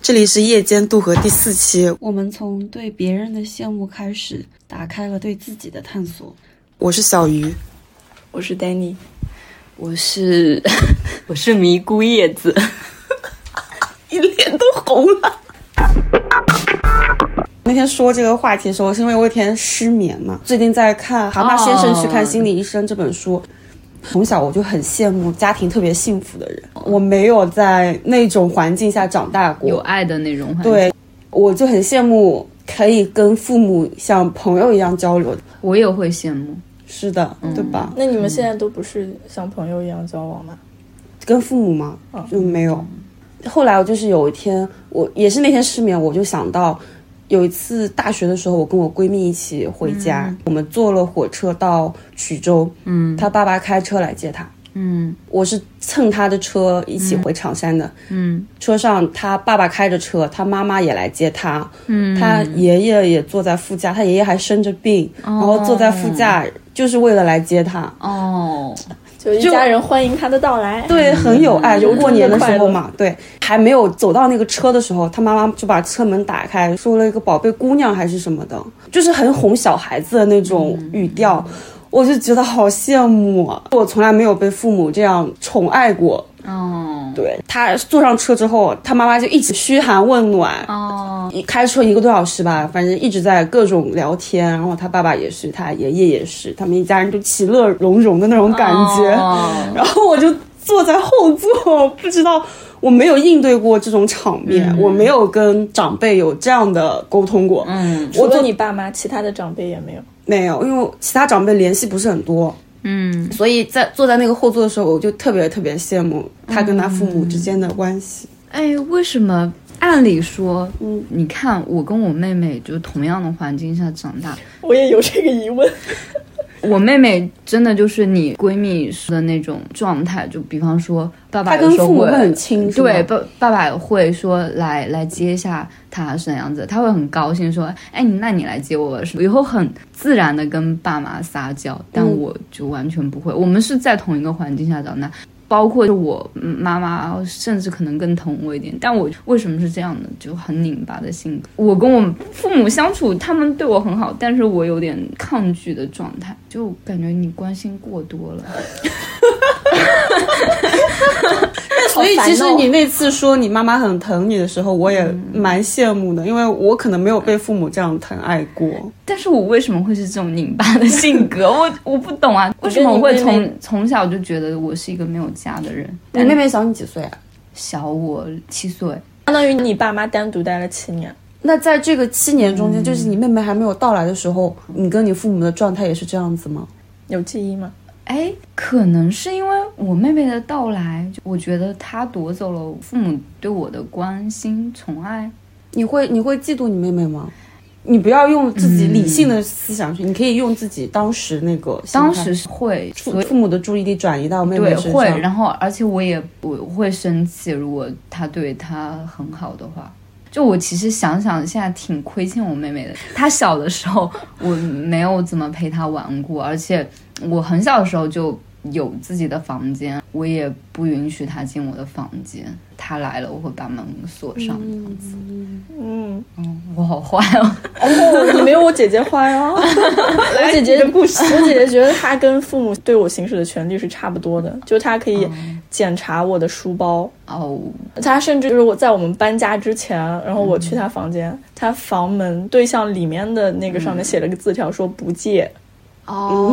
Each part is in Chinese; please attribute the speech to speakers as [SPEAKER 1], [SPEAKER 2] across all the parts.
[SPEAKER 1] 这里是夜间渡河第四期，
[SPEAKER 2] 我们从对别人的羡慕开始，打开了对自己的探索。
[SPEAKER 1] 我是小鱼，
[SPEAKER 3] 我是 Danny，我 是我是迷菇叶子，
[SPEAKER 1] 你脸都红了。那天说这个话题的时候，是因为我有一天失眠嘛，最近在看《蛤蟆先生去看心理医生》这本书。从小我就很羡慕家庭特别幸福的人，我没有在那种环境下长大过。
[SPEAKER 3] 有爱的那种。，
[SPEAKER 1] 对，我就很羡慕可以跟父母像朋友一样交流。
[SPEAKER 3] 我也会羡慕。
[SPEAKER 1] 是的，对吧？
[SPEAKER 4] 那你们现在都不是像朋友一样交往吗？
[SPEAKER 1] 跟父母嘛，
[SPEAKER 3] 啊
[SPEAKER 1] 就没有。后来我就是有一天，我也是那天失眠，我就想到有一次大学的时候，我跟我闺蜜一起回家，
[SPEAKER 3] 嗯
[SPEAKER 1] 我们坐了火车到衢州，嗯，她爸爸开车来接她，
[SPEAKER 3] 嗯
[SPEAKER 1] 我是蹭她的车一起回长山的。
[SPEAKER 3] 嗯
[SPEAKER 1] 车上她爸爸开着车，她妈妈也来接她，
[SPEAKER 3] 嗯
[SPEAKER 1] 她爷爷也坐在副驾，她爷爷还生着病，然后坐在副驾就是为了来接她。
[SPEAKER 3] 哦，
[SPEAKER 4] 就一家人欢迎他的到来。
[SPEAKER 1] 对，很有爱。就
[SPEAKER 4] 由衷
[SPEAKER 1] 过年
[SPEAKER 4] 的
[SPEAKER 1] 的时
[SPEAKER 4] 快
[SPEAKER 1] 候
[SPEAKER 4] 乐
[SPEAKER 1] 嘛，对，还没有走到那个车的时候，他妈妈就把车门打开，说了一个“宝贝姑娘”还是什么的，就是很哄小孩子的那种语调，我就觉得好羡慕啊！我从来没有被父母这样宠爱过。
[SPEAKER 3] 哦
[SPEAKER 1] 对他坐上车之后，他妈妈就一直嘘寒问暖，
[SPEAKER 3] 哦，
[SPEAKER 1] 一开车一个多小时吧，反正一直在各种聊天。然后他爸爸也是，他爷爷也是，他们一家人都其乐融融的那种感觉。
[SPEAKER 3] 哦
[SPEAKER 1] 然后我就坐在后座，不知道我没有应对过这种场面，我没有跟长辈有这样的沟通过，
[SPEAKER 3] 嗯
[SPEAKER 4] 除
[SPEAKER 1] 我
[SPEAKER 4] 了
[SPEAKER 1] 坐
[SPEAKER 4] 你爸妈，其他的长辈也没有。
[SPEAKER 1] 没有，因为其他长辈联系不是很多，
[SPEAKER 3] 嗯，
[SPEAKER 1] 所以在坐在那个后座的时候，我就特别特别羡慕他跟他父母之间的关系。
[SPEAKER 3] 哎，为什么？按理说，嗯，你看我跟我妹妹就同样的环境下长大，
[SPEAKER 4] 我也有这个疑 问。
[SPEAKER 3] 我妹妹真的就是你闺蜜的那种状态，就比方说爸爸
[SPEAKER 1] 他跟
[SPEAKER 3] 有时候
[SPEAKER 1] 父母
[SPEAKER 3] 会
[SPEAKER 1] 会很亲，是吗
[SPEAKER 3] 嗯对，爸爸爸会说来来接一下他是怎样子，他会很高兴说，哎，你那你来接我吧，以后很自然的跟爸妈撒娇，但
[SPEAKER 1] 嗯
[SPEAKER 3] 我就完全不会，我们是在同一个环境下长大。包括我嗯妈妈，甚至可能更疼我一点，但我为什么是这样的，就很拧巴的性格。我跟我父母相处，他们对我很好，但是我有点抗拒的状态，就感觉你关心过多了。
[SPEAKER 1] 所以其实
[SPEAKER 4] 哦
[SPEAKER 1] 你那次说你妈妈很疼你的时候，我也蛮羡慕的，因为我可能没有被父母这样疼爱过。
[SPEAKER 3] 但是我为什么会是这种拧巴的性格？我我不懂啊，为什么我会
[SPEAKER 4] 你
[SPEAKER 3] 从从小就觉得我是一个没有家的人？
[SPEAKER 1] 你妹妹小你几岁啊？
[SPEAKER 3] 小我七岁，
[SPEAKER 4] 相当于你爸妈单独待了七年，
[SPEAKER 1] 那在这个七年中间，
[SPEAKER 3] 嗯
[SPEAKER 1] 就是你妹妹还没有到来的时候，你跟你父母的状态也是这样子吗？
[SPEAKER 4] 有记忆吗？
[SPEAKER 3] 哎，可能是因为我妹妹的到来，就我觉得她夺走了我父母对我的关心宠爱。
[SPEAKER 1] 你会你会嫉妒你妹妹吗？你不要用自己理性的思想去，你可以用自己当时那个心态
[SPEAKER 3] 嗯当时是会，
[SPEAKER 1] 父
[SPEAKER 3] 所以
[SPEAKER 1] 父母的注意力转移到妹妹
[SPEAKER 3] 对
[SPEAKER 1] 身
[SPEAKER 3] 会，
[SPEAKER 1] 上，
[SPEAKER 3] 然后而且我也我会生气，如果她对她很好的话。就我其实想想，现在挺亏欠我妹妹的。她小的时候，我没有怎么陪她玩过，而且我很小的时候就有自己的房间，我也不允许她进我的房间。她来了，我会把门锁上。
[SPEAKER 4] 嗯，
[SPEAKER 3] 我好坏哦。
[SPEAKER 4] 哦，你没有我姐姐坏 哦。我姐姐的故事，我姐姐觉得她跟父母对我行使的权利是差不多的，就她可以检查我的书包，
[SPEAKER 3] 哦，
[SPEAKER 4] 她甚至就是我在我们搬家之前，然后我去她房间，她房门对向里面的那个上面写了个字条说不借。
[SPEAKER 3] 哦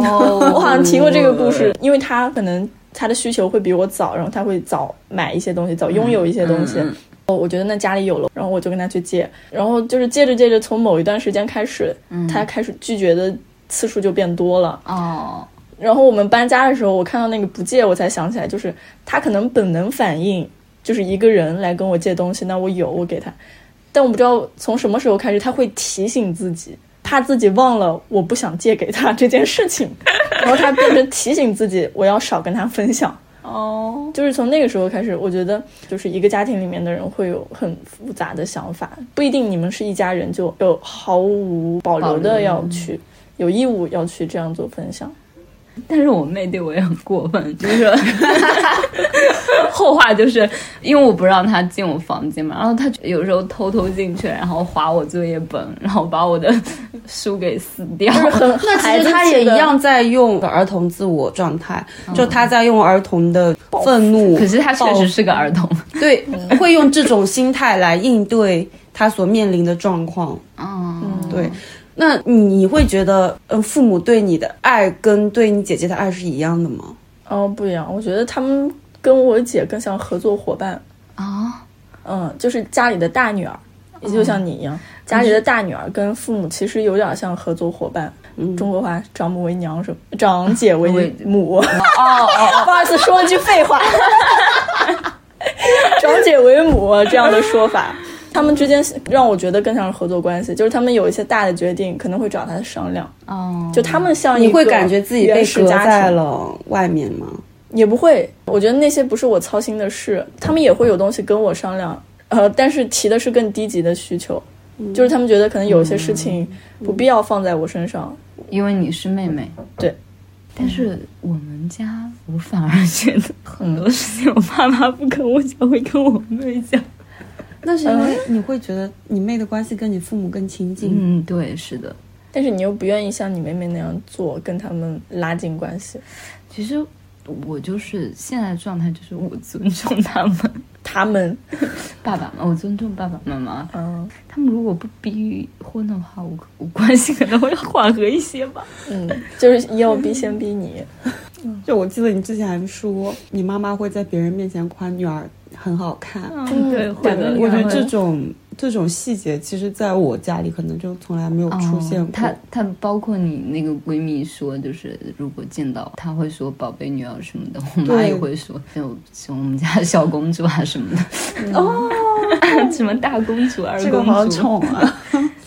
[SPEAKER 4] 我好像提过这个故事，因为他可能他的需求会比我早，然后他会早买一些东西，早拥有一些东西。
[SPEAKER 3] 嗯嗯
[SPEAKER 4] 哦，我觉得那家里有了，然后我就跟他去借，然后就是借着借着，从某一段时间开始，
[SPEAKER 3] 嗯
[SPEAKER 4] 他开始拒绝的次数就变多了。
[SPEAKER 3] 哦，
[SPEAKER 4] 然后我们搬家的时候，我看到那个不借，我才想起来，就是他可能本能反应就是一个人来跟我借东西，那我有我给他，但我不知道从什么时候开始，他会提醒自己，怕自己忘了我不想借给他这件事情，然后他变成提醒自己我要少跟他分享。哦，就是从那个时候开始，我觉得就是一个家庭里面的人会有很复杂的想法，不一定你们是一家人就有毫无保留
[SPEAKER 3] 保留
[SPEAKER 4] 的要去，有义务要去这样做分享。
[SPEAKER 3] 但是我妹对我也很过分，就是后话就是因为我不让她进我房间嘛，然后她就有时候偷偷进去，然后划我作业本，然后把我的书给撕掉。
[SPEAKER 4] 就是很
[SPEAKER 1] 那其
[SPEAKER 4] 孩
[SPEAKER 1] 实
[SPEAKER 4] 子
[SPEAKER 1] 他
[SPEAKER 4] 气
[SPEAKER 1] 也一
[SPEAKER 4] 的
[SPEAKER 1] 样在用儿童自我状态，
[SPEAKER 3] 嗯
[SPEAKER 1] 就他在用儿童的愤怒，
[SPEAKER 3] 可是她确实是个儿童，
[SPEAKER 1] 对，会用这种心态来应对他所面临的状况。
[SPEAKER 3] 嗯，
[SPEAKER 1] 对，那你会觉得，嗯，父母对你的爱跟对你姐姐的爱是一样的吗？
[SPEAKER 4] 哦，不一样，我觉得他们跟我姐更像合作伙伴，
[SPEAKER 3] 啊，
[SPEAKER 4] 嗯，就是家里的大女儿，也就像你一
[SPEAKER 1] 嗯
[SPEAKER 4] 样，家里的大女儿跟父母其实有点像合作伙伴。
[SPEAKER 1] 嗯
[SPEAKER 4] 中国话“长母为娘”什么，长
[SPEAKER 1] 啊
[SPEAKER 4] 姐为
[SPEAKER 3] 为
[SPEAKER 4] 母。
[SPEAKER 3] 哦哦，
[SPEAKER 4] 不好意思，说了句废话，“ 长姐为母”这样的说法，他们之间让我觉得更像是合作关系，就是他们有一些大的决定可能会找他商量，
[SPEAKER 3] 哦，
[SPEAKER 4] 就他们像一
[SPEAKER 1] 你
[SPEAKER 4] 个
[SPEAKER 1] 会感觉自己被
[SPEAKER 4] 原始
[SPEAKER 1] 隔
[SPEAKER 4] 家
[SPEAKER 1] 在
[SPEAKER 4] 庭
[SPEAKER 1] 了外面吗？
[SPEAKER 4] 也不会，我觉得那些不是我操心的事，他们也会有东西跟我商量，呃，但是提的是更低级的需求，就是他们觉得可能有些事情不必要放在我身上，
[SPEAKER 3] 因为你是妹妹，
[SPEAKER 4] 对。
[SPEAKER 3] 但是我们家，我反而觉得很多事情我爸妈不跟我讲，会跟我妹讲。
[SPEAKER 1] 那是因为你会觉得你妹的关系跟你父母更亲近。
[SPEAKER 3] 嗯，对，是的。
[SPEAKER 4] 但是你又不愿意像你妹妹那样做，跟他们拉近关系，
[SPEAKER 3] 其实我就是现在的状态，就是我尊重他们，
[SPEAKER 4] 他们，
[SPEAKER 3] 爸爸妈，我尊重爸爸妈妈。
[SPEAKER 4] 嗯
[SPEAKER 3] 他们如果不逼婚的话，我我关系可能会缓和一些吧。
[SPEAKER 4] 嗯，就是要逼先逼你，
[SPEAKER 1] 就我记得你之前还说，你妈妈会在别人面前夸女儿很好看。
[SPEAKER 3] 嗯，对，会的。
[SPEAKER 1] 我觉得
[SPEAKER 3] 会
[SPEAKER 1] 这种这种细节，其实在我家里可能就从来没有出现
[SPEAKER 3] 哦
[SPEAKER 1] 过。
[SPEAKER 3] 她她包括你那个闺蜜说，就是如果见到她会说“宝贝女儿”什么的，我妈
[SPEAKER 1] 对
[SPEAKER 3] 也会说，就像我们家小公主啊什么的。哦， 什么大公主、二公主，
[SPEAKER 1] 啊！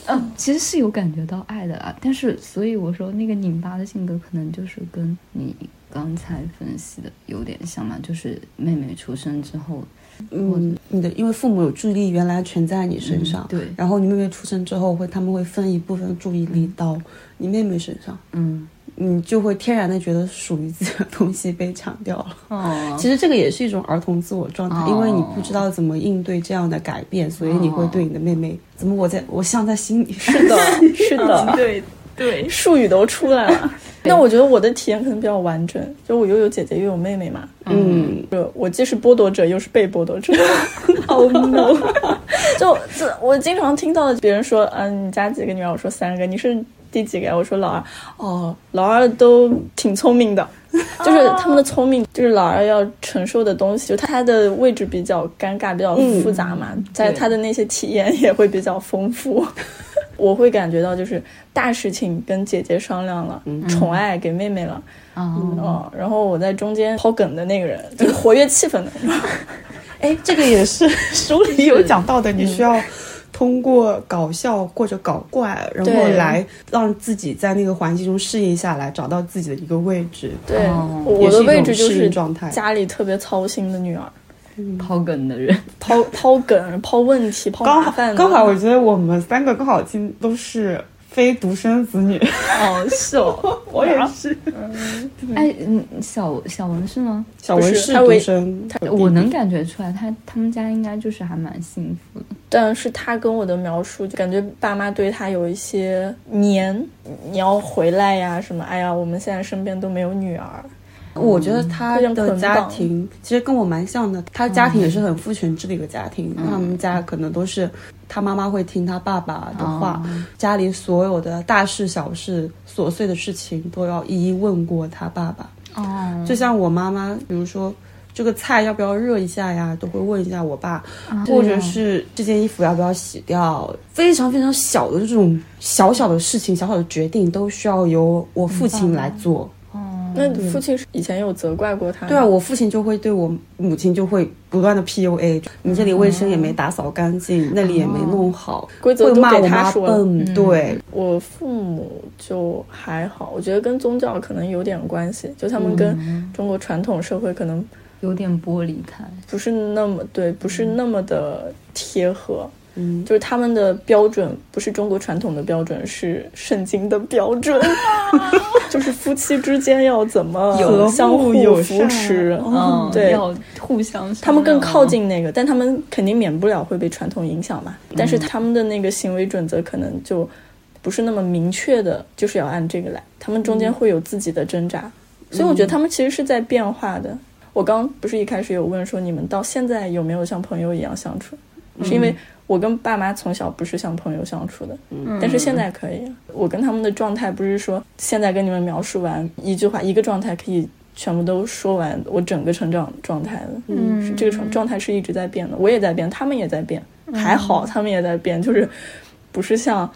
[SPEAKER 3] 嗯，其实是有感觉到爱的啊啦。但是，所以我说那个拧巴的性格，可能就是跟你刚才分析的有点像嘛，就是妹妹出生之后，
[SPEAKER 1] 嗯，你的因为父母有注意力原来全在你身上，
[SPEAKER 3] 嗯对
[SPEAKER 1] 然后你妹妹出生之后会，他们会分一部分注意力到你妹妹身上，
[SPEAKER 3] 嗯，
[SPEAKER 1] 你就会天然的觉得属于自己的东西被抢掉了。
[SPEAKER 3] 哦，
[SPEAKER 1] 其实这个也是一种儿童自我状态，
[SPEAKER 3] 哦
[SPEAKER 1] 因为你不知道怎么应对这样的改
[SPEAKER 4] 哦
[SPEAKER 1] 变，所以你会对你的妹妹，怎么我在我像在心里
[SPEAKER 4] 是的， 是的，
[SPEAKER 3] 对 对，
[SPEAKER 4] 术语都出来了。那我觉得我的体验可能比较完整，就我又有姐姐又有妹妹嘛，
[SPEAKER 1] 嗯，
[SPEAKER 4] 就我既是剥夺者又是被剥夺者。oh no！就这，我经常听到别人说，嗯、你家几个女儿？我说三个。你是第几个呀？我说老二。哦，老二都挺聪明 的，就是他们的聪明，就是老二要承受的东西，就他的位置比较尴尬，比较复杂嘛，在他的那些体验也会比较丰富。 我会感觉到，就是大事情跟姐姐商量了，宠爱给妹妹了，
[SPEAKER 1] 嗯
[SPEAKER 3] 哦，
[SPEAKER 4] 哦，然后我在中间抛梗的那个人，就是活跃气氛的，
[SPEAKER 1] 哎，这个也是 书里有讲到的，你需要通过搞笑或者搞怪，然后
[SPEAKER 4] 对
[SPEAKER 1] 来让自己在那个环境中适应下来，找到自己的一个位置。
[SPEAKER 4] 对，
[SPEAKER 3] 哦
[SPEAKER 4] 我的位置就
[SPEAKER 1] 也是一种适
[SPEAKER 4] 是
[SPEAKER 1] 应状态
[SPEAKER 4] 家里特别操心的女儿，
[SPEAKER 3] 抛梗的人，
[SPEAKER 4] 抛抛梗、抛问题、抛
[SPEAKER 1] 刚
[SPEAKER 4] 麻
[SPEAKER 1] 好啊
[SPEAKER 4] 烦的。
[SPEAKER 1] 刚好，我觉得我们三个刚好今都是非独生子女，
[SPEAKER 3] 哦，是哦，
[SPEAKER 1] 我也是。
[SPEAKER 3] 哎，嗯，小小文是吗？
[SPEAKER 1] 小文
[SPEAKER 4] 不
[SPEAKER 1] 是
[SPEAKER 4] 是他
[SPEAKER 1] 独
[SPEAKER 4] 为
[SPEAKER 1] 生，
[SPEAKER 3] 我能感觉出来，他他们家应该就是还蛮幸福的。
[SPEAKER 4] 但是她跟我的描述，就感觉爸妈对她有一些黏，你要回来呀，什么，哎呀，我们现在身边都没有女儿，
[SPEAKER 1] 我觉得他
[SPEAKER 4] 非常
[SPEAKER 1] 的
[SPEAKER 4] 捆
[SPEAKER 1] 家
[SPEAKER 4] 绑
[SPEAKER 1] 庭其实跟我蛮像的，他的家庭也是很父权制的一个家庭，他们家可能都是他妈妈会听他爸爸的话，家里所有的大事小事、琐碎的事情都要一一问过他爸爸。
[SPEAKER 3] 哦，
[SPEAKER 1] 就像我妈妈，比如说。这个菜要不要热一下呀？都会问一下我爸，
[SPEAKER 3] 啊
[SPEAKER 1] 或者是这件衣服要不要洗掉，非常非常小的这种小小的事情、小小的决定，都需要由我父亲来做。
[SPEAKER 3] 哦
[SPEAKER 4] 那父亲是以前有责怪过她，
[SPEAKER 1] 嗯对啊，，我父亲就会对我母亲就会不断的 PUA，你这里卫生也没打扫干净，那里也没弄好，
[SPEAKER 4] 嗯规则
[SPEAKER 1] 会
[SPEAKER 4] 都
[SPEAKER 1] 骂我
[SPEAKER 4] 给她
[SPEAKER 1] 妈
[SPEAKER 4] 说了。嗯
[SPEAKER 1] 笨，对，
[SPEAKER 4] 我父母就还好，我觉得跟宗教可能有点关系，就他们跟
[SPEAKER 1] 嗯
[SPEAKER 4] 中国传统社会可能
[SPEAKER 3] 有点玻璃看，
[SPEAKER 4] 不是那么对，不是那么的贴合。
[SPEAKER 1] 嗯，
[SPEAKER 4] 就是他们的标准不是中国传统的标准，是圣经的标 准，就是夫妻之间要怎么
[SPEAKER 1] 有哦
[SPEAKER 4] 相互
[SPEAKER 1] 有
[SPEAKER 4] 扶持。
[SPEAKER 3] 嗯，
[SPEAKER 4] 哦对
[SPEAKER 3] 要互相啊商量。
[SPEAKER 4] 他们更靠近那个，但他们肯定免不了会被传统影响嘛。但
[SPEAKER 3] 嗯
[SPEAKER 4] 是他们的那个行为准则可能就不是那么明确的，就是要按这个来。他们中间
[SPEAKER 3] 嗯
[SPEAKER 4] 会有自己的挣扎，所以我觉得他们其实是在变化的。我刚不是一开始有问说你们到现在有没有像朋友一样相处，是因为我跟爸妈从小不是像朋友相处的，
[SPEAKER 3] 嗯，
[SPEAKER 4] 但是现在可以。我跟他们的状态不是说现在跟你们描述完一句话一个状态可以全部都说完我整个成长状态的，
[SPEAKER 3] 嗯
[SPEAKER 4] 是这个状状态是一直在变的，我也在变，他们也在变，还好他们也在变，就是不是像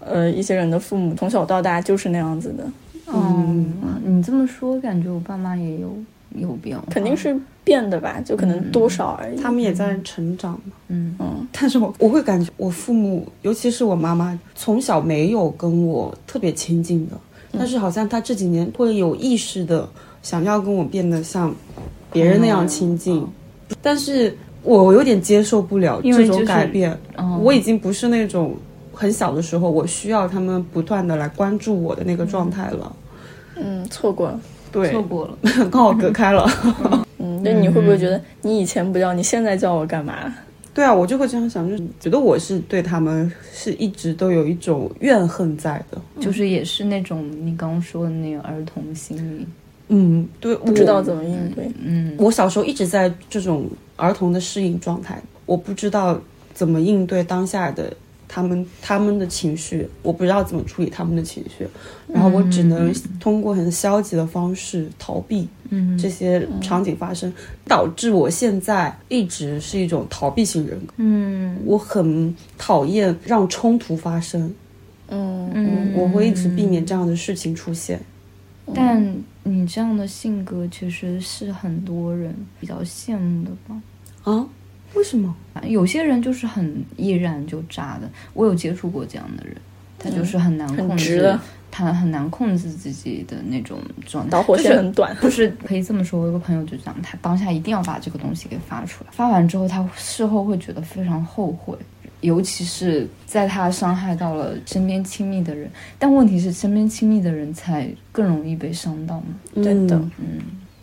[SPEAKER 4] 呃一些人的父母从小到大就是那样子的，
[SPEAKER 3] 嗯，你这么说，感觉我爸妈也有有嗯变化，
[SPEAKER 4] 肯定是变的吧，就可能多少而已。
[SPEAKER 1] 他们也在成长嘛。
[SPEAKER 3] 嗯
[SPEAKER 4] 嗯
[SPEAKER 1] 但是我我会感觉我父母，尤其是我妈妈，从小没有跟我特别亲近的，
[SPEAKER 3] 嗯
[SPEAKER 1] 但是好像她这几年会有意识的想要跟我变得像别人那样亲近，但是我有点接受不了
[SPEAKER 3] 嗯因为
[SPEAKER 1] 这种
[SPEAKER 3] 就是
[SPEAKER 1] 改变，
[SPEAKER 3] 嗯，
[SPEAKER 1] 我已经不是那种很小的时候我需要他们不断的来关注我的那个状态了。
[SPEAKER 4] 嗯，错过了。
[SPEAKER 1] 对，
[SPEAKER 3] 错过了，
[SPEAKER 1] 刚好隔开了。
[SPEAKER 4] 嗯，那你会不会觉得你以前不叫，你现在叫我干嘛？
[SPEAKER 1] 对啊，我就会这样想，就是觉得我是对他们是一直都有一种怨恨在的。
[SPEAKER 3] 就是也是那种你刚刚说的那个儿童心理，
[SPEAKER 1] 嗯，对，
[SPEAKER 4] 不
[SPEAKER 1] 不
[SPEAKER 4] 知道怎么应对。
[SPEAKER 3] 嗯，
[SPEAKER 1] 我小时候一直在这种儿童的适应状态，我不知道怎么应对当下的他们他们的情绪，我不知道怎么处理他们的情绪，然后我只能通过很消极的方式逃避
[SPEAKER 3] 嗯
[SPEAKER 1] 这些场景发生，导致我现在一直是一种逃避型人格。
[SPEAKER 3] 嗯
[SPEAKER 1] 我很讨厌让冲突发生，
[SPEAKER 4] 嗯
[SPEAKER 3] 嗯，
[SPEAKER 1] 我会一直避免这样的事情出现。
[SPEAKER 3] 但你这样的性格其实是很多人比较羡慕的吧？
[SPEAKER 1] 啊？为什么？
[SPEAKER 3] 有些人就是很易燃就炸的，我有接触过这样的人，他
[SPEAKER 1] 嗯
[SPEAKER 3] 就是很难控
[SPEAKER 4] 很直
[SPEAKER 3] 制，
[SPEAKER 4] 的
[SPEAKER 3] 他很难控制自己的那种状态，
[SPEAKER 4] 导火
[SPEAKER 3] 就是
[SPEAKER 4] 线很短。
[SPEAKER 3] 不是可以这么说，我有个朋友就这样，他当下一定要把这个东西给发出来，发完之后他事后会觉得非常后悔，尤其是在他伤害到了身边亲密的人，但问题是身边亲密的人才更容易被伤到嘛，
[SPEAKER 4] 真的
[SPEAKER 1] 嗯
[SPEAKER 3] 嗯，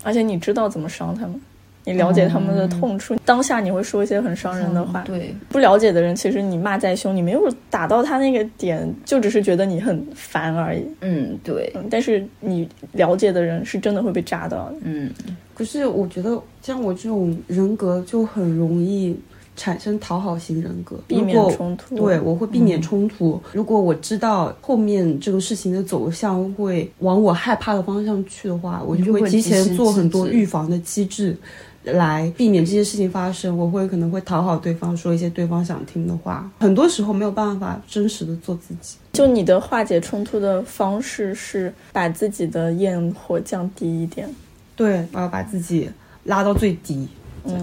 [SPEAKER 4] 而且你知道怎么伤他们，你了解他们的痛处，当下你会说一些很伤人的话。
[SPEAKER 3] 对，
[SPEAKER 4] 不了解的人，其实你骂再凶，你没有打到他那个点，就只是觉得你很烦而已。
[SPEAKER 3] 嗯对，
[SPEAKER 4] 嗯，但是你了解的人是真的会被炸到的。
[SPEAKER 3] 嗯
[SPEAKER 1] 可是我觉得像我这种人格就很容易产生讨好型人格，
[SPEAKER 4] 避免
[SPEAKER 1] 如果
[SPEAKER 4] 冲突
[SPEAKER 1] 对，我会避免冲突。如果我知道后面这个事情的走向会往我害怕的方向去的话，我
[SPEAKER 3] 你就
[SPEAKER 1] 就会
[SPEAKER 3] 会
[SPEAKER 1] 提前
[SPEAKER 3] 及时
[SPEAKER 1] 做很多
[SPEAKER 3] 制止
[SPEAKER 1] 预防的机制，来避免这些事情发生。我会可能会讨好对方，说一些对方想听的话。很多时候没有办法真实的做自己。
[SPEAKER 4] 就你的化解冲突的方式是把自己的焰火降低一点。
[SPEAKER 1] 对，我要把自己拉到最低。
[SPEAKER 4] 嗯，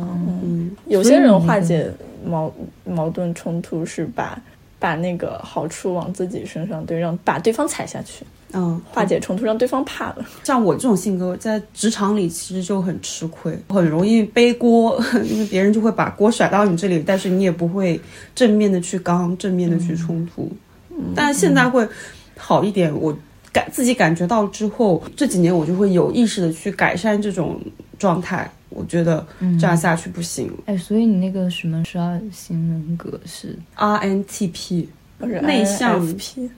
[SPEAKER 1] 嗯，
[SPEAKER 4] 有些人化解矛矛盾冲突是把把那个好处往自己身上堆，让把对方踩下去，
[SPEAKER 1] 嗯，
[SPEAKER 4] 化解冲突让对方怕了。
[SPEAKER 1] 像我这种性格，在职场里其实就很吃亏，很容易背锅， 因为别人就会把锅甩到你这里，但是你也不会正面的去刚，正面的去冲突。但现在会好一点，我感自己感觉到之后，这几年我就会有意识的去改善这种状态。我觉得这样下去不行。
[SPEAKER 3] 嗯哎，所以你那个什么十二型人格是
[SPEAKER 1] RNTP
[SPEAKER 4] 我是
[SPEAKER 1] 内向
[SPEAKER 4] P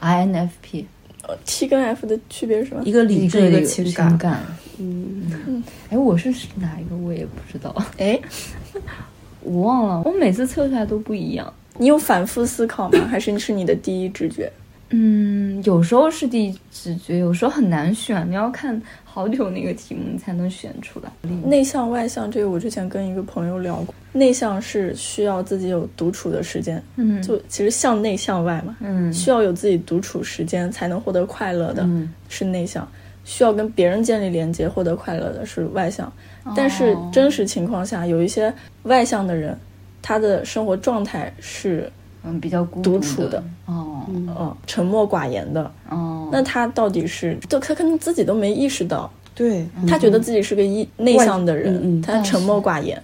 [SPEAKER 3] INFP，
[SPEAKER 4] T 跟 F 的区别是什么？
[SPEAKER 1] 一个理智一个
[SPEAKER 3] 情
[SPEAKER 1] 情感，
[SPEAKER 3] 感，
[SPEAKER 1] 嗯，
[SPEAKER 3] 哎，我是哪一个我也不知道，
[SPEAKER 4] 哎，
[SPEAKER 3] 我忘了，我每次测出来都不一样。
[SPEAKER 4] 你有反复思考吗？还是是你的第一直觉？
[SPEAKER 3] 嗯，有时候是第一直觉，有时候很难选，你要看好久那个题目你才能选出来。
[SPEAKER 4] 内向外向这个，我之前跟一个朋友聊过，内向是需要自己有独处的时间，
[SPEAKER 3] 嗯，
[SPEAKER 4] 就其实向内向外嘛，
[SPEAKER 3] 嗯
[SPEAKER 4] 需要有自己独处时间才能获得快乐的，
[SPEAKER 3] 嗯，
[SPEAKER 4] 是内向。需要跟别人建立连接、获得快乐的是外向，但是
[SPEAKER 3] 哦
[SPEAKER 4] 真实情况下，有一些外向的人，他的生活状态是
[SPEAKER 3] 嗯比较孤
[SPEAKER 4] 独
[SPEAKER 3] 独
[SPEAKER 4] 处的
[SPEAKER 3] 哦
[SPEAKER 1] 嗯
[SPEAKER 4] 呃沉默寡言的。
[SPEAKER 3] 哦，
[SPEAKER 4] 那他到底是，就他可能自己都没意识到，
[SPEAKER 1] 对，
[SPEAKER 4] 他觉得自己是个一内向的人，
[SPEAKER 1] 嗯嗯
[SPEAKER 4] 他沉默寡言，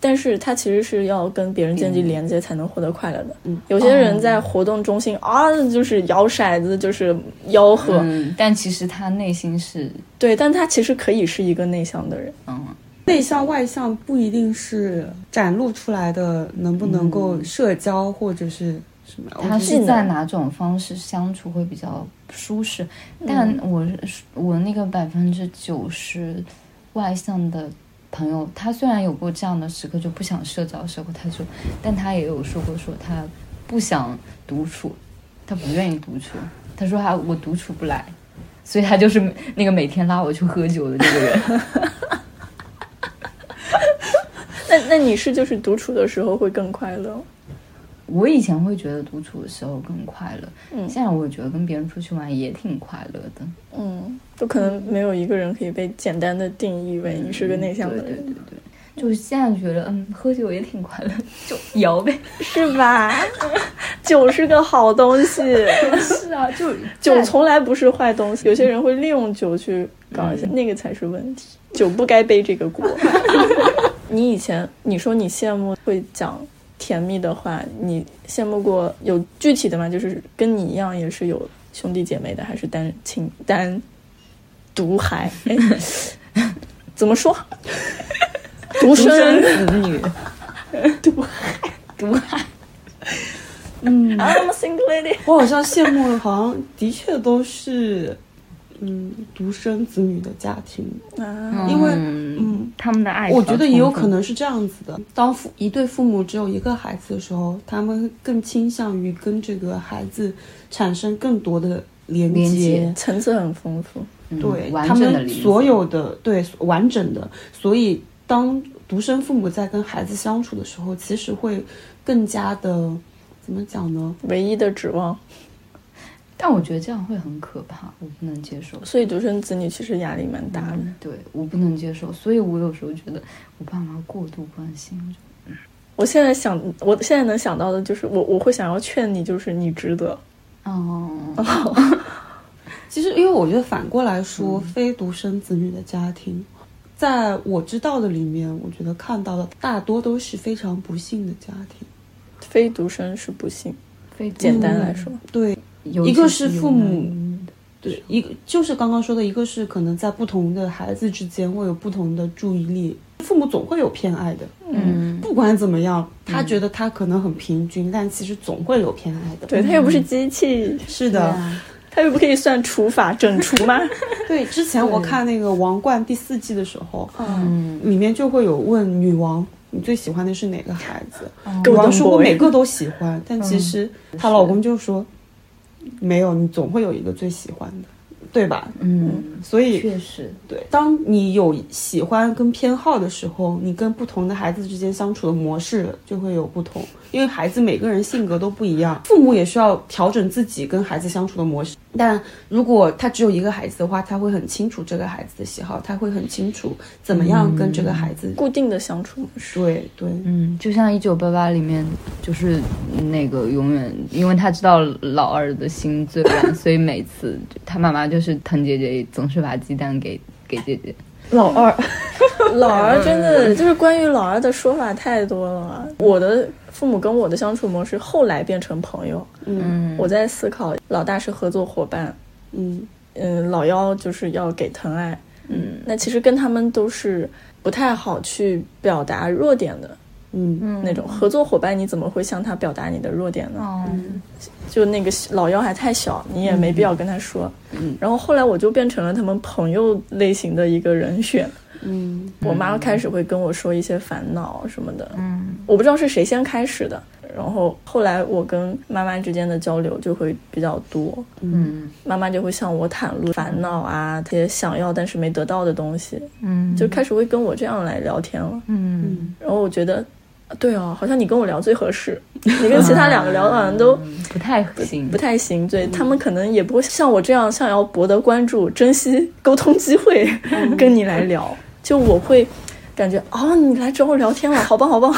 [SPEAKER 4] 但是他其实是要跟别人建立连接才能获得快乐的。有些人在活动中心、啊，就是摇骰子，就是吆喝，
[SPEAKER 3] 嗯，但其实他内心是，
[SPEAKER 4] 对，但他其实可以是一个内向的人。
[SPEAKER 3] 嗯，
[SPEAKER 1] 内向外向不一定是展露出来的，能不能够社交或者是什么？
[SPEAKER 3] 嗯他
[SPEAKER 1] 我觉
[SPEAKER 3] 是
[SPEAKER 1] 得
[SPEAKER 3] 在哪种方式相处会比较舒适。但我是我那个百分之九十外向的朋友，他虽然有过这样的时刻，就不想社交的时候，他就，但他也有说过说他不想独处，他不愿意独处。他说他啊我独处不来，所以他就是那个每天拉我去喝酒的那个人。
[SPEAKER 4] 那那你是就是独处的时候会更快乐？
[SPEAKER 3] 我以前会觉得独处的时候更快乐，
[SPEAKER 4] 嗯
[SPEAKER 3] 现在我觉得跟别人出去玩也挺快乐的。
[SPEAKER 4] 嗯，就可能没有一个人可以被简单的定义为你是个内向的
[SPEAKER 3] 嗯对对
[SPEAKER 4] 人，
[SPEAKER 3] 对对，就是现在觉得嗯，喝酒也挺快乐，就摇呗。
[SPEAKER 4] 是吧？ 酒是个好东西，
[SPEAKER 3] 是 啊，就
[SPEAKER 4] 酒从来不是坏东西。有些人会利用酒去搞一些，那个才是问题。酒不该背这个 锅。你以前你说你羡慕会讲甜蜜的话，你羡慕过有具体的吗？就是跟你一样也是有兄弟姐妹的，还是单亲单独 孩？哎，怎么说？
[SPEAKER 3] 独
[SPEAKER 4] 独
[SPEAKER 3] 生
[SPEAKER 4] 生
[SPEAKER 3] 子 女，独海，
[SPEAKER 4] ，I'm a single lady。
[SPEAKER 1] 我好像羡慕的，好像的确都是，嗯，独生子女的家庭。
[SPEAKER 4] 啊，
[SPEAKER 1] 因为
[SPEAKER 3] 嗯，他们的爱，
[SPEAKER 1] 我觉得也有可。能是这样子的：当父一对父母只有一个孩子的时候，他们更倾向于跟这个孩子产生更多的连接。
[SPEAKER 3] 连接
[SPEAKER 4] 层次很丰富。
[SPEAKER 3] 嗯
[SPEAKER 1] 对，
[SPEAKER 3] 完
[SPEAKER 1] 他
[SPEAKER 3] 整的
[SPEAKER 1] 们
[SPEAKER 3] 理解
[SPEAKER 1] 所有的对完整的，所以当独生父母在跟孩子相处的时候，其实会更加的怎么讲呢？
[SPEAKER 4] 唯一的指望，
[SPEAKER 3] 但我觉得这样会很可怕，我不能接受。
[SPEAKER 4] 所以独生子女其实压力蛮大的。
[SPEAKER 3] 对，我不能接受，所以我有时候觉得我爸妈过度关心，我就
[SPEAKER 4] 我现在想，我现在能想到的就是我，我会想要劝你，就是你值得。
[SPEAKER 3] 哦，
[SPEAKER 1] 其实，因为我觉得反过来
[SPEAKER 3] 嗯
[SPEAKER 1] 说，非独生子女的家庭，在我知道的里面，我觉得看到的大多都是非常不幸的家庭。
[SPEAKER 4] 非独生是不幸，
[SPEAKER 3] 非得
[SPEAKER 4] 简单来说，
[SPEAKER 1] 对，
[SPEAKER 3] 尤
[SPEAKER 1] 一个
[SPEAKER 3] 其
[SPEAKER 1] 是
[SPEAKER 3] 有
[SPEAKER 1] 父
[SPEAKER 3] 男
[SPEAKER 1] 母
[SPEAKER 3] 有女的
[SPEAKER 1] 对，一个就是刚刚说的，一个是可能在不同的孩子之间会有不同的注意力，父母总会有偏爱的。
[SPEAKER 3] 嗯，
[SPEAKER 1] 不管怎么样，他觉得他可能很平均，但其实总会有偏爱的。
[SPEAKER 4] 嗯对，他又不是机器，
[SPEAKER 1] 是
[SPEAKER 3] 对
[SPEAKER 1] 的，
[SPEAKER 3] 啊，
[SPEAKER 4] 他又不可以算除法整除吗？
[SPEAKER 1] 对。之前我看那个《王冠》第四季的时候，
[SPEAKER 3] 嗯，
[SPEAKER 1] 里面就会有问女王。你最喜欢的是哪个孩子？女
[SPEAKER 4] Golden
[SPEAKER 1] 王说：“我
[SPEAKER 4] boy 嗯
[SPEAKER 1] 每个都喜欢。”但其实她老公就说：“没有，你总会有一个最喜欢的，对吧
[SPEAKER 3] 嗯，？”
[SPEAKER 1] 所以
[SPEAKER 3] 确实，
[SPEAKER 1] 对，当你有喜欢跟偏好的时候，你跟不同的孩子之间相处的模式就会有不同，因为孩子每个人性格都不一样，父母也需要调整自己跟孩子相处的模式。但如果他只有一个孩子的话，他会很清楚这个孩子的喜好，他会很清楚怎么样跟这个孩子。
[SPEAKER 4] 固定的相处模式。
[SPEAKER 1] 对对，
[SPEAKER 3] 嗯，就像《一九八八》里面，就是那个永远，因为他知道老二的心最软，所以每次就他妈妈就是疼姐姐，总是把鸡蛋给给姐姐。
[SPEAKER 1] 老二，
[SPEAKER 4] 老二真的 就是关于老二的说法太多了啊。我的父母跟我的相处模式后来变成朋友，
[SPEAKER 1] 嗯
[SPEAKER 3] 嗯，
[SPEAKER 4] 我在思考老大是合作伙伴，
[SPEAKER 1] 嗯，
[SPEAKER 4] 嗯，老幺就是要给疼爱，
[SPEAKER 3] 嗯
[SPEAKER 4] 那其实跟他们都是不太好去表达弱点的
[SPEAKER 1] 嗯，
[SPEAKER 3] 嗯
[SPEAKER 4] 那种合作伙伴，你怎么会向他表达你的弱点呢？
[SPEAKER 3] 哦，
[SPEAKER 4] 就那个老幺还太小，你也没必要跟他说。
[SPEAKER 3] 嗯
[SPEAKER 4] 然后后来我就变成了他们朋友类型的一个人选。
[SPEAKER 1] 嗯，
[SPEAKER 4] 我妈开始会跟我说一些烦恼什么的，
[SPEAKER 3] 嗯
[SPEAKER 4] 我不知道是谁先开始的。然后后来我跟妈妈之间的交流就会比较多，
[SPEAKER 3] 嗯
[SPEAKER 4] 妈妈就会向我袒露烦恼啊，这些想要但是没得到的东西，
[SPEAKER 3] 嗯，
[SPEAKER 4] 就开始会跟我这样来聊天了。
[SPEAKER 3] 嗯
[SPEAKER 4] 然后我觉得，啊对哦，好像你跟我聊最合适，你跟其他两个聊好像都
[SPEAKER 3] 嗯不太行，嗯
[SPEAKER 4] 不太行。对他们可能也不会像我这样想要博得关注、珍惜沟通机会，
[SPEAKER 3] 嗯
[SPEAKER 4] 跟你来聊。就我会感觉哦，你来找我聊天了，好棒 好棒。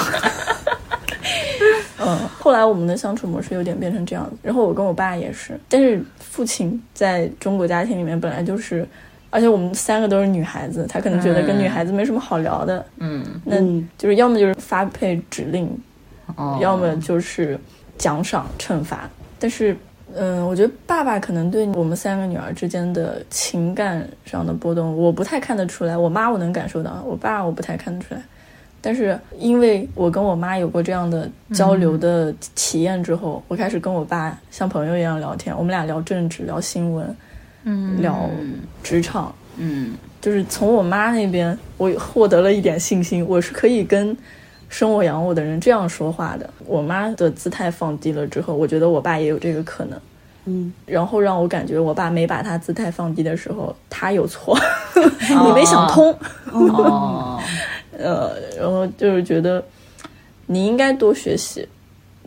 [SPEAKER 4] 嗯，后来我们的相处模式有点变成这样，然后我跟我爸也是，但是父亲在中国家庭里面本来就是而且我们三个都是女孩子，他可能觉得跟女孩子没什么好聊的，
[SPEAKER 3] 嗯，
[SPEAKER 4] 那
[SPEAKER 1] 嗯
[SPEAKER 4] 就是要么就是发配指令，
[SPEAKER 3] 哦，
[SPEAKER 4] 要么就是奖赏惩罚。但是，嗯，我觉得爸爸可能对我们三个女儿之间的情感上的波动，我不太看得出来。我妈我能感受到，我爸我不太看得出来。但是因为我跟我妈有过这样的交流的体验之后，我开始跟我爸像朋友一样聊天，我们俩聊政治、聊新闻、
[SPEAKER 3] 嗯
[SPEAKER 4] 聊职场，
[SPEAKER 3] 嗯
[SPEAKER 4] 就是从我妈那边，我获得了一点信心，我是可以跟生我养我的人这样说话的。我妈的姿态放低了之后，我觉得我爸也有这个可能。
[SPEAKER 1] 嗯，
[SPEAKER 4] 然后让我感觉我爸没把他姿态放低的时候，他有错， 你没想通。
[SPEAKER 3] 哦，
[SPEAKER 4] 呃，然后就是觉得你应该多学习。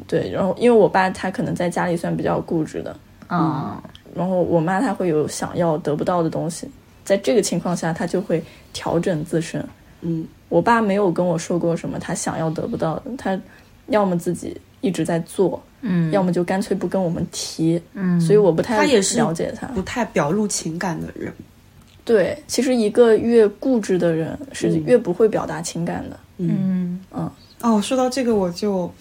[SPEAKER 4] 对，然后因为我爸他可能在家里算比较固执的，
[SPEAKER 3] 啊，
[SPEAKER 4] 然后我妈她会有想要得不到的东西，在这个情况下，她就会调整自身。
[SPEAKER 1] 嗯，
[SPEAKER 4] 我爸没有跟我说过什么他想要得不到的，他要么自己一直在做，
[SPEAKER 3] 嗯，
[SPEAKER 4] 要么就干脆不跟我们提，
[SPEAKER 3] 嗯，
[SPEAKER 4] 所以我不太
[SPEAKER 1] 他也是
[SPEAKER 4] 了解他。
[SPEAKER 1] 不太表露情感的人，
[SPEAKER 4] 对，其实一个越固执的人是
[SPEAKER 1] 嗯
[SPEAKER 4] 越不会表达情感的。
[SPEAKER 3] 嗯
[SPEAKER 1] 哦，说到这个，我就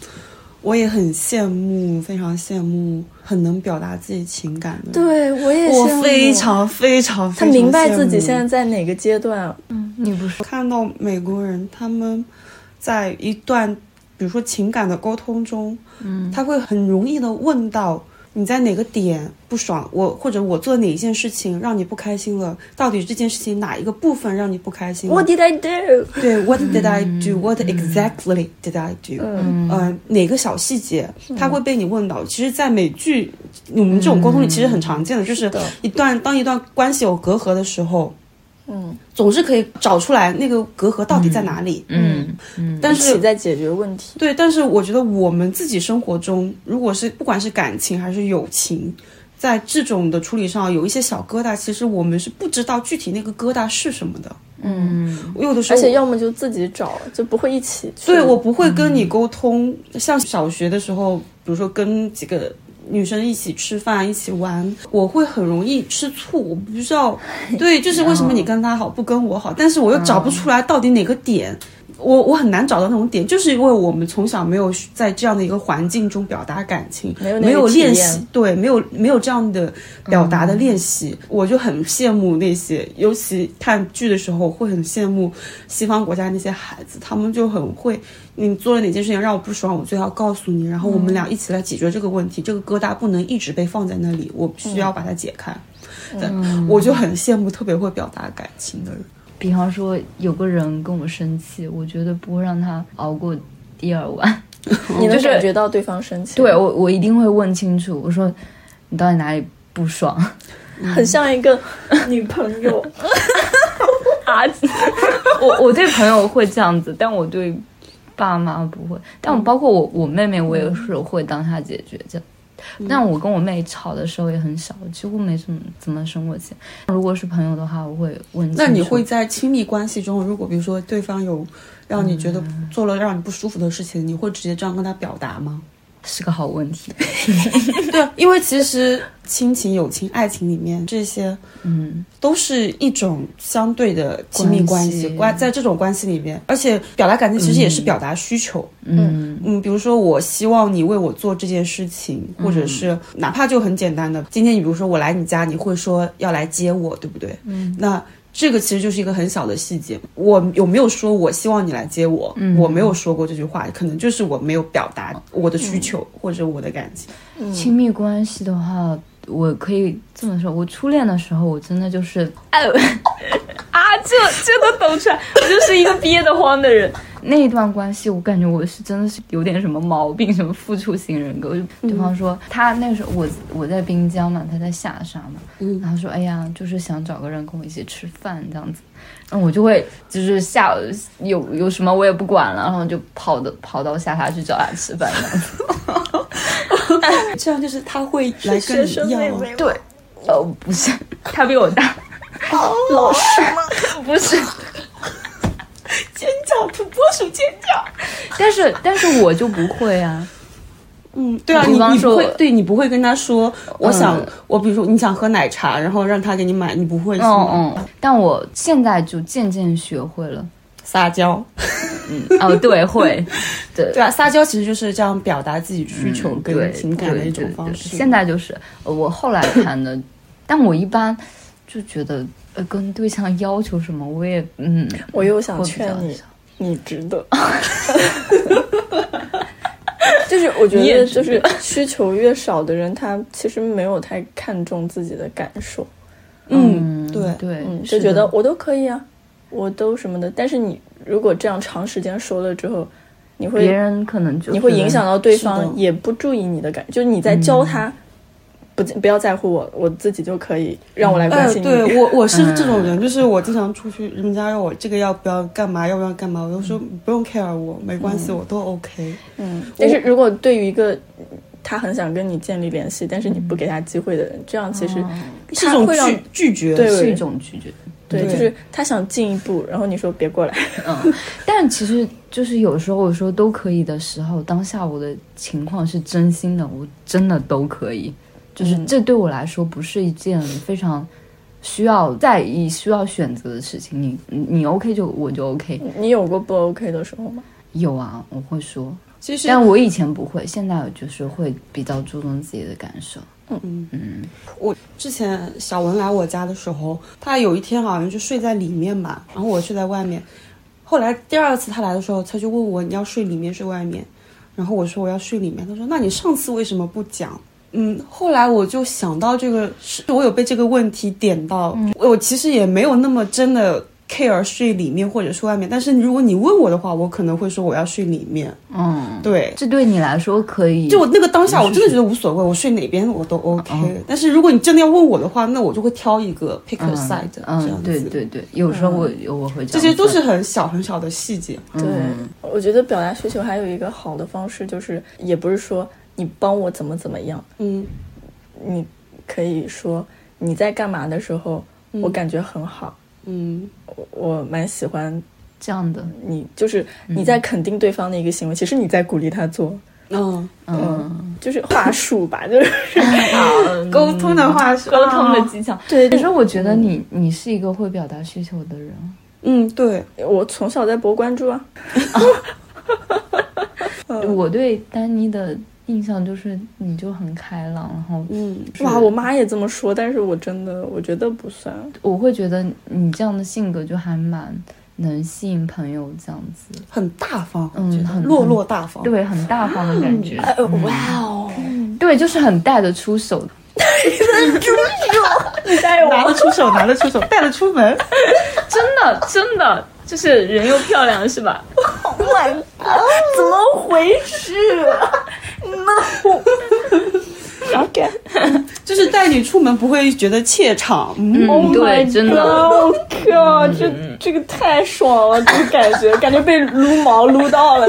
[SPEAKER 1] 我也很羡慕，非常羡慕很能表达自己情感的人。
[SPEAKER 4] 对我也
[SPEAKER 1] 我非常非常非
[SPEAKER 4] 他
[SPEAKER 1] 常
[SPEAKER 4] 明白自己
[SPEAKER 1] 羡慕
[SPEAKER 4] 现在在哪个阶段。
[SPEAKER 3] 嗯你不说，
[SPEAKER 1] 看到美国人他们在一段比如说情感的沟通中，
[SPEAKER 3] 嗯，
[SPEAKER 1] 他会很容易的问到你在哪个点不爽，我或者我做哪一件事情让你不开心了，到底这件事情哪一个部分让你不开心了
[SPEAKER 4] What did I do？
[SPEAKER 1] 对，What did I do? What exactly did I do?
[SPEAKER 4] 嗯
[SPEAKER 1] 呃，哪个小细节，他会被你问到。其实，在美剧，我们这种沟通里其实很常见的，就是
[SPEAKER 4] 的
[SPEAKER 1] 一段当一段关系有隔阂的时候，
[SPEAKER 4] 嗯，
[SPEAKER 1] 总是可以找出来那个隔阂到底在哪里。
[SPEAKER 3] 嗯嗯，
[SPEAKER 1] 但
[SPEAKER 4] 一起
[SPEAKER 1] 是，
[SPEAKER 4] 在解决问题。
[SPEAKER 1] 对，但是我觉得我们自己生活中，如果是不管是感情还是友情，在这种的处理上有一些小疙瘩，其实我们是不知道具体那个疙瘩是什么的。
[SPEAKER 3] 嗯
[SPEAKER 1] 我有的时
[SPEAKER 4] 而
[SPEAKER 1] 候，
[SPEAKER 4] 且要么就自己找，就不会一起去。
[SPEAKER 1] 对我不会跟你沟通。像小学的时候，比如说跟几个女生一起吃饭、一起玩，我会很容易吃醋。我不知道，对，就是为什
[SPEAKER 4] 哦
[SPEAKER 1] 么你跟她好不跟我好，但是我又找不
[SPEAKER 4] 嗯
[SPEAKER 1] 出来到底哪个点。我我很难找到那种点，就是因为我们从小没有在这样的一个环境中表达感情，
[SPEAKER 4] 没有那个
[SPEAKER 1] 没有
[SPEAKER 4] 体验嗯
[SPEAKER 1] 练习，对，没有没有这样的表达的练习，我就很羡慕那些，尤其看剧的时候，我会很羡慕西方国家那些孩子，他们就很会，你做了哪件事情让我不爽，我就要告诉你，然后我
[SPEAKER 4] 嗯
[SPEAKER 1] 们俩一起来解决这个问题，这个疙瘩不能一直被放在那里，我需
[SPEAKER 4] 嗯
[SPEAKER 1] 要把它解开。
[SPEAKER 3] 嗯
[SPEAKER 1] 但我就很羡慕特别会表达感情的人。
[SPEAKER 3] 比方说有个人跟我生气，我觉得不会让他熬过第二晚。
[SPEAKER 4] 你能
[SPEAKER 3] 就是
[SPEAKER 4] 感觉到对方生气，
[SPEAKER 3] 对我，我一定会问清楚，我说你到底哪里不爽？
[SPEAKER 4] 很像一个
[SPEAKER 1] 嗯
[SPEAKER 4] 女朋友。
[SPEAKER 3] 啊， 我我对朋友会这样子，但我对爸妈不会。但
[SPEAKER 1] 嗯
[SPEAKER 3] 我包括我我妹妹，我也是会当下解决这样。
[SPEAKER 1] 嗯
[SPEAKER 3] 但我跟我妹吵的时候也很少，几乎没怎么怎么生过气。如果是朋友的话，我会问清楚。
[SPEAKER 1] 那你会在亲密关系中，如果比如说对方有让你觉得做了让你不舒服的事情，你会直接这样跟他表达 吗？
[SPEAKER 3] 是个好问题。
[SPEAKER 1] 对，
[SPEAKER 3] 啊
[SPEAKER 1] 因为其实亲情、友情、爱情里面这些
[SPEAKER 3] 嗯
[SPEAKER 1] 都是一种相对的亲密关系，
[SPEAKER 3] 关系
[SPEAKER 1] 关在这种关系里面，而且表达感情其实也是表达需求。
[SPEAKER 3] 嗯
[SPEAKER 1] 嗯，比如说我希望你为我做这件事情，或
[SPEAKER 4] 嗯
[SPEAKER 1] 者是哪怕就很简单的，今天你比如说我来你家，你会说要来接我，对不对？嗯，那。这个其实就是一个很小的细节，我有没有说我希望你来接我？
[SPEAKER 3] 嗯
[SPEAKER 1] 我没有说过这句话，可能就是我没有表达我的
[SPEAKER 4] 嗯
[SPEAKER 1] 需求、或者我的感 情。
[SPEAKER 3] 亲密关系的话，我可以这么说，我初恋的时候，我真的就是， 哎呦啊，这这都抖出来，我就是一个憋得慌的人。 那一段关系，我感觉我是真的是有点什么毛病，什么付出型人格。我就对方说、他那时候我我在滨江嘛，他在下沙嘛，
[SPEAKER 1] 嗯
[SPEAKER 3] 然后说哎呀，就是想找个人跟我一起吃饭这样子，然后我就会就是下有有什么我也不管了，然后就跑的跑到下沙去找他吃饭这样子。
[SPEAKER 1] 这样就是他会来跟
[SPEAKER 4] 学
[SPEAKER 1] 你
[SPEAKER 4] 生
[SPEAKER 1] 要
[SPEAKER 4] 妹
[SPEAKER 1] 啊，
[SPEAKER 4] 妹，
[SPEAKER 3] 对，呃，不是，他比我大，
[SPEAKER 4] 老师吗？
[SPEAKER 3] 不是，
[SPEAKER 4] 尖叫，土拨鼠尖叫。
[SPEAKER 3] 但是但是我就不会啊，
[SPEAKER 1] 嗯，对啊，
[SPEAKER 3] 比
[SPEAKER 1] 你
[SPEAKER 3] 方
[SPEAKER 1] 你
[SPEAKER 3] 说
[SPEAKER 1] 不会对你不会跟他说，我想、
[SPEAKER 4] 嗯
[SPEAKER 1] 我比如说你想喝奶茶，然后让他给你买，你不会是
[SPEAKER 4] 哦
[SPEAKER 1] 吗
[SPEAKER 3] 嗯嗯，但我现在就渐渐学会了。
[SPEAKER 1] 撒娇，
[SPEAKER 3] 哦，对，会，对
[SPEAKER 1] 对啊，撒娇其实就是这样表达自己需求
[SPEAKER 3] 嗯
[SPEAKER 1] 跟
[SPEAKER 3] 对
[SPEAKER 1] 情感的一种
[SPEAKER 3] 对对
[SPEAKER 1] 方
[SPEAKER 3] 对
[SPEAKER 1] 式。
[SPEAKER 3] 现在就是呃我后来谈的，但我一般就觉得呃，跟对象要求什么，我也嗯，
[SPEAKER 4] 我又想
[SPEAKER 3] 会比
[SPEAKER 4] 劝
[SPEAKER 3] 较
[SPEAKER 4] 你
[SPEAKER 3] 少，
[SPEAKER 4] 你值得。 就是我觉
[SPEAKER 3] 你也
[SPEAKER 4] 得，
[SPEAKER 3] 值
[SPEAKER 4] 就是 需求越少的人，他其实没有太看重自己的感受，
[SPEAKER 1] 嗯对
[SPEAKER 3] 对，
[SPEAKER 4] 嗯，
[SPEAKER 3] 是
[SPEAKER 4] 就觉
[SPEAKER 3] 的
[SPEAKER 4] 得我都可以啊，我都什么的。但是你如果这样长时间说了之后，你会
[SPEAKER 3] 别人可能就
[SPEAKER 4] 你会
[SPEAKER 3] 觉得嗯
[SPEAKER 4] 影响到对
[SPEAKER 1] 是的
[SPEAKER 4] 方，也不注意你的感，就是你在教他，不不要在乎我，我自己就可以，让我来关
[SPEAKER 1] 哎，
[SPEAKER 4] 心你。
[SPEAKER 1] 对我我是这种人，
[SPEAKER 3] 嗯
[SPEAKER 1] 就是我经常出去，人家要我这个要不要干嘛，要不要干嘛，我就说
[SPEAKER 3] 嗯
[SPEAKER 1] 不用 care 我，没关系，我都 OK。
[SPEAKER 4] 嗯，但是如果对于一个他很想跟你建立联系，但是你不给他机会的人，这样其实
[SPEAKER 1] 是一
[SPEAKER 4] 他
[SPEAKER 1] 种
[SPEAKER 4] 会让
[SPEAKER 1] 拒拒绝，
[SPEAKER 4] 对
[SPEAKER 3] 是一种拒绝。
[SPEAKER 4] 对，
[SPEAKER 1] 对
[SPEAKER 4] 就是他想进一步，然后你说别过 来，
[SPEAKER 3] 嗯， 但其实就是有时候我说都可以的时候，当下我的情况是真心的，我真的都可以。就是
[SPEAKER 4] 嗯
[SPEAKER 3] 这对我来说不是一件非常需要在意、需要选择的事情。你你你 OK 就我就 OK。
[SPEAKER 4] 你有过不 OK 的时候吗？
[SPEAKER 3] 有啊，我会说，
[SPEAKER 1] 其实
[SPEAKER 3] 但我以前不会，现在我就是会比较注重自己的感
[SPEAKER 1] 嗯
[SPEAKER 3] 受。
[SPEAKER 1] 我之前小文来我家的时候，他有一天好啊像就睡在里面吧，然后我睡在外面。后来第二次他来的时候，他就问我你要睡里面睡外面，然后我说我要睡里面。他说那你上次为什么不讲？嗯，后来我就想到这个是，我有被这个问题点到。我其实也没有那么真的 care 睡里面或者睡外面，但是如果你问我的话，我可能会说我要睡里面。
[SPEAKER 3] 嗯，
[SPEAKER 1] 对，
[SPEAKER 3] 这对你来说可以。嗯
[SPEAKER 1] 就我那个当下，我真的觉得无所谓，我睡哪边我都
[SPEAKER 3] 哦
[SPEAKER 1] OK、但是如果你真的要问我的话，那我就会挑一个 pick a
[SPEAKER 3] 嗯
[SPEAKER 1] side、这样
[SPEAKER 3] 嗯，
[SPEAKER 1] 子。嗯
[SPEAKER 3] 对对对，有时候我、我会
[SPEAKER 1] 这
[SPEAKER 3] 这样
[SPEAKER 1] 些都
[SPEAKER 3] 做
[SPEAKER 1] 是很小很小的细节。
[SPEAKER 4] 对，我觉得表达需求还有一个好的方式就是，也不是说你帮我怎么怎么样，
[SPEAKER 1] 嗯，
[SPEAKER 4] 你可以说你在干嘛的时候，我感觉很好，
[SPEAKER 1] 嗯，
[SPEAKER 4] 我我蛮喜欢
[SPEAKER 3] 这样的，
[SPEAKER 4] 你，就是你在肯定对方的一个行为，其实你在鼓励他做，
[SPEAKER 1] 嗯，
[SPEAKER 3] 嗯，
[SPEAKER 4] 就是话术吧，就是
[SPEAKER 1] 沟通的话是哦
[SPEAKER 3] 沟通的技巧。
[SPEAKER 4] 对
[SPEAKER 3] 可是我觉得你你是一个会表达需求的人，
[SPEAKER 1] 嗯，对，
[SPEAKER 4] 我从小在博关注啊，
[SPEAKER 3] 我对丹妮的印象就是你就很开朗，然后
[SPEAKER 1] 嗯，
[SPEAKER 4] 哇，我妈也这么说，但是我真的我觉得不算，
[SPEAKER 3] 我会觉得你这样的性格就还蛮能吸引朋友这样子，
[SPEAKER 1] 很大方，
[SPEAKER 3] 嗯
[SPEAKER 1] 我觉得
[SPEAKER 3] 很
[SPEAKER 1] 落落大方。
[SPEAKER 3] 对，很大方的感觉，
[SPEAKER 1] 呃
[SPEAKER 4] 哇哦，
[SPEAKER 3] 呃对，就是很带得出手，
[SPEAKER 1] 哎拿得出手，拿得出手，带得出门。
[SPEAKER 3] 真的真的就是人又漂亮是 吧？
[SPEAKER 4] 怎么回事 ？No，OK，
[SPEAKER 1] 就是带你出门不会觉得怯场，嗯，
[SPEAKER 3] 嗯，对，真的，
[SPEAKER 4] 我靠，这这个太爽了，这个感觉，感觉被撸毛撸到了，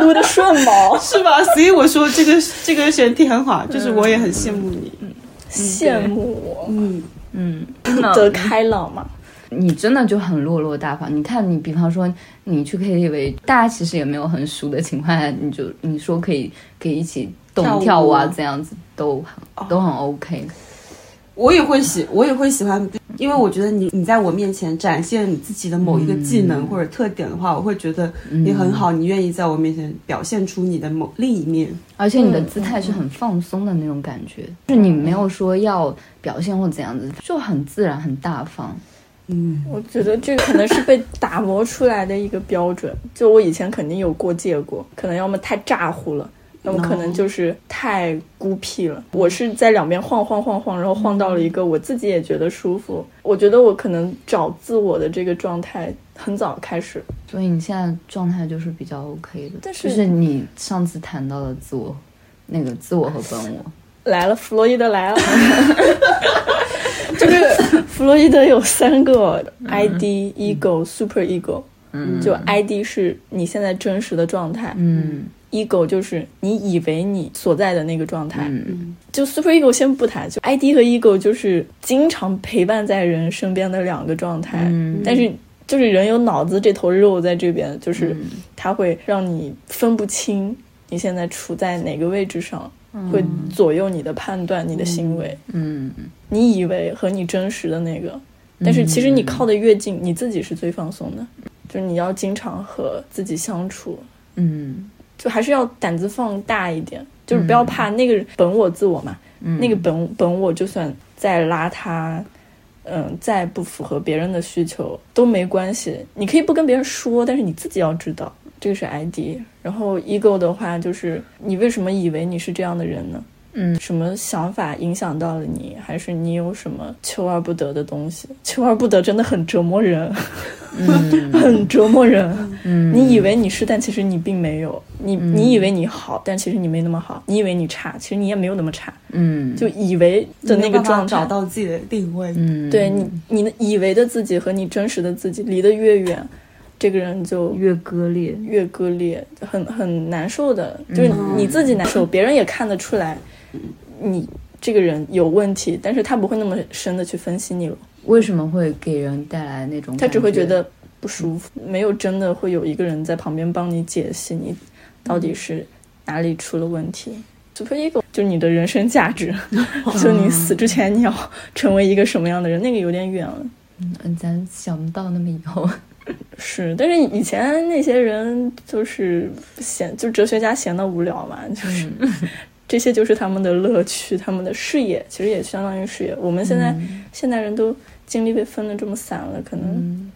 [SPEAKER 4] 撸的顺毛，
[SPEAKER 1] 是吧？所以我说这个这个选题很好，就是我也很羡慕你。
[SPEAKER 4] 羡慕我
[SPEAKER 1] 嗯，
[SPEAKER 3] 嗯，真
[SPEAKER 4] 的
[SPEAKER 3] 的，
[SPEAKER 4] 开朗嘛。
[SPEAKER 3] 你真的就很落落大方。你看，你比方说你去 KTV，大家其实也没有很熟的情况下，你就你说可以可以一起
[SPEAKER 1] 跳
[SPEAKER 3] 动
[SPEAKER 1] 舞
[SPEAKER 3] 跳舞啊，这样子都很都很 OK。
[SPEAKER 1] 我也会喜，我也会喜欢，因为我觉得你你在我面前展现你自己的某一个技
[SPEAKER 5] 嗯
[SPEAKER 1] 能或者特点的话，我会觉得你很好，你愿意在我面前表现出你的某另一面。
[SPEAKER 3] 而且你的姿态是很放松的那种感觉，就是你没有说要表现或怎样子，就很自然、很大方。
[SPEAKER 1] 嗯，
[SPEAKER 4] 我觉得这可能是被打磨出来的一个标准。就我以前肯定有过界过，可能要么太咋呼了，要么可能就是太孤僻了。我是在两边晃晃晃晃，然后晃到了一个我自己也觉得舒服。我觉得我可能找自我的这个状态很早开始，
[SPEAKER 3] 所以你现在状态就是比较 OK 的，
[SPEAKER 4] 但是
[SPEAKER 3] 就是你上次谈到的自我，那个自我和本我，
[SPEAKER 4] 来了，弗洛伊德来了。 就是弗洛伊德有三个 ID、ego、super ego，
[SPEAKER 3] 嗯
[SPEAKER 4] 就 ID 是你现在真实的状态，
[SPEAKER 3] 嗯
[SPEAKER 4] ego 就是你以为你所在的那个状态。
[SPEAKER 3] 嗯
[SPEAKER 4] 就 super ego 先不谈，就 ID 和 ego 就是经常陪伴在人身边的两个状态。
[SPEAKER 3] 嗯
[SPEAKER 4] 但是
[SPEAKER 3] 嗯
[SPEAKER 4] 就是人有脑子这头肉在这边，就是它会让你分不清。你现在处在哪个位置上，会左右你的判断、你的行为。
[SPEAKER 3] 嗯，
[SPEAKER 4] 你以为和你真实的那个，但是其实你靠的越近，你自己是最放松的。就是你要经常和自己相处，
[SPEAKER 3] 嗯
[SPEAKER 4] 就还是要胆子放大一点，就是不要怕那个本我自我嘛，
[SPEAKER 3] 嗯
[SPEAKER 4] 那个本本我就算再邋遢，嗯，再不符合别人的需求都没关系，你可以不跟别人说，但是你自己要知道这个是 ID。然后 ego 的话，就是你为什么以为你是这样的人呢？
[SPEAKER 3] 嗯，
[SPEAKER 4] 什么想法影响到了你，还是你有什么求而不得的东西？求而不得真的很折磨人， 很折磨人。
[SPEAKER 3] 嗯
[SPEAKER 4] 你以为你是，但其实你并没有。你你以为你好，但其实你没那么好。你以为你差，其实你也没有那么差。
[SPEAKER 3] 嗯，
[SPEAKER 4] 就以为的那个状
[SPEAKER 5] 找
[SPEAKER 4] 态，
[SPEAKER 5] 到自己的定位。
[SPEAKER 3] 嗯
[SPEAKER 4] 对你你的以为的自己和你真实的自己离得越远，这个人就
[SPEAKER 3] 越割裂，
[SPEAKER 4] 越割裂，很很难受的。就是你自己难受，别人也看得出来，你这个人有问题，但是他不会那么深的去分析你了，
[SPEAKER 3] 为什么会给人带来那种？
[SPEAKER 4] 他只会觉，得不舒服，没有真的会有一个人在旁边帮你解析你到底是哪里出了问题。super ego 就是你的人生 价值，就你死之前你要成为一个什么样的人，那个有点远了。
[SPEAKER 3] 嗯，咱想不到那么以后，
[SPEAKER 4] 是，但是以前那些人就是闲，就哲学家闲的无聊嘛，就是、这些就是他们的乐趣，他们的事业，其实也相当于事业。我们现在、现代人都精力被分的这么散了，可能
[SPEAKER 3] 嗯，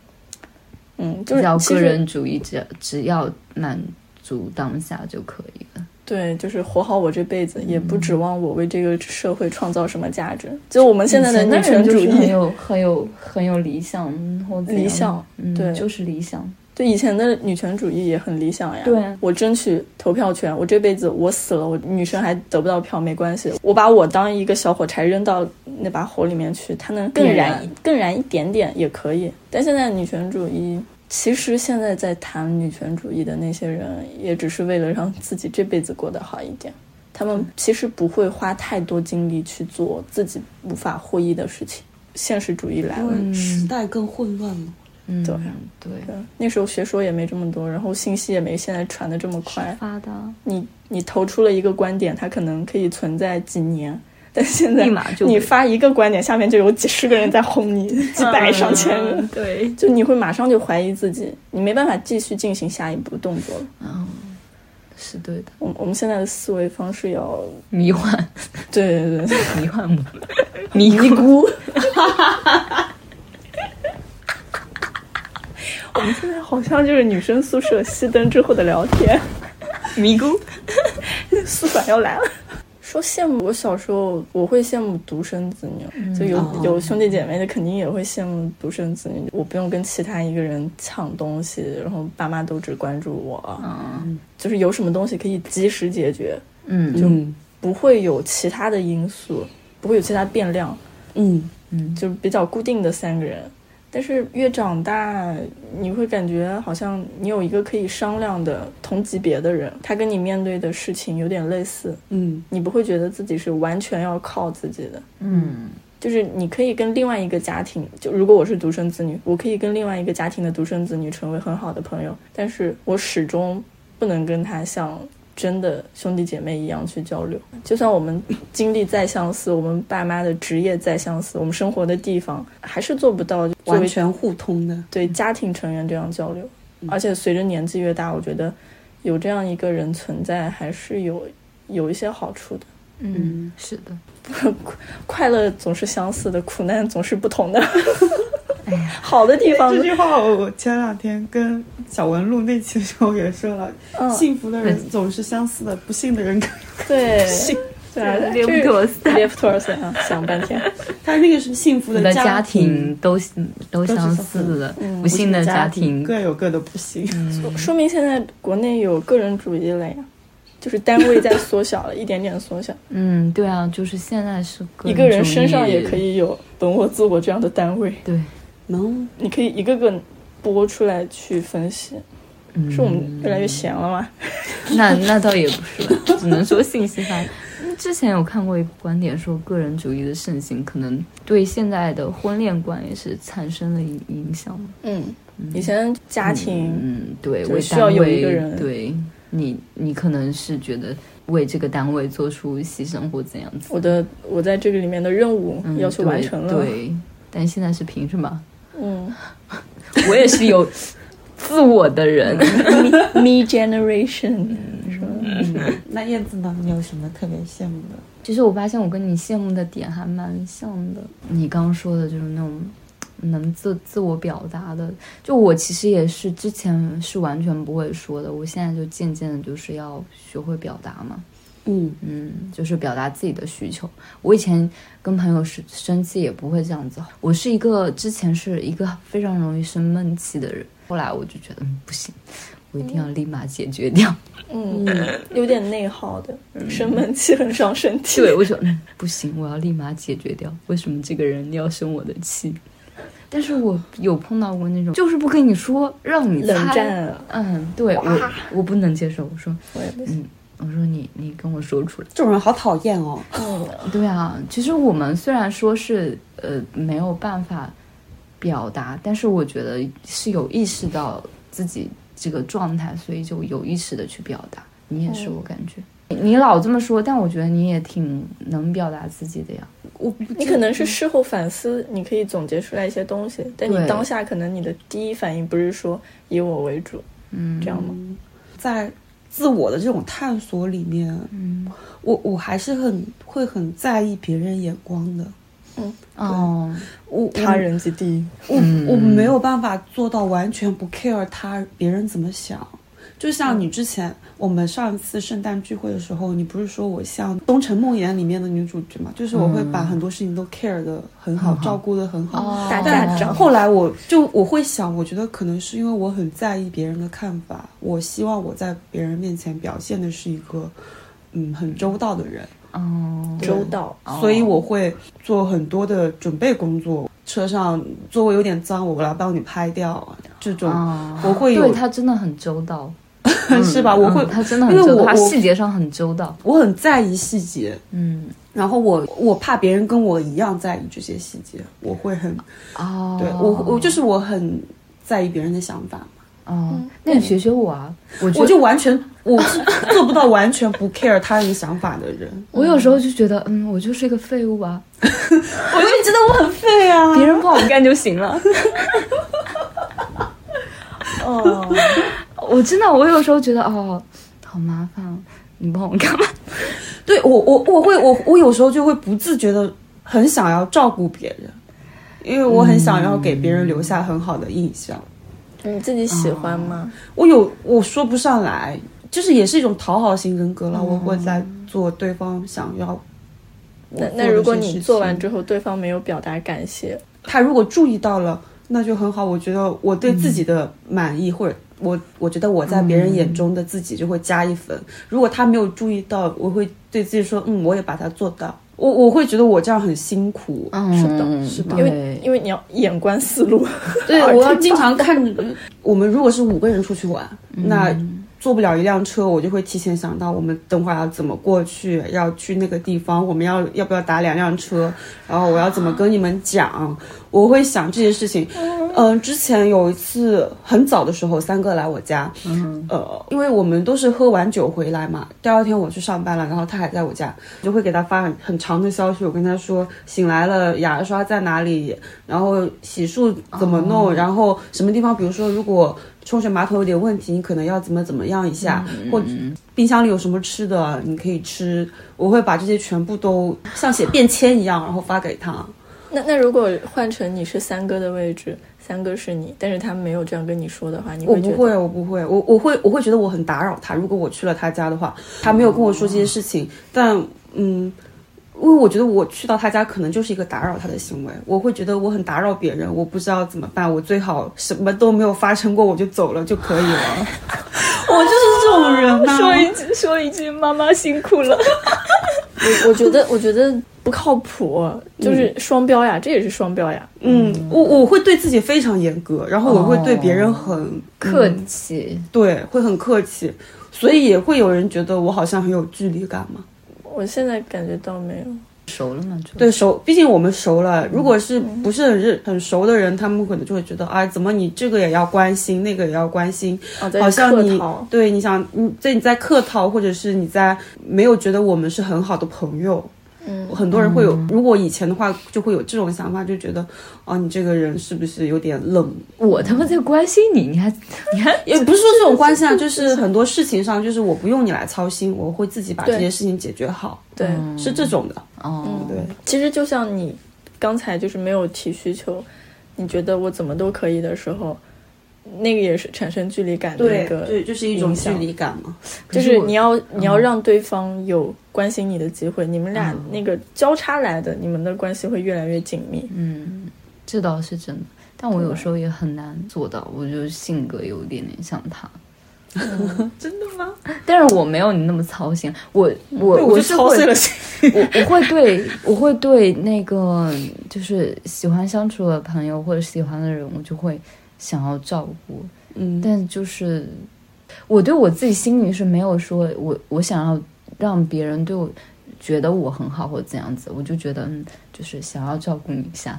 [SPEAKER 4] 嗯就是
[SPEAKER 3] 比较
[SPEAKER 4] 其
[SPEAKER 3] 个
[SPEAKER 4] 实
[SPEAKER 3] 人主义，只只要满足当下就可以了。
[SPEAKER 4] 对，就是活好我这辈子，也不
[SPEAKER 3] 嗯
[SPEAKER 4] 指望我为这个社会创造什么价值。就我们嗯现在的
[SPEAKER 3] 以前人
[SPEAKER 4] 女权
[SPEAKER 3] 就
[SPEAKER 4] 主
[SPEAKER 3] 是很
[SPEAKER 4] 义
[SPEAKER 3] 有很有很有理想或怎样
[SPEAKER 4] 理想，
[SPEAKER 3] 嗯，
[SPEAKER 4] 对
[SPEAKER 3] 就是理想，
[SPEAKER 4] 对以前的女权主义也很理想呀。
[SPEAKER 3] 对啊
[SPEAKER 4] 我争取投票权，我这辈子我死了，我女生还得不到票没关系，我把我当一个小火柴扔到那把火里面去，它能更
[SPEAKER 3] 点
[SPEAKER 4] 燃
[SPEAKER 3] 燃
[SPEAKER 4] 一更燃一点点也可以。但现在女权主义。其实现在在谈女权主义的那些人，也只是为了让自己这辈子过得好一点。他们其实不会花太多精力去做自己无法获益的事情。现实主义来
[SPEAKER 1] 因
[SPEAKER 4] 了，
[SPEAKER 1] 为时代更混乱了。
[SPEAKER 3] 嗯，
[SPEAKER 4] 对
[SPEAKER 3] 对，
[SPEAKER 4] 对那时候学说也没这么多，然后信息也没现在传的这么快。
[SPEAKER 2] 发达，
[SPEAKER 4] 你你投出了一个观点，它可能可以存在几年，但现在
[SPEAKER 3] 立马就
[SPEAKER 4] 你
[SPEAKER 3] 被
[SPEAKER 4] 发一个观点，下面就有几十个人在轰你，几百上千
[SPEAKER 3] 嗯
[SPEAKER 4] 人，
[SPEAKER 3] 对，
[SPEAKER 4] 就你会马上就怀疑自己，你没办法继续进行下一步动作了。
[SPEAKER 3] 嗯是对的，
[SPEAKER 4] 我我们现在的思维方式要
[SPEAKER 3] 迷幻
[SPEAKER 4] 对对对，
[SPEAKER 3] 迷幻魔，迷糊，
[SPEAKER 4] 估。 我们现在好像就是女生宿舍熄灯之后的聊天。
[SPEAKER 3] 迷糊，
[SPEAKER 4] 宿管要来了。说羡慕，我小时候我会羡慕独生子
[SPEAKER 3] 嗯
[SPEAKER 4] 女，就有、
[SPEAKER 1] 哦
[SPEAKER 4] 有兄弟姐妹的，肯定也会羡慕独生子女。我不用跟其他一个人抢东西，然后爸妈都只关注我，
[SPEAKER 3] 嗯
[SPEAKER 4] 就是有什么东西可以及时解决，
[SPEAKER 3] 嗯
[SPEAKER 1] 嗯
[SPEAKER 4] 不会有其他的因素，不会有其他变量，
[SPEAKER 1] 嗯，
[SPEAKER 3] 嗯，
[SPEAKER 4] 就是比较固定的三个人。但是越长大，你会感觉好像你有一个可以商量的同级别的人，他跟你面对的事情有点类似，
[SPEAKER 1] 嗯
[SPEAKER 4] 你不会觉得自己是完全要靠自己的，
[SPEAKER 3] 嗯
[SPEAKER 4] 就是你可以跟另外一个家庭，就如果我是独生子女，我可以跟另外一个家庭的独生子女成为很好的朋友，但是我始终不能跟他像真的兄弟姐妹一样去交流。就算我们经历再相似，我们爸妈的职业再相似，我们生活的地方，还是做不到作
[SPEAKER 1] 完
[SPEAKER 4] 为
[SPEAKER 1] 全嗯互通的。
[SPEAKER 4] 对家庭成员这样交流。而且随着年纪越大，我觉得有这样一个人存在，还是有有一些好处的。
[SPEAKER 3] 嗯，是的，
[SPEAKER 4] 快乐总是相似的，苦难总是不同的。
[SPEAKER 3] 哎
[SPEAKER 4] 好的地方
[SPEAKER 5] 这，句话我前两天跟小文录那期的时候也说了，
[SPEAKER 4] 嗯，
[SPEAKER 5] 幸福的人总是相似的，不幸的人更
[SPEAKER 4] 对，
[SPEAKER 5] 幸。
[SPEAKER 4] 对啊，
[SPEAKER 3] 猎不
[SPEAKER 4] 托
[SPEAKER 3] 妥斯
[SPEAKER 4] 列夫托尔斯啊，想半天，
[SPEAKER 5] 他那个是幸福
[SPEAKER 3] 我
[SPEAKER 5] 的
[SPEAKER 3] 的
[SPEAKER 5] 家
[SPEAKER 3] 家庭都都相似的，
[SPEAKER 4] 嗯
[SPEAKER 3] 不幸的
[SPEAKER 5] 家
[SPEAKER 3] 庭，嗯
[SPEAKER 5] 各有各的不幸。
[SPEAKER 4] 说明现在国内有个人主义了呀，就是单位在缩小了，一点点缩小，
[SPEAKER 3] 嗯，对啊，就是现在是
[SPEAKER 4] 一个人身上也可
[SPEAKER 3] 以，
[SPEAKER 4] 以有本我、自我这样的单位，
[SPEAKER 3] 对，
[SPEAKER 1] 能
[SPEAKER 4] 你可以一个个拨出来去分析，
[SPEAKER 3] 嗯
[SPEAKER 4] 是我们越来越闲了吗？
[SPEAKER 3] 那那倒也不是吧，只能说信息 发达。之前有看过一个观点说，个人主义的盛行可能对现在的婚恋观也是产生了影影响。
[SPEAKER 4] 嗯，以前家庭
[SPEAKER 3] 嗯，对，
[SPEAKER 4] 就
[SPEAKER 3] 为
[SPEAKER 4] 需要
[SPEAKER 3] 单
[SPEAKER 4] 有一
[SPEAKER 3] 位
[SPEAKER 4] 个人
[SPEAKER 3] 对，你你可能是觉得为这个单位做出牺牲或怎样子，
[SPEAKER 4] 我的我在这个里面的任务
[SPEAKER 3] 嗯
[SPEAKER 4] 要求完成了，
[SPEAKER 3] 对对，但现在是凭什么？
[SPEAKER 4] 嗯
[SPEAKER 3] 我也是有自我的人，
[SPEAKER 4] ，me me generation 是吧？
[SPEAKER 5] 那燕子呢？你有什么特别羡慕的？
[SPEAKER 3] 其实我发现我跟你羡慕的点还蛮像的。你刚说的就是那种能自自我表达的，就我其实也是之前是完全不会说的，我现在就渐渐的就是要学会表达嘛。
[SPEAKER 1] 嗯，
[SPEAKER 3] 嗯，就是表达自己的需求。我以前跟朋友生生气也不会这样子，我是一个之前是一个非常容易生闷气的人，后来我就觉得嗯不行，我一定要立马解决掉。
[SPEAKER 4] 嗯，有点内耗的，生闷气很伤身体。
[SPEAKER 3] 对，我就嗯不行，我要立马解决掉。为什么这个人要生我的气？但是我有碰到过那种，就是不跟你说，让你猜
[SPEAKER 4] 冷战啊，
[SPEAKER 3] 嗯，对我我不能接受。我说，
[SPEAKER 4] 我也不行。
[SPEAKER 3] 嗯，我说你你跟我说出来。
[SPEAKER 1] 这种人好讨厌哦。
[SPEAKER 3] 对啊，其实我们虽然说是呃没有办法表达，但是我觉得是有意识到自己这个状态，所以就有意识的去表达。你也是，我感觉、
[SPEAKER 1] 哦
[SPEAKER 3] 你老这么说，但我觉得你也挺能表达自己的呀。
[SPEAKER 1] 我不
[SPEAKER 4] 你可能是事后反思，你可以总结出来一些东西，但你
[SPEAKER 3] 对
[SPEAKER 4] 当下可能你的第一反应不是说以我为主，
[SPEAKER 3] 嗯，
[SPEAKER 4] 这样吗？
[SPEAKER 1] 在自我的这种探索里面，
[SPEAKER 3] 嗯
[SPEAKER 1] 我我还是很会很在意别人眼光的。
[SPEAKER 3] 哦，
[SPEAKER 1] 我我
[SPEAKER 4] 他人及地，
[SPEAKER 1] 我我没有办法做到完全不 care 他别人怎么想。就像你之前、我们上一次圣诞聚会的时候，你不是说我像《东城梦魇》里面的女主角嘛？就是我会把很多事情都 care 的很嗯好，照顾的很好。
[SPEAKER 3] 哦
[SPEAKER 4] 打
[SPEAKER 1] 但
[SPEAKER 4] 架仗
[SPEAKER 1] 后来我就我会想，我觉得可能是因为我很在意别人的看法，我希望我在别人面前表现的是一个嗯很周到的人。
[SPEAKER 3] 哦，
[SPEAKER 4] 周到。
[SPEAKER 1] 所以我会做很多的准备工作。车上座位有点脏，我来帮你拍掉这种，
[SPEAKER 3] 哦
[SPEAKER 1] 我会
[SPEAKER 3] 对
[SPEAKER 1] 有，
[SPEAKER 3] 他真的很周到，
[SPEAKER 1] 是吧？我会，
[SPEAKER 3] 嗯他真的很周
[SPEAKER 1] 因为
[SPEAKER 3] 到，
[SPEAKER 1] 我
[SPEAKER 3] 他
[SPEAKER 1] 我
[SPEAKER 3] 细节上很周到。
[SPEAKER 1] 我很在意细节，
[SPEAKER 3] 嗯，
[SPEAKER 1] 然后我我怕别人跟我一样在意这些细节，我会很，
[SPEAKER 3] 哦，
[SPEAKER 1] 对我我就是我很在意别人的想法，
[SPEAKER 3] 哦，那你学学我啊，我
[SPEAKER 1] 嗯
[SPEAKER 3] 觉
[SPEAKER 1] 我
[SPEAKER 3] 得
[SPEAKER 1] 就完全我是做不到完全不 care 他人想法的人，
[SPEAKER 3] 我有时候就觉得，嗯，我就是一个废物啊，
[SPEAKER 1] 我就觉得我很废啊。
[SPEAKER 3] 别人不好干就行了。
[SPEAKER 4] 哦，
[SPEAKER 3] 我真的，我有时候觉得，哦，好麻烦哦，你帮我干嘛？
[SPEAKER 1] 对我我我会我我有时候就会不自觉的很想要照顾别人，因为我很想要给别人留下很好的印象。
[SPEAKER 4] 你自己喜欢吗？
[SPEAKER 1] 我有我说不上来，就是也是一种讨好型人格了。我
[SPEAKER 3] 嗯
[SPEAKER 1] 会在做对方想要我做
[SPEAKER 4] 那
[SPEAKER 1] 的
[SPEAKER 4] 那如果
[SPEAKER 1] 这些
[SPEAKER 4] 你
[SPEAKER 1] 事
[SPEAKER 4] 做完
[SPEAKER 1] 情
[SPEAKER 4] 之后，对方没有表达感谢，
[SPEAKER 1] 他如果注意到了，那就很好。我觉得我对自己的
[SPEAKER 3] 嗯
[SPEAKER 1] 满意，或者我我觉得我在别人眼中的自己就会加一分。如果他没有注意到，我会对自己说，嗯，我也把它做到。我我会觉得我这样很辛苦，
[SPEAKER 3] 嗯
[SPEAKER 1] 是的，是吧
[SPEAKER 4] 因？为
[SPEAKER 3] 对
[SPEAKER 4] 因为你要眼观四路，
[SPEAKER 1] 对，我要经常看。 我们如果是五个人出去玩，那坐不了一辆车，我就会提前想到我们等会儿要怎么过去，要去那个地方，我们要要不要打两辆车，然后我要怎么跟你们讲，我会想这些事情。嗯、之前有一次很早的时候，三哥来我家，呃，因为我们都是喝完酒回来嘛，第二天我去上班了，然后他还在我家，就会给他发很很长的消息，我跟他说醒来了，牙刷在哪里，然后洗漱怎么弄，然后什么地方，比如说如果冲水马桶有点问题，你可能要怎么怎么样一下，或冰箱里有什么吃的你可以吃，我会把这些全部都像写便签一样，然后发给他。
[SPEAKER 4] 那那如果换成你是三哥的位置，三哥是你，但是他没有这样跟你说的话，你
[SPEAKER 1] 我
[SPEAKER 4] 会觉
[SPEAKER 1] 不
[SPEAKER 4] 得
[SPEAKER 1] 会，我不会，我我会我会觉得我很打扰他。如果我去了他家的话，他没有跟我说这些事情，但嗯，因为我觉得我去到他家可能就是一个打扰他的行为，我会觉得我很打扰别人，我不知道怎么办，我最好什么都没有发生过我就走了就可以了。 我就是这种人 呐、
[SPEAKER 3] 句说一句，妈妈辛苦了。
[SPEAKER 4] 我我觉得，我觉得不靠谱，就是双标呀，这也是双标呀。
[SPEAKER 1] 嗯，我我会对自己非常严格，然后我会对别
[SPEAKER 4] 哦
[SPEAKER 1] 人很、
[SPEAKER 3] 客
[SPEAKER 1] 嗯
[SPEAKER 3] 气，
[SPEAKER 1] 对，会很客气，所以也会有人觉得我好像很有距离感嘛。
[SPEAKER 4] 我现在感觉到没有，
[SPEAKER 3] 熟了嘛，就
[SPEAKER 1] 对熟，毕竟我们熟了。如果是不是很认很熟的人，他们可能就会觉得，哎，怎么你这个也要关心，那个也要关心，
[SPEAKER 4] 哦，在
[SPEAKER 1] 好像
[SPEAKER 4] 客
[SPEAKER 1] 你
[SPEAKER 4] 套
[SPEAKER 1] 对你想你在你在客套，或者是你在没有觉得我们是很好的朋友。
[SPEAKER 4] 嗯，
[SPEAKER 1] 很多人会有，如果以前的话，就会有这种想法，就觉得，哦，你这个人是不是有点冷？
[SPEAKER 3] 我他妈在关心你，你还你还
[SPEAKER 1] 呃也不是说这种关系啊，就是很多事情上，就是我不用你来操心，我会自己把这
[SPEAKER 4] 对
[SPEAKER 1] 些事情解决好，
[SPEAKER 4] 对，嗯
[SPEAKER 1] 是这种的。
[SPEAKER 3] 哦，
[SPEAKER 1] 对，
[SPEAKER 4] 其实就像你刚才就是没有提需求，你觉得我怎么都可以的时候，那个也是产生距离感的一个，
[SPEAKER 1] 对，就是一
[SPEAKER 4] 种
[SPEAKER 1] 种
[SPEAKER 4] 距
[SPEAKER 1] 距
[SPEAKER 4] 离
[SPEAKER 1] 离感嘛。
[SPEAKER 3] 可
[SPEAKER 4] 就是
[SPEAKER 3] 我
[SPEAKER 4] 你要你要让对方有关心你的机会，你们俩那个交叉来的，你们的关系会越来越紧密。
[SPEAKER 3] 嗯，这倒是真的。但我有时候也很难做到，我就性格有一点点像他，
[SPEAKER 5] 真的吗？
[SPEAKER 3] 但是我没有你那么操心，我我
[SPEAKER 5] 我
[SPEAKER 3] 就
[SPEAKER 5] 就
[SPEAKER 3] 是
[SPEAKER 5] 操
[SPEAKER 3] 会
[SPEAKER 5] 碎了
[SPEAKER 3] 我我会对我会对那个就是喜欢相处的朋友或者喜欢的人，我就会想要照顾，
[SPEAKER 1] 嗯，
[SPEAKER 3] 但就是我对我自己心里是没有说我我想要让别人对我觉得我很好或者怎样子，我就觉得嗯，就是想要照顾你一下，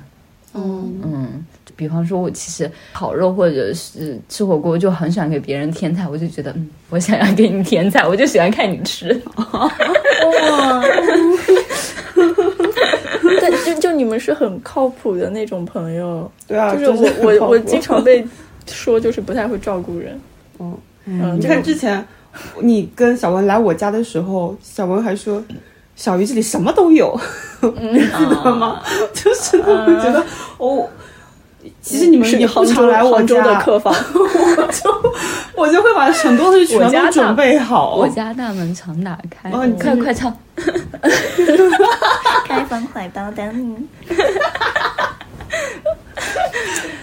[SPEAKER 1] 嗯
[SPEAKER 3] 嗯，比方说我其实烤肉或者是吃火锅，我就很喜欢给别人添菜，我就觉得嗯，我想要给你添菜，我就喜欢看你吃，
[SPEAKER 4] 哇，但就就你们是很靠谱的那种朋友，
[SPEAKER 5] 对啊，
[SPEAKER 4] 就是
[SPEAKER 5] 真的
[SPEAKER 4] 我
[SPEAKER 5] 很
[SPEAKER 4] 我
[SPEAKER 5] 靠
[SPEAKER 4] 我
[SPEAKER 5] 谱
[SPEAKER 4] 经常被说就是不太会照顾人，
[SPEAKER 1] 哦
[SPEAKER 4] 嗯，
[SPEAKER 5] 你
[SPEAKER 4] 这
[SPEAKER 5] 看
[SPEAKER 4] 种
[SPEAKER 5] 之前你跟小文来我家的时候，小文还说。小鱼这里什么都有，
[SPEAKER 4] 嗯
[SPEAKER 3] 知
[SPEAKER 1] 哦
[SPEAKER 4] 啊
[SPEAKER 3] 道
[SPEAKER 5] 吗？就是他会觉得哦，其实你们
[SPEAKER 4] 是
[SPEAKER 5] 也不
[SPEAKER 4] 杭
[SPEAKER 5] 常
[SPEAKER 4] 州
[SPEAKER 5] 来我
[SPEAKER 4] 杭州
[SPEAKER 5] 家，
[SPEAKER 4] 的客房，
[SPEAKER 5] 我就会把很多东西全都准备好。
[SPEAKER 3] 我家大门常打开，
[SPEAKER 5] 哦你
[SPEAKER 3] 快快唱！
[SPEAKER 6] 开放怀抱 等你。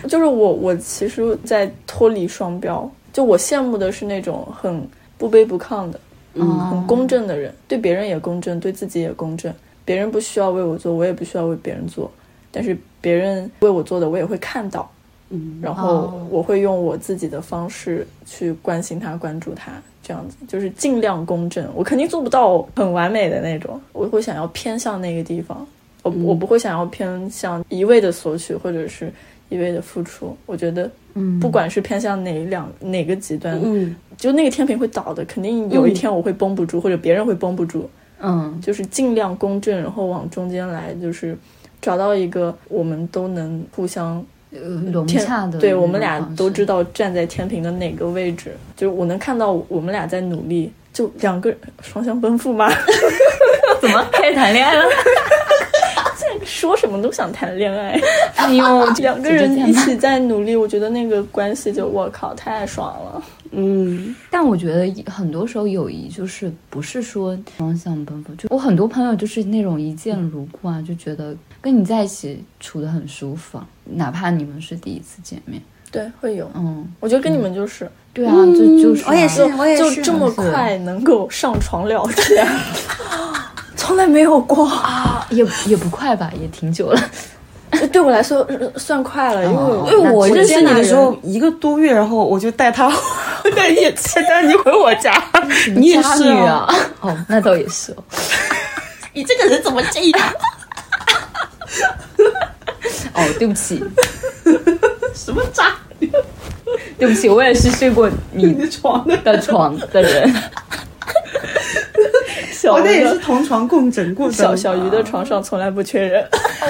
[SPEAKER 4] 就是我，我其实，在脱离双标。就我羡慕的是那种很不卑不亢
[SPEAKER 3] 嗯
[SPEAKER 4] 的、很公正的人，对别人也公正，对自己也公正。别人不需要为我做，我也不需要为别人做。但是别人为我做的，我也会看到，
[SPEAKER 1] 嗯，
[SPEAKER 4] 然
[SPEAKER 3] 哦
[SPEAKER 4] 后我会用我自己的方式去关心他、关注他，这样子就是尽量公正。我肯定做不到很完美的那种，我会想要偏向那个地方。我我不会想要偏向一味的索取或者是一味的付出。我觉得
[SPEAKER 3] 嗯
[SPEAKER 4] 不管是偏向哪两哪个极端，
[SPEAKER 1] 嗯，
[SPEAKER 4] 就那个天平会倒的，肯定有一天我会绷不住，或者别人会绷不住。
[SPEAKER 3] 嗯
[SPEAKER 4] 就是尽量公正，然后往中间来，就是找到一个我们都能互相
[SPEAKER 3] 呃融
[SPEAKER 4] 天
[SPEAKER 3] 洽的，
[SPEAKER 4] 对我们俩都知。道站在天平的哪个位置，就是我能看到我们俩在努力，就两个人双向奔赴嘛，
[SPEAKER 3] 怎么开始谈恋爱了？
[SPEAKER 4] 说什么都想谈恋爱。
[SPEAKER 3] 哎呦，
[SPEAKER 4] 两个人一起在努力，我觉得那个关系就我靠太爽了。
[SPEAKER 1] 嗯，
[SPEAKER 3] 但我觉得很多时候友谊就是不是说双向奔赴，就我很多朋友就是那种一见如故啊，就觉得跟你在一起处得很舒服啊，哪怕你们是第一次见面，
[SPEAKER 4] 对，会有，
[SPEAKER 3] 嗯，
[SPEAKER 4] 我觉得跟你们就是，
[SPEAKER 3] 对啊，就就是、啊、
[SPEAKER 1] 我也是
[SPEAKER 4] 就
[SPEAKER 1] 我也
[SPEAKER 4] 就是这么
[SPEAKER 3] 是
[SPEAKER 4] 快能够上床聊天， 从来没有过。
[SPEAKER 3] 也也不快吧，也挺久了，
[SPEAKER 4] 啊对我来说呃算快了，因为
[SPEAKER 3] 哦
[SPEAKER 4] 我
[SPEAKER 1] 因为我认识你的时
[SPEAKER 4] 我
[SPEAKER 1] 候一个多月，然后我就带 他，带你带带你回我家，你 也
[SPEAKER 3] 渣
[SPEAKER 1] 是
[SPEAKER 3] 女啊，哦，那倒也是哦，
[SPEAKER 1] 你这个人怎么这样？
[SPEAKER 3] 哦，对不起，什么渣女？ 对不起，我也是睡过你
[SPEAKER 5] 你床的，
[SPEAKER 3] 的床的人，
[SPEAKER 4] 小
[SPEAKER 5] 我
[SPEAKER 4] 鱼
[SPEAKER 5] 那也是
[SPEAKER 4] 的
[SPEAKER 5] 同床共枕过 的。
[SPEAKER 4] 小小鱼的床上从来不 缺人。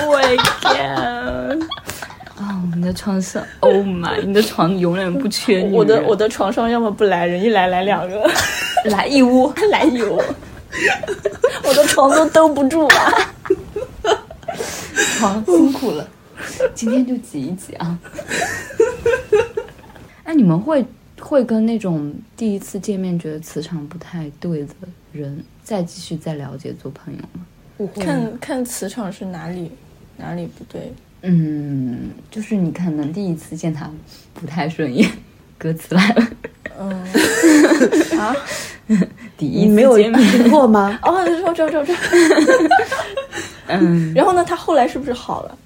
[SPEAKER 3] 我的天！哦，你的床上，Oh my，你的床永远不缺女人
[SPEAKER 4] 我的我的床上要么不来人，一来来两个，
[SPEAKER 3] 来义乌，
[SPEAKER 4] 来一 窝，我的床都兜不住啊。
[SPEAKER 3] 床辛苦了，今天就挤一挤 啊。哎，你们会会跟那种第一次见面觉得磁场不太对的人再继续再了解做朋友吗？
[SPEAKER 4] 看看磁场是哪里哪里不对，
[SPEAKER 3] 嗯，就是你可能第一次见他不太顺眼，歌词来 了，
[SPEAKER 4] 嗯啊
[SPEAKER 3] 第一
[SPEAKER 1] 你
[SPEAKER 3] 次
[SPEAKER 1] 没有
[SPEAKER 3] 见 面，
[SPEAKER 1] 听过 吗？
[SPEAKER 4] 哦，这这这这，
[SPEAKER 3] 嗯
[SPEAKER 4] 然后呢？他后来是不是好了？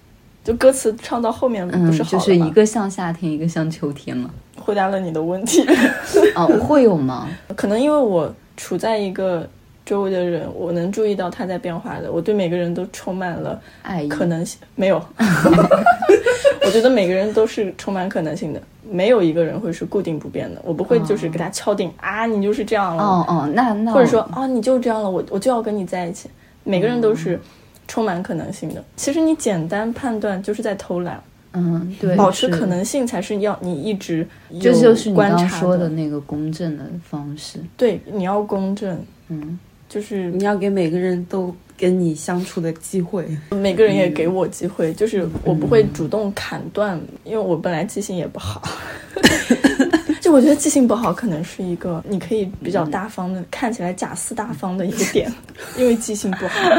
[SPEAKER 4] 就歌词唱到后面不
[SPEAKER 3] 嗯，
[SPEAKER 4] 是好
[SPEAKER 3] 就
[SPEAKER 4] 了吗？
[SPEAKER 3] 是一个像夏天，一个像秋天 嘛。
[SPEAKER 4] 回答了你的问题。
[SPEAKER 3] 哦，会有吗？
[SPEAKER 4] 可能因为我处在一个周围的人，我能注意到他在变化的。我对每个人都充满了
[SPEAKER 3] 爱意
[SPEAKER 4] 可能性，没 有。我觉得每个人都是充满可能性的，没有一个人会是固定不变的。我不会就是给他敲定、啊，你就是这样了，
[SPEAKER 3] 哦哦，那那
[SPEAKER 4] 或者说啊，你就这样了，我我就要跟你在一起。每个人都
[SPEAKER 3] 嗯
[SPEAKER 4] 是充满可能性的。其实你简单判断就是在偷懒，
[SPEAKER 3] 嗯，对，
[SPEAKER 4] 保持
[SPEAKER 3] 是
[SPEAKER 4] 可，能性才是要你一直
[SPEAKER 3] 这
[SPEAKER 4] 有
[SPEAKER 3] 就是你
[SPEAKER 4] 观
[SPEAKER 3] 刚刚
[SPEAKER 4] 察
[SPEAKER 3] 说的那个公正的方式。
[SPEAKER 4] 对，你要公正，
[SPEAKER 3] 嗯，
[SPEAKER 4] 就是
[SPEAKER 7] 你要给每个人都跟你相处的机会。
[SPEAKER 4] 每个人也给我机
[SPEAKER 3] 嗯
[SPEAKER 4] 会，就是我不会主动砍断，因为我本来记性也 不好。就我觉得记性不好，可能是一个你可以比较大方的，看起来假四大方的一个 点，因为记性不好。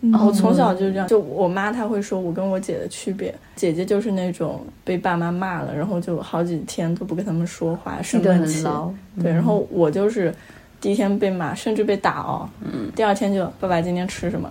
[SPEAKER 3] 嗯
[SPEAKER 4] 我从小就是这样，就我妈她会说我跟我姐的区别，姐姐就是那种被爸妈骂了，然后就好几天都不跟他们说话，
[SPEAKER 3] 记
[SPEAKER 4] 生
[SPEAKER 3] 得
[SPEAKER 4] 闷
[SPEAKER 3] 很
[SPEAKER 4] 气。
[SPEAKER 3] 牢，嗯
[SPEAKER 4] 对，然后我就是第一天被骂，甚至被打哦。嗯。第二天就爸爸今天吃什么，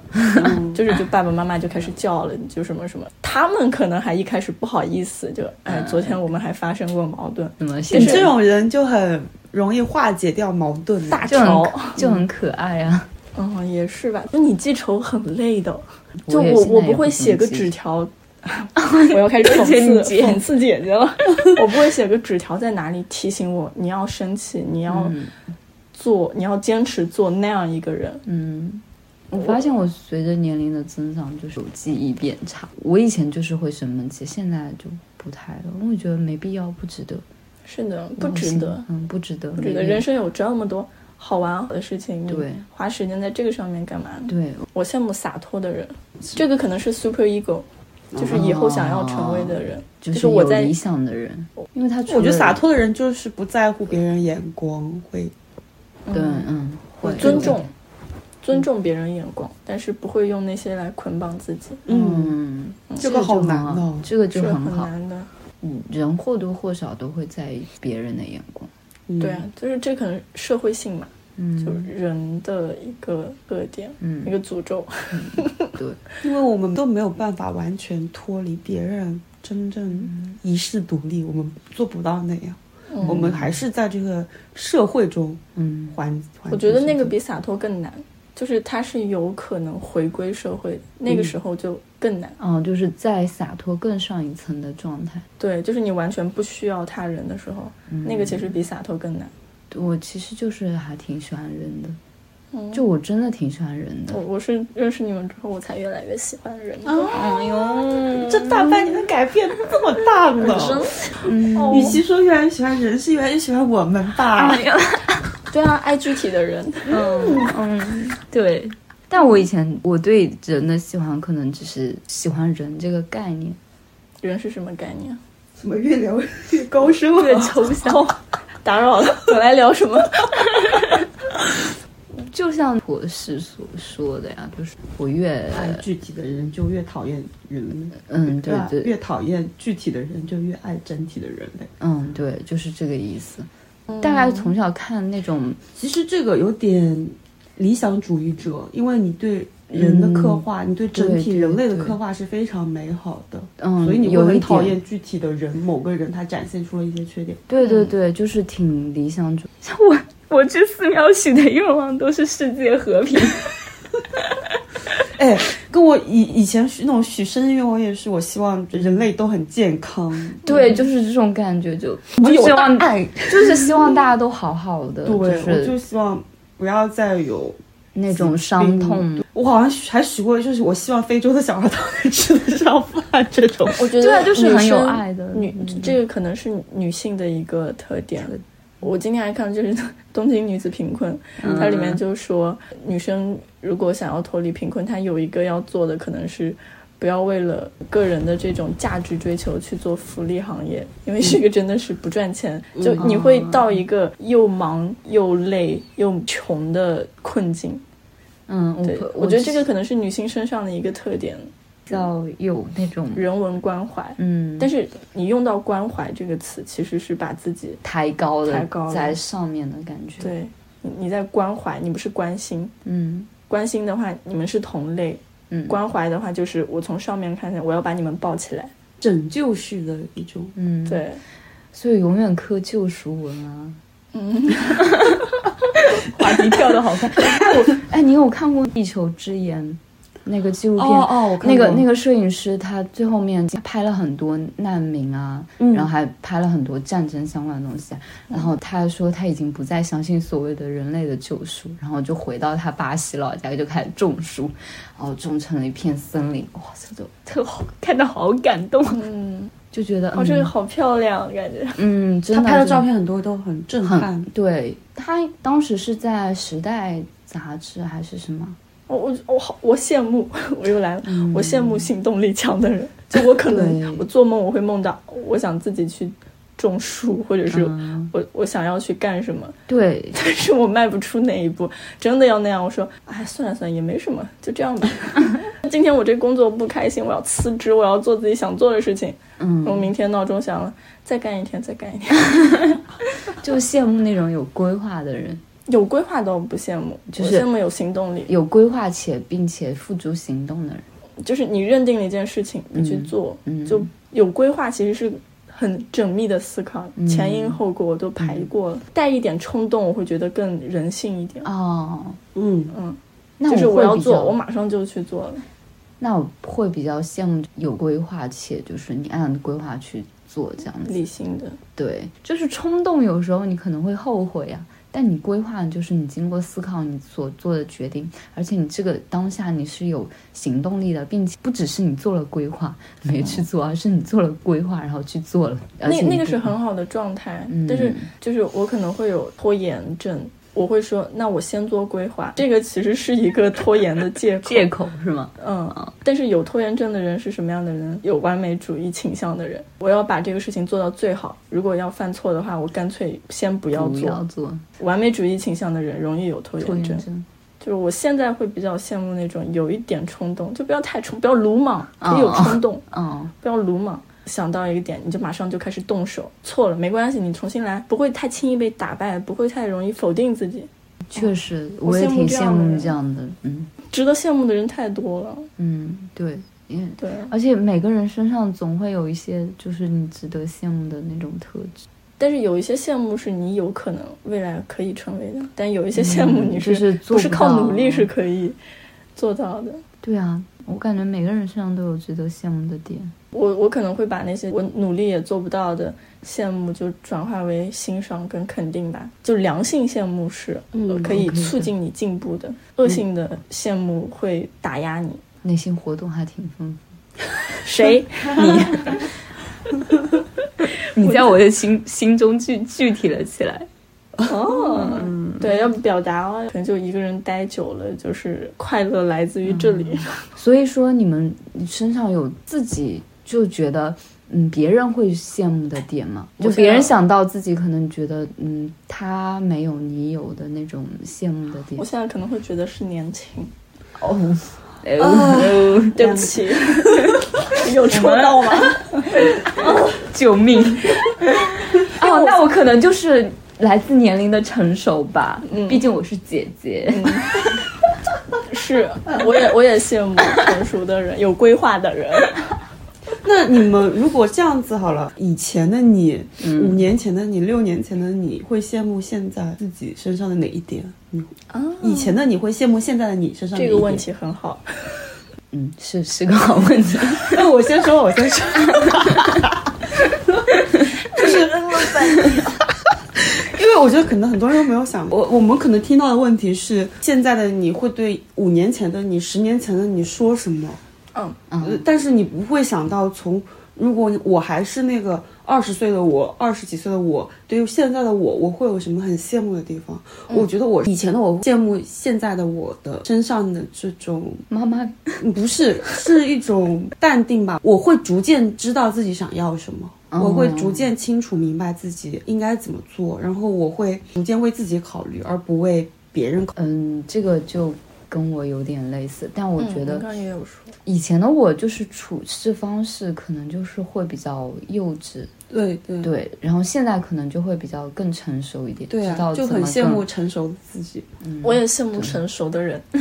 [SPEAKER 4] 就是就爸爸妈妈就开始叫了，就什么什么。他们可能还一开始不好意思，就哎，
[SPEAKER 3] 嗯
[SPEAKER 4] 昨天我们还发生过矛盾，
[SPEAKER 3] 怎么现
[SPEAKER 1] 你
[SPEAKER 3] 在
[SPEAKER 1] 这种人就很容易化解掉矛盾。
[SPEAKER 4] 大
[SPEAKER 3] 就
[SPEAKER 4] 吵。
[SPEAKER 3] 很就很可爱啊！
[SPEAKER 4] 嗯，也是吧。就你记仇很累的， 就
[SPEAKER 3] 也
[SPEAKER 4] 我
[SPEAKER 3] 现
[SPEAKER 4] 我
[SPEAKER 3] 在
[SPEAKER 4] 不
[SPEAKER 3] 也
[SPEAKER 4] 会
[SPEAKER 3] 怎么
[SPEAKER 4] 写个
[SPEAKER 3] 记哦
[SPEAKER 4] 纸条。 我要开始讽刺讽刺姐姐 了。我不会写个纸条在哪里提醒我，你要生气，你要
[SPEAKER 3] 嗯
[SPEAKER 4] 做，你要坚持做那样一个人。
[SPEAKER 3] 嗯，我发现我随着年龄的增长，就是有记忆变差。我以前就是会生闷气，现在就不太了，因为我觉得没必要，不值得，
[SPEAKER 4] 是的，不
[SPEAKER 3] 我
[SPEAKER 4] 值
[SPEAKER 3] 心
[SPEAKER 4] 得。
[SPEAKER 3] 嗯，不值得，
[SPEAKER 4] 我觉得
[SPEAKER 3] 没必
[SPEAKER 4] 人生嗯有这么多好玩的事情，你
[SPEAKER 3] 对
[SPEAKER 4] 花时间在这个上面干嘛呢？
[SPEAKER 3] 对，
[SPEAKER 4] 我羡慕洒脱的人，这个可能是 super ego，就是以后想要
[SPEAKER 3] 哦
[SPEAKER 4] 成为的人。
[SPEAKER 3] 就
[SPEAKER 4] 就是
[SPEAKER 3] 是
[SPEAKER 4] 我
[SPEAKER 3] 有
[SPEAKER 4] 在
[SPEAKER 3] 理想的人，因为他
[SPEAKER 1] 我觉得洒，脱的人就是不在乎别人眼光，会
[SPEAKER 3] 对，嗯，会
[SPEAKER 4] 尊重，尊重别人眼光，但是不会用那些来捆绑自己，
[SPEAKER 1] 嗯，
[SPEAKER 3] 嗯，
[SPEAKER 1] 这个好难哦。
[SPEAKER 3] 这个就是很
[SPEAKER 4] 很
[SPEAKER 3] 好，
[SPEAKER 4] 难的。
[SPEAKER 3] 嗯人或多或少都会在意别人的眼光，
[SPEAKER 1] 嗯
[SPEAKER 4] 对啊，，就是这可能社会性嘛，
[SPEAKER 3] 嗯，
[SPEAKER 4] 就是人的一个特点，
[SPEAKER 3] 嗯
[SPEAKER 4] 一个诅咒。
[SPEAKER 3] 对，
[SPEAKER 1] 因为我们都没有办法完全脱离别人，真正一世独立，我们做不到那样。我们还是在这个社会中
[SPEAKER 3] 嗯，
[SPEAKER 1] 环。环
[SPEAKER 4] 我觉得
[SPEAKER 1] 境
[SPEAKER 4] 那个
[SPEAKER 1] 中
[SPEAKER 4] 比洒脱更难，就是它是有可能回归社会的，那
[SPEAKER 3] 嗯
[SPEAKER 4] 个时候就更难。
[SPEAKER 3] 哦，就是在洒脱更上一层的状态。
[SPEAKER 4] 对，就是你完全不需要他人的时候，
[SPEAKER 3] 嗯
[SPEAKER 4] 那个其实比洒脱更难。
[SPEAKER 3] 我其实就是还挺喜欢人的，
[SPEAKER 4] 嗯
[SPEAKER 3] 就我真的挺喜欢人的
[SPEAKER 1] 哦
[SPEAKER 4] 我。我是认识你们之后，我才越来越喜欢人的。
[SPEAKER 3] 哎呦，
[SPEAKER 1] 这大半年的改变这么大呢？
[SPEAKER 3] 嗯
[SPEAKER 4] 哦
[SPEAKER 1] 与其说越来越喜欢人，是越来越喜欢我们吧？
[SPEAKER 3] 哎
[SPEAKER 4] 对啊，爱具体的人，
[SPEAKER 3] 嗯 对。但我以前我对人的喜欢，可能只是喜欢人这个概念，
[SPEAKER 4] 人是什么概 念？
[SPEAKER 1] 怎么越聊越高深了？
[SPEAKER 4] 抽象。
[SPEAKER 3] 哦
[SPEAKER 4] 打扰了，本来聊什么？
[SPEAKER 3] 就像博士所说的呀，就是我越
[SPEAKER 1] 爱啊具体的人就越讨厌人，
[SPEAKER 3] 嗯，对
[SPEAKER 1] 吧
[SPEAKER 3] 对，
[SPEAKER 1] 越讨厌具体的人就越爱整体的人类。
[SPEAKER 3] 嗯对，就是这个意思。
[SPEAKER 1] 嗯
[SPEAKER 3] 大概从小看那种
[SPEAKER 1] 其实这个有点理想主义者，因为你对人的刻画，
[SPEAKER 3] 嗯
[SPEAKER 1] 你对整体
[SPEAKER 3] 对对
[SPEAKER 1] 人类的
[SPEAKER 3] 对
[SPEAKER 1] 刻画是非常美好的，
[SPEAKER 3] 嗯，
[SPEAKER 1] 所以你会
[SPEAKER 3] 有一
[SPEAKER 1] 很讨
[SPEAKER 3] 点
[SPEAKER 1] 厌具体的人，某个人他展现出了一些缺点。
[SPEAKER 3] 对对对，就是挺理想主义。像
[SPEAKER 8] 我去寺庙许的愿望都是世界和平。
[SPEAKER 1] 哎，跟我以以前许那种许生日愿望也是，我希望人类都很健康。
[SPEAKER 3] 对，就是这种感觉，就
[SPEAKER 1] 我
[SPEAKER 3] 就
[SPEAKER 1] 有
[SPEAKER 3] 希望
[SPEAKER 1] 爱，
[SPEAKER 3] 就是希望大家都好好的，
[SPEAKER 1] 对，我
[SPEAKER 3] 是
[SPEAKER 1] 就希望不要再有。
[SPEAKER 3] 那种伤痛。
[SPEAKER 1] 我好像许还许过，就是我希望非洲的小孩都能吃得上饭这种。
[SPEAKER 4] 我觉得
[SPEAKER 3] 对啊，就是很有
[SPEAKER 4] 女生
[SPEAKER 3] 爱嗯的
[SPEAKER 4] 女，这个可能是女性的一个特点。我今天还看就是《东京女子贫困》，
[SPEAKER 3] 嗯
[SPEAKER 4] 它里面就说，女生如果想要脱离贫困，她有一个要做的可能是。不要为了个人的这种价值追求去做福利行业，因为这个真的是不赚钱，
[SPEAKER 3] 嗯
[SPEAKER 4] 就你会到一个又忙又累又穷的困境。
[SPEAKER 3] 嗯，我
[SPEAKER 4] 对
[SPEAKER 3] 可，
[SPEAKER 4] 我觉得这个
[SPEAKER 3] 比
[SPEAKER 4] 可能是女性身上的一个特点，
[SPEAKER 3] 较有那种
[SPEAKER 4] 人文关怀。
[SPEAKER 3] 嗯，
[SPEAKER 4] 但
[SPEAKER 3] 是
[SPEAKER 4] 是你用到“关怀”这个词，其实是把自己
[SPEAKER 3] 抬高的
[SPEAKER 4] 抬高了
[SPEAKER 3] 在上面的感觉。，
[SPEAKER 4] 对你你在关怀，你不是关心。
[SPEAKER 3] 嗯
[SPEAKER 4] 关心的话，你们是同类；
[SPEAKER 3] 嗯，
[SPEAKER 4] 关怀的话，就是我从上面看见，我要把你们抱起来。
[SPEAKER 1] 拯救式的一种，
[SPEAKER 3] 嗯，
[SPEAKER 4] 对，
[SPEAKER 3] 所以永远磕救赎文啊。
[SPEAKER 4] 嗯，话题跳的好快。
[SPEAKER 3] 哎，你有看过《地球之眼》那个纪录片？
[SPEAKER 4] 哦哦我看
[SPEAKER 3] 那个
[SPEAKER 4] 过
[SPEAKER 3] 那个摄影师他最后面他拍了很多难民啊，
[SPEAKER 1] 嗯
[SPEAKER 3] 然后还拍了很多战争相关的东西啊。然后他说他已经不再相信所谓的人类的救赎，然后就回到他巴西老家就开始种树，然后种成了一片森林。哇，这就特好，看到好感动，
[SPEAKER 4] 嗯，
[SPEAKER 3] 就觉得
[SPEAKER 4] 哦，
[SPEAKER 3] 嗯
[SPEAKER 4] 这个好漂亮，感觉。
[SPEAKER 3] 嗯，真
[SPEAKER 9] 他
[SPEAKER 3] 的
[SPEAKER 9] 拍的
[SPEAKER 3] 真
[SPEAKER 9] 照片很多都很震撼
[SPEAKER 3] 很，对他当时是在《时代》杂志还是什么？
[SPEAKER 4] 我我我好，我羡慕， 我又来了，我羡慕行动力强的人。就我可
[SPEAKER 3] 嗯对
[SPEAKER 4] 能我做梦我会梦到，我想自己去种树，或者是
[SPEAKER 3] 嗯
[SPEAKER 4] 我我想要去干什么，
[SPEAKER 3] 对，
[SPEAKER 4] 但是我迈不出那一步。真的要那样，我说，哎，算了算了，也没什么，就这样 吧。今天我这工作不开心，我要辞职，我要做自己想做的事情。
[SPEAKER 3] 嗯
[SPEAKER 4] 然后明天闹钟响了，再干一天，再干一天。
[SPEAKER 3] 就羡慕那种有规划的人，
[SPEAKER 4] 有规划倒不羡慕，
[SPEAKER 3] 就是
[SPEAKER 4] 我羡慕有行动力。
[SPEAKER 3] 有规划且并且付诸行动的人。
[SPEAKER 4] 就是你认定了一件事情，你去做，
[SPEAKER 3] 嗯
[SPEAKER 4] 就有规划，其实是很缜密的思考，
[SPEAKER 3] 嗯
[SPEAKER 4] 前因后果我都排过了，带一点冲动，我会觉得更人性一点。
[SPEAKER 3] 哦，
[SPEAKER 1] 嗯，
[SPEAKER 4] 嗯，
[SPEAKER 3] 那
[SPEAKER 4] 就是
[SPEAKER 3] 我
[SPEAKER 4] 我
[SPEAKER 3] 会
[SPEAKER 4] 要
[SPEAKER 3] 比
[SPEAKER 4] 做，
[SPEAKER 3] 较
[SPEAKER 4] 我马上就去做了。
[SPEAKER 3] 那我会比较羡慕有规划且就是你按规划去做这样子。
[SPEAKER 4] 理性的，
[SPEAKER 3] 对，就是冲动有时候你可能会后悔啊，但你规划就是你经过思考你所做的决定，而且你这个当下你是有行动力的，并且不只是你做了规划没去做，而是你做了规划然后去做了。而
[SPEAKER 4] 那
[SPEAKER 3] 且你
[SPEAKER 4] 那个
[SPEAKER 3] 不
[SPEAKER 4] 是很好的状态，
[SPEAKER 3] 嗯
[SPEAKER 4] 但是就是我可能会有拖延症。我会说，那我先做规划，这个其实是一个拖延的借 口。
[SPEAKER 3] 借口是吗？
[SPEAKER 4] 嗯，但是有拖延症的人是什么样的人？有完美主义倾向的人。我要把这个事情做到最好。如果要犯错的话，我干脆先不要
[SPEAKER 3] 不
[SPEAKER 4] 做。
[SPEAKER 3] 要做
[SPEAKER 4] 完美主义倾向的人容易有拖
[SPEAKER 3] 拖
[SPEAKER 4] 延
[SPEAKER 3] 延
[SPEAKER 4] 症。
[SPEAKER 3] 症。
[SPEAKER 4] 就是我现在会比较羡慕那种有一点冲动，就不要太冲，不要鲁莽，
[SPEAKER 3] 哦
[SPEAKER 4] 可以有冲动，
[SPEAKER 3] 哦，
[SPEAKER 4] 不要鲁莽。想到一个点，你就马上就开始动手。错了没关系，你重新来，不会太轻易被打败，不会太容易否定自己。
[SPEAKER 3] 确实，
[SPEAKER 4] 我
[SPEAKER 3] 我也
[SPEAKER 4] 哦羡慕
[SPEAKER 3] 挺
[SPEAKER 4] 这
[SPEAKER 3] 羡
[SPEAKER 4] 样的
[SPEAKER 3] 慕
[SPEAKER 4] 人
[SPEAKER 3] 这样的。嗯
[SPEAKER 4] 值得羡慕的人太多了。
[SPEAKER 3] 嗯，对，因为
[SPEAKER 4] 对，
[SPEAKER 3] 而且每个人身上总会有一些就是你值得羡慕的那种特质。
[SPEAKER 4] 但是有一些项目是你有可能未来可以成为的，但有一些项目
[SPEAKER 3] 嗯
[SPEAKER 4] 你、
[SPEAKER 3] 就是是做
[SPEAKER 4] 不是
[SPEAKER 3] 不
[SPEAKER 4] 靠
[SPEAKER 3] 到啊嗯
[SPEAKER 4] 努力是可以做到的。
[SPEAKER 3] 对啊，我感觉每个人身上都有值得羡慕的点。
[SPEAKER 4] 我我可能会把那些我努力也做不到的羡慕，就转化为欣赏跟肯定吧。就良性羡慕是、
[SPEAKER 9] 嗯
[SPEAKER 4] 呃可以
[SPEAKER 3] OK 的
[SPEAKER 4] 促进你进步的，恶性的羡慕会打压 你。
[SPEAKER 3] 内心活动还挺丰富。
[SPEAKER 4] 谁？
[SPEAKER 3] 你在我的心心中具具体了起来。
[SPEAKER 4] 哦，对，要表达哦，可能就一个人待久了，就是快乐来自于这里。
[SPEAKER 3] 所以说，你们身上有自己就觉得，嗯，别人会羡慕的点吗？
[SPEAKER 4] 我
[SPEAKER 3] 就
[SPEAKER 4] 想
[SPEAKER 3] 别人
[SPEAKER 4] 要
[SPEAKER 3] 想到自己可能觉得，嗯，他没有你有的那种羡慕的点
[SPEAKER 4] 我。现在可能会觉得是年轻。
[SPEAKER 3] 哦，哦，
[SPEAKER 4] 对不起，有戳到吗？
[SPEAKER 3] 救命！ 哦，那我可能就是来自年龄的成熟吧，
[SPEAKER 4] 嗯
[SPEAKER 3] 毕竟我是姐姐。
[SPEAKER 4] 是，我也我也羡慕成熟的人，有规划的人。
[SPEAKER 1] 那你们如果这样子好了，以前的你，五年前的你，六年前的你会羡慕现在自己身上的哪一点？你以前的你会羡慕现在的你身上哪一点
[SPEAKER 4] 这个问题很好，
[SPEAKER 3] 嗯，是是个好问题。
[SPEAKER 1] 那 我先说，我先说，就是因为我觉得可能很多人都没有想过，我我们可能听到的问题是，现在的你会对五年前的你、十年前的你说什么？
[SPEAKER 4] 嗯
[SPEAKER 1] 呃，但是你不会想到从。如果我还是那个二十岁的我，二十几岁的我，对于现在的我，我会有什么很羡慕的地方？我觉得我以前的我羡慕现在的我的身上的这种
[SPEAKER 3] 妈妈，
[SPEAKER 1] 嗯不是，是一种淡定吧。我会逐渐知道自己想要什么，
[SPEAKER 3] 嗯
[SPEAKER 1] 我会逐渐清楚明白自己应该怎么做，然后我会逐渐为自己考虑，而不为别人考虑。
[SPEAKER 3] 嗯，这个就跟我有点类似，但我觉得嗯
[SPEAKER 4] 刚刚也有说，
[SPEAKER 3] 以前的我就是处事方式可能就是会比较幼稚，
[SPEAKER 1] 对对
[SPEAKER 3] 对，然后现在可能就会比较更成熟一点，
[SPEAKER 1] 对
[SPEAKER 3] 知道
[SPEAKER 1] 啊，就
[SPEAKER 3] 怎
[SPEAKER 1] 很
[SPEAKER 3] 么
[SPEAKER 1] 羡
[SPEAKER 3] 更
[SPEAKER 1] 慕成熟的自己。
[SPEAKER 4] 我也羡慕成熟的人，
[SPEAKER 1] 在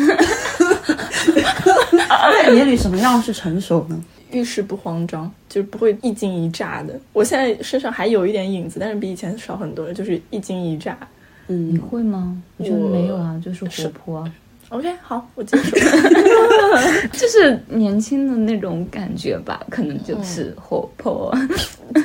[SPEAKER 1] 你眼里，什么样是成熟呢？
[SPEAKER 4] 遇事不慌张，就是不会一惊一乍的。我现在身上还有一点影子，但是比以前少很多了，就是一惊一乍。
[SPEAKER 1] 嗯
[SPEAKER 3] 你会吗？我觉得没有啊，就是活泼啊，
[SPEAKER 4] OK，好，我接受。
[SPEAKER 3] 就是年轻的那种感觉吧，可能就是
[SPEAKER 4] 嗯
[SPEAKER 3] 活泼。 啊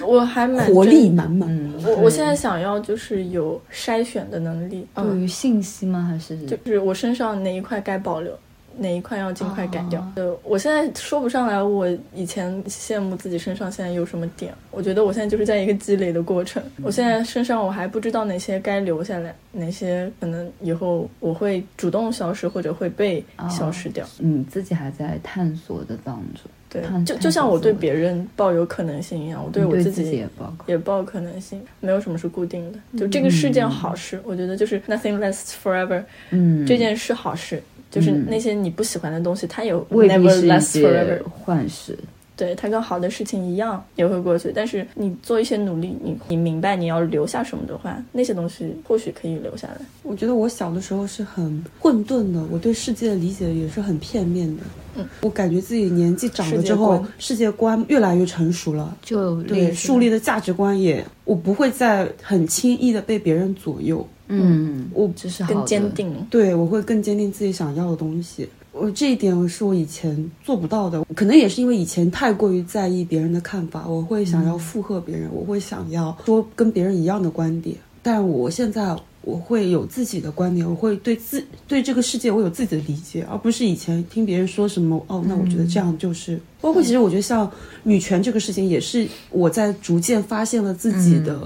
[SPEAKER 4] 我还蛮
[SPEAKER 10] 活力满满。
[SPEAKER 3] 嗯，
[SPEAKER 4] 我我现在想要就是有筛选的能力，
[SPEAKER 3] 对
[SPEAKER 4] 嗯，
[SPEAKER 3] 于信息吗？还是
[SPEAKER 4] 就是我身上哪一块该保留，哪一块要尽快改掉。
[SPEAKER 3] 哦
[SPEAKER 4] 呃，我现在说不上来，我以前羡慕自己身上现在有什么点。我觉得我现在就是在一个积累的过程。我现在身上我还不知道哪些该留下来，哪些可能以后我会主动消失或者会被
[SPEAKER 3] 哦
[SPEAKER 4] 消失掉。
[SPEAKER 3] 你自己还在探索的当中？
[SPEAKER 4] 对
[SPEAKER 3] 探，
[SPEAKER 4] 就
[SPEAKER 3] 探
[SPEAKER 4] 就像
[SPEAKER 3] 索
[SPEAKER 4] 我对
[SPEAKER 3] 自我
[SPEAKER 4] 别人抱有可能性一样，我对
[SPEAKER 3] 你
[SPEAKER 4] 我
[SPEAKER 3] 对
[SPEAKER 4] 自
[SPEAKER 3] 己
[SPEAKER 4] 己
[SPEAKER 3] 也包括。
[SPEAKER 4] 也抱可能性，没有什么是固定的。就这个是件好事，我觉得就是 nothing lasts forever，
[SPEAKER 3] 嗯，
[SPEAKER 4] 这件事好事。就是
[SPEAKER 3] 嗯
[SPEAKER 4] 那些你不喜欢的东西，它也
[SPEAKER 3] 未必
[SPEAKER 4] never
[SPEAKER 3] 是一
[SPEAKER 4] lasts
[SPEAKER 3] 些
[SPEAKER 4] forever。
[SPEAKER 3] 幻视。
[SPEAKER 4] 对，它跟好的事情一样也会过去。但是你做一些努力，你你明白你要留下什么的话，那些东西或许可以留下来。
[SPEAKER 1] 我觉得我小的时候是很混沌的，我对世界的理解也是很片面的。
[SPEAKER 4] 嗯，
[SPEAKER 1] 我感觉自己年纪长了之
[SPEAKER 4] 世
[SPEAKER 1] 后
[SPEAKER 4] 界观，
[SPEAKER 1] 世界观越来越成熟了。
[SPEAKER 3] 就
[SPEAKER 1] 对，树立的价值观也，我不会再很轻易的被别人左右。
[SPEAKER 3] 嗯，
[SPEAKER 1] 我
[SPEAKER 3] 这是好
[SPEAKER 4] 更
[SPEAKER 3] 的
[SPEAKER 4] 坚。定，
[SPEAKER 1] 对我会更坚定自己想要的东西。我这一点是我以前做不到的，可能也是因为以前太过于在意别人的看法，我会想要附和别人，我会想要说跟别人一样的观点。但我现在我会有自己的观点，我会对自对这个世界我有自己的理解，而不是以前听别人说什么哦，那我觉得这样就是。包括其实我觉得像女权这个事情，也是我在逐渐发现了自己的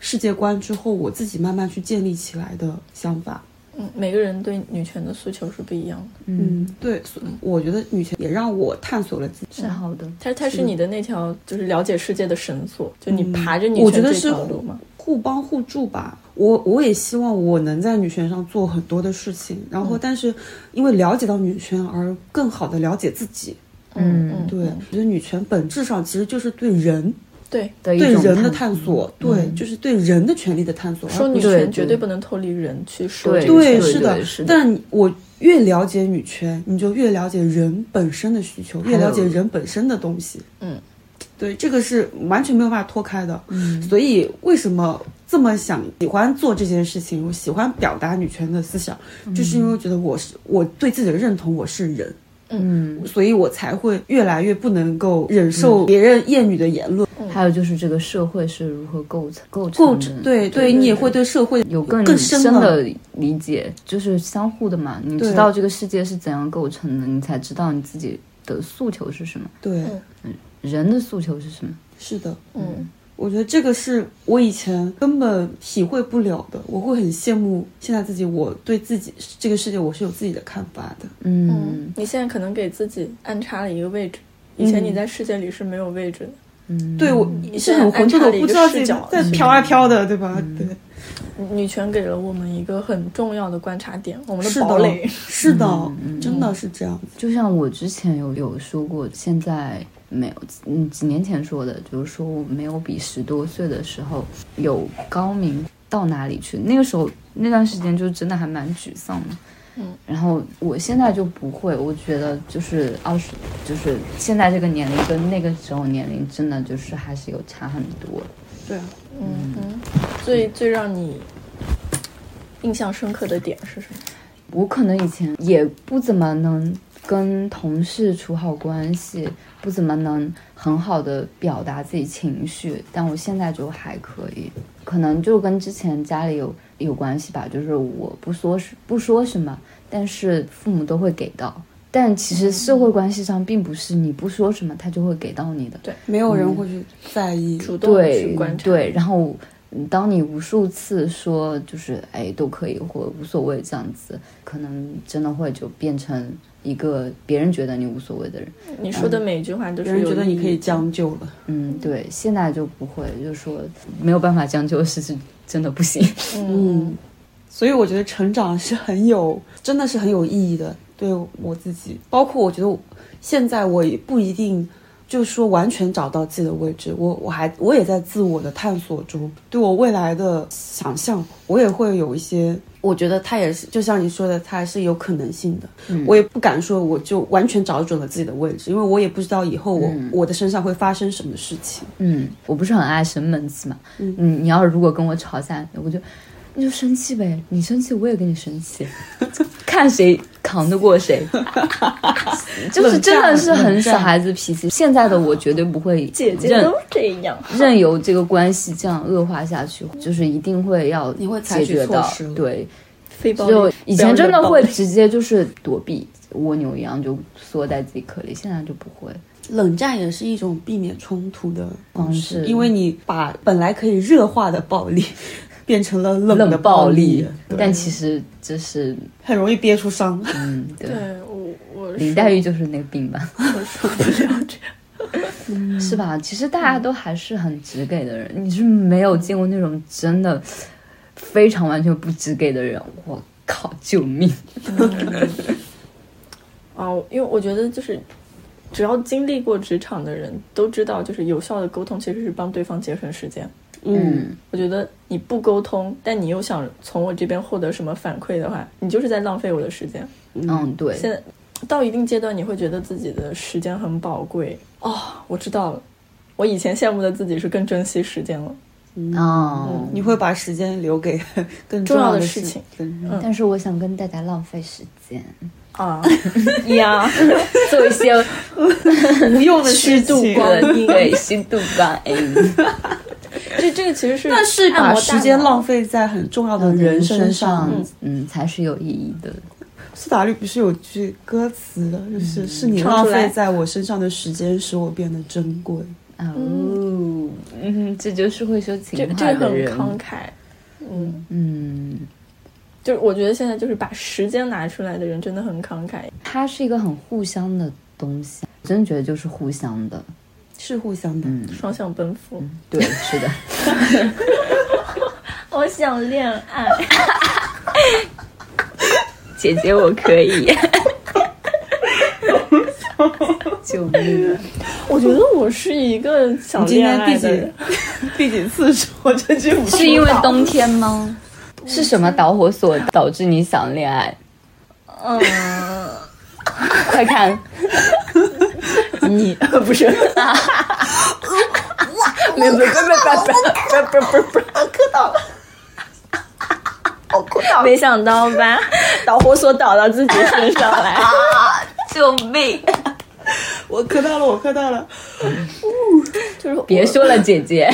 [SPEAKER 1] 世界观之后，我自己慢慢去建立起来的想法。
[SPEAKER 4] 嗯，每个人对女权的诉求是不一样的。
[SPEAKER 1] 嗯，对，所以我觉得女权也让我探索了自己。
[SPEAKER 3] 是啊好的，
[SPEAKER 4] 它它是你的那条就是了解世界的绳索，就你
[SPEAKER 1] 嗯
[SPEAKER 4] 爬着女
[SPEAKER 1] 我
[SPEAKER 4] 权
[SPEAKER 1] 觉得
[SPEAKER 4] 这
[SPEAKER 1] 是
[SPEAKER 4] 条路嘛。
[SPEAKER 1] 互帮互助吧。我我也希望我能在女权上做很多的事情，然后但是因为了解到女权而更好的了解自己。
[SPEAKER 3] 嗯
[SPEAKER 4] 嗯，
[SPEAKER 1] 对，我觉得女权本质上其实就是对人、
[SPEAKER 4] 对，
[SPEAKER 3] 的一
[SPEAKER 1] 对
[SPEAKER 3] 种嗯
[SPEAKER 1] 人的探
[SPEAKER 3] 探
[SPEAKER 1] 索，对，就是对人的权利的探索。而
[SPEAKER 4] 说女
[SPEAKER 3] 对
[SPEAKER 4] 权绝
[SPEAKER 3] 对
[SPEAKER 4] 对不能脱离人去说
[SPEAKER 3] 对
[SPEAKER 4] 这个
[SPEAKER 1] 对，
[SPEAKER 4] 事
[SPEAKER 1] 是
[SPEAKER 4] 情
[SPEAKER 1] 的
[SPEAKER 3] 对，是的
[SPEAKER 1] 但你我越了解女权，你就越了解人本身的需求，越
[SPEAKER 3] 还有
[SPEAKER 1] 了解人本身的东西。
[SPEAKER 4] 嗯，
[SPEAKER 1] 对，这个是完全没有办法脱开的。嗯，所以为什么这么想喜欢做这件事情？我喜欢表达女权的思想，就是因为觉得我是我对自己的认同，我是人。
[SPEAKER 3] 嗯，
[SPEAKER 1] 所以我才会越来越不能够忍受别人厌女的言论，
[SPEAKER 3] 还有就是这个社会是如何构成构成
[SPEAKER 1] 构
[SPEAKER 3] 的
[SPEAKER 1] 成对对，嗯你也会对社会
[SPEAKER 3] 有更
[SPEAKER 1] 更
[SPEAKER 3] 深
[SPEAKER 1] 深了
[SPEAKER 3] 的理解，就是相互的嘛。你
[SPEAKER 1] 对
[SPEAKER 3] 知道这个世界是怎样构成的，你才知道你自己的诉求是什么，
[SPEAKER 1] 对，
[SPEAKER 3] 人的诉求是什么。
[SPEAKER 1] 是的，
[SPEAKER 4] 嗯，
[SPEAKER 1] 我觉得这个是我以前根本体会不了的，我会很羡慕现在自己，我对自己这个世界我是有自己的看法的。
[SPEAKER 3] 嗯
[SPEAKER 4] 你现在可能给自己安插了一个位置，以前你在世界里是没有位置的。
[SPEAKER 3] 嗯，
[SPEAKER 1] 对我是很混沌的，我不知道自己在飘啊飘的，对吧？对，
[SPEAKER 4] 女权给了我们一个很重要的观察点，我们
[SPEAKER 1] 是
[SPEAKER 4] 的堡垒
[SPEAKER 1] 的，。是的，真的是这样子。
[SPEAKER 3] 就像我之前有有说过，现在没有，嗯，几年前说的，就是说我没有比十多岁的时候有高明到哪里去。那个时候那段时间就真的还蛮沮丧的。
[SPEAKER 4] 嗯，
[SPEAKER 3] 然后我现在就不会，我觉得就是二十，就是现在这个年龄跟那个时候年龄真的就是还是有差很多。
[SPEAKER 1] 对啊，
[SPEAKER 4] 嗯嗯，最最让你印象深刻的点是什么？
[SPEAKER 3] 我可能以前也不怎么能跟同事处好关系，不怎么能很好的表达自己情绪，但我现在就还可以，可能就跟之前家里有有关系吧，就是我不说是不说什么，但是父母都会给到。但其实社会关系上并不是你不说什么，他就会给到你的。
[SPEAKER 1] 没有人会去在意。
[SPEAKER 4] 主动
[SPEAKER 3] 嗯
[SPEAKER 4] 地
[SPEAKER 3] 对
[SPEAKER 4] 去观察，
[SPEAKER 3] 对，然后嗯当你无数次说就是哎都可以或无所谓这样子，可能真的会就变成一个别人觉得你无所谓的人。
[SPEAKER 4] 你说的每一句话都
[SPEAKER 1] 别
[SPEAKER 4] 是
[SPEAKER 1] 人
[SPEAKER 4] 有
[SPEAKER 1] 觉得你
[SPEAKER 4] 意义
[SPEAKER 1] 可以
[SPEAKER 4] 的。
[SPEAKER 1] 将就了，
[SPEAKER 3] 嗯，对，现在就不会，就说没有办法将就是是真的不行。
[SPEAKER 4] 嗯，
[SPEAKER 1] 所以我觉得成长是很有，真的是很有意义的。对我自己，包括我觉得我现在我也不一定就说完全找到自己的位置，我我还我也在自我的探索中，对我未来的想象，我也会有一些。我觉得它也是，就像你说的，它是有可能性的。我也不敢说我就完全找准了自己的位置，因为我也不知道以后我、我的身上会发生什么事情。
[SPEAKER 3] 嗯，我不是很爱生闷气嘛。嗯，你要如果跟我吵架，我就那就生气呗，你生气我也跟你生气，看谁扛得过谁。 就是真的是很小孩子脾气。现在的我绝对不会
[SPEAKER 4] 姐姐
[SPEAKER 3] 任
[SPEAKER 4] 都这样，
[SPEAKER 3] 任由这个关系这样恶化下去，就是一定会要
[SPEAKER 11] 你会采
[SPEAKER 3] 解
[SPEAKER 11] 取
[SPEAKER 3] 决到
[SPEAKER 11] 措施
[SPEAKER 3] 对。
[SPEAKER 4] 非暴
[SPEAKER 3] 就
[SPEAKER 4] 力。
[SPEAKER 3] 以前真的会直接就是躲避蜗牛一样，就缩在自己壳里，现在就不会。
[SPEAKER 1] 冷战也是一种避免冲突的方式，
[SPEAKER 3] 方式
[SPEAKER 1] 因为你把本来可以热化的暴力变成了冷的
[SPEAKER 3] 冷暴
[SPEAKER 1] 力，
[SPEAKER 3] 力，但其实这是
[SPEAKER 1] 很容易憋出伤。
[SPEAKER 3] 嗯，对
[SPEAKER 4] 对。我我
[SPEAKER 3] 林黛玉就是那个 病吧，
[SPEAKER 4] 我受不了 这样，
[SPEAKER 1] 嗯
[SPEAKER 3] 是吧？其实大家都还是很直给的人，你是没有见过那种真的非常完全不直给的人。我靠，救命！
[SPEAKER 4] 啊，因为我觉得就是，只要经历过职场的人都知道，就是有效的沟通其实是帮对方节省时间。
[SPEAKER 1] 嗯，
[SPEAKER 4] 我觉得你不沟通，但你又想从我这边获得什么反馈的话，你就是在浪费我的时间。
[SPEAKER 3] 嗯，对，
[SPEAKER 4] 现在到一定阶段，你会觉得自己的时间很宝贵。哦，我知道了，我以前羡慕的自己是更珍惜时间了。
[SPEAKER 3] 哦，
[SPEAKER 1] 嗯你会把时间留给更
[SPEAKER 4] 重要
[SPEAKER 1] 要
[SPEAKER 4] 的
[SPEAKER 1] 事
[SPEAKER 4] 事情。
[SPEAKER 1] 嗯
[SPEAKER 3] 但是我想跟大家浪费时间，
[SPEAKER 4] 啊呀，
[SPEAKER 3] 做一些
[SPEAKER 1] 无用的事
[SPEAKER 3] 度
[SPEAKER 1] 情
[SPEAKER 3] 光，对，虚度光阴。
[SPEAKER 4] 这这个其实是
[SPEAKER 1] 但是
[SPEAKER 4] 按
[SPEAKER 1] 把
[SPEAKER 4] 摩
[SPEAKER 1] 时间
[SPEAKER 4] 大脑
[SPEAKER 1] 浪费在很重要的人身上。
[SPEAKER 3] 嗯，才是有意义的。
[SPEAKER 1] 苏打绿不是有句歌词的，就是、是你
[SPEAKER 4] 唱
[SPEAKER 1] 浪
[SPEAKER 4] 出来
[SPEAKER 1] 费在我身上的时间使我变得珍贵。
[SPEAKER 3] 哦，嗯，这就是会说情
[SPEAKER 4] 这
[SPEAKER 3] 话
[SPEAKER 4] 这个
[SPEAKER 3] 的
[SPEAKER 4] 很
[SPEAKER 3] 人。
[SPEAKER 4] 慷慨。嗯，
[SPEAKER 3] 嗯，
[SPEAKER 4] 就是我觉得现在就是把时间拿出来的人真的很慷慨。
[SPEAKER 3] 它是一个很互相的东西，真觉得就是互相的。
[SPEAKER 1] 是互相的，
[SPEAKER 4] 双向奔赴。
[SPEAKER 1] 嗯
[SPEAKER 3] 对，是的，
[SPEAKER 4] 我想恋爱，
[SPEAKER 3] 姐姐我可以。 救命啊！
[SPEAKER 4] 我觉得我是一个想
[SPEAKER 1] 你今
[SPEAKER 4] 恋
[SPEAKER 1] 天
[SPEAKER 4] 爱
[SPEAKER 1] 第
[SPEAKER 4] 的人
[SPEAKER 1] 几。第几次说这句话？
[SPEAKER 3] 是因为冬天吗？是什么导火索导致你想恋爱？嗯，快看， 你不是？别别别别别别别别！
[SPEAKER 4] 没想到吧，导火索导到自己身上来。
[SPEAKER 3] 救命！
[SPEAKER 1] 我磕到了，我磕到了。
[SPEAKER 4] 就是
[SPEAKER 3] 别
[SPEAKER 4] 我
[SPEAKER 3] 说了，姐姐。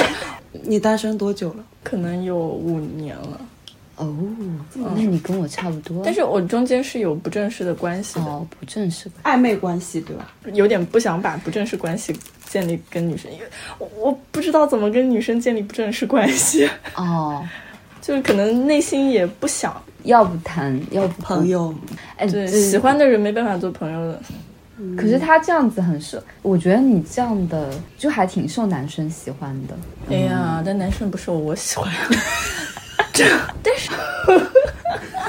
[SPEAKER 1] 你单身多久了？
[SPEAKER 4] 可能有五年了，
[SPEAKER 3] 哦，那你跟我差不多。
[SPEAKER 4] 但是我中间是有不正式的关系的，
[SPEAKER 3] 哦，不正式吧？
[SPEAKER 1] 暧昧关系对吧？
[SPEAKER 4] 有点不想把不正式关系建立跟女生，因为我我不知道怎么跟女生建立不正式关系，
[SPEAKER 3] 哦，
[SPEAKER 4] 就是可能内心也不想，
[SPEAKER 3] 要不谈，要不
[SPEAKER 1] 朋。友，
[SPEAKER 3] 哎，
[SPEAKER 1] 嗯
[SPEAKER 4] 对，
[SPEAKER 3] 这
[SPEAKER 4] 喜欢的人没办法做朋友的，
[SPEAKER 3] 可是他这样子很受，我觉得你这样的就还挺受男生喜欢的。
[SPEAKER 4] 哎呀，但男生不是我喜欢，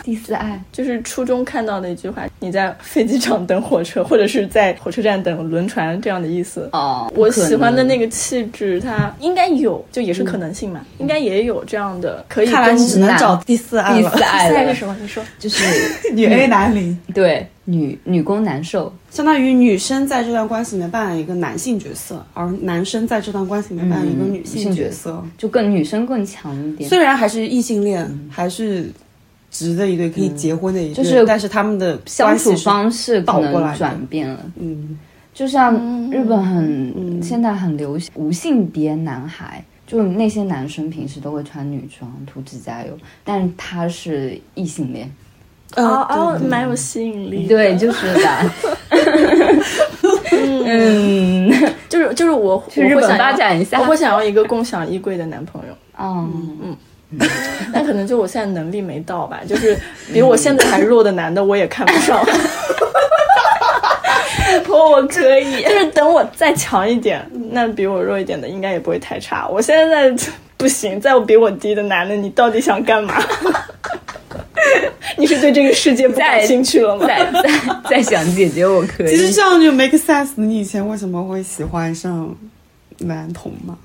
[SPEAKER 3] 第四爱，
[SPEAKER 4] 就是初中看到的一句话，你在飞机场等火车，或者是在火车站等轮船这样的意思。
[SPEAKER 3] 哦
[SPEAKER 4] 我喜欢的那个气质，它应该有，就也是可能性嘛，应该也有这样的可以跟。
[SPEAKER 1] 看来你只能找第四爱
[SPEAKER 3] 第四
[SPEAKER 1] 了。
[SPEAKER 3] 爱
[SPEAKER 4] 下一
[SPEAKER 3] 了
[SPEAKER 4] 个，什么？你说
[SPEAKER 3] 就 是
[SPEAKER 1] 女 A 男零，
[SPEAKER 3] 对女女工难受，
[SPEAKER 1] 相当于女生在这段关系里面扮演一个男性角色，而男生在这段关系里面扮演一个女性角色。嗯
[SPEAKER 3] 就更女生更强一点
[SPEAKER 1] 虽。然还是异性恋，还是直的一对可以结婚的一对，
[SPEAKER 3] 就是
[SPEAKER 1] 但是他们的
[SPEAKER 3] 相处
[SPEAKER 1] 关系是
[SPEAKER 3] 方式可
[SPEAKER 1] 倒过来
[SPEAKER 3] 能
[SPEAKER 1] 的
[SPEAKER 3] 转变了，
[SPEAKER 1] 嗯，
[SPEAKER 3] 就像日本
[SPEAKER 4] 嗯
[SPEAKER 3] 很、现在很流行无性别男孩，就是那些男生平时都会穿女装、涂指甲油，但他是异性恋，
[SPEAKER 1] 呃
[SPEAKER 4] 哦哦，
[SPEAKER 1] 对对
[SPEAKER 4] 蛮有吸引力。，
[SPEAKER 3] 对，就是 的，嗯，
[SPEAKER 4] 就是就是我
[SPEAKER 3] 去
[SPEAKER 4] 我
[SPEAKER 3] 日
[SPEAKER 4] 会
[SPEAKER 3] 本
[SPEAKER 4] 想
[SPEAKER 3] 发
[SPEAKER 4] 要，
[SPEAKER 3] 展一下
[SPEAKER 4] 我，会想要一个共享衣柜的男 朋友，
[SPEAKER 3] 嗯，
[SPEAKER 4] 但可能就我现在能力没到吧，就是比我现在还弱的男的我也看不 上。
[SPEAKER 3] 婆我可以，
[SPEAKER 4] 就是等我再强一点，那比我弱一点的应该也不会太差。我现在就不行，在我比我低的男的，你到底想干嘛？ 你是对这个世界不感兴趣了吗？
[SPEAKER 3] 再再 再想姐姐我可
[SPEAKER 1] 其实
[SPEAKER 3] 以，
[SPEAKER 1] 这样就 make sense。你以前为什么会喜欢上男同嘛？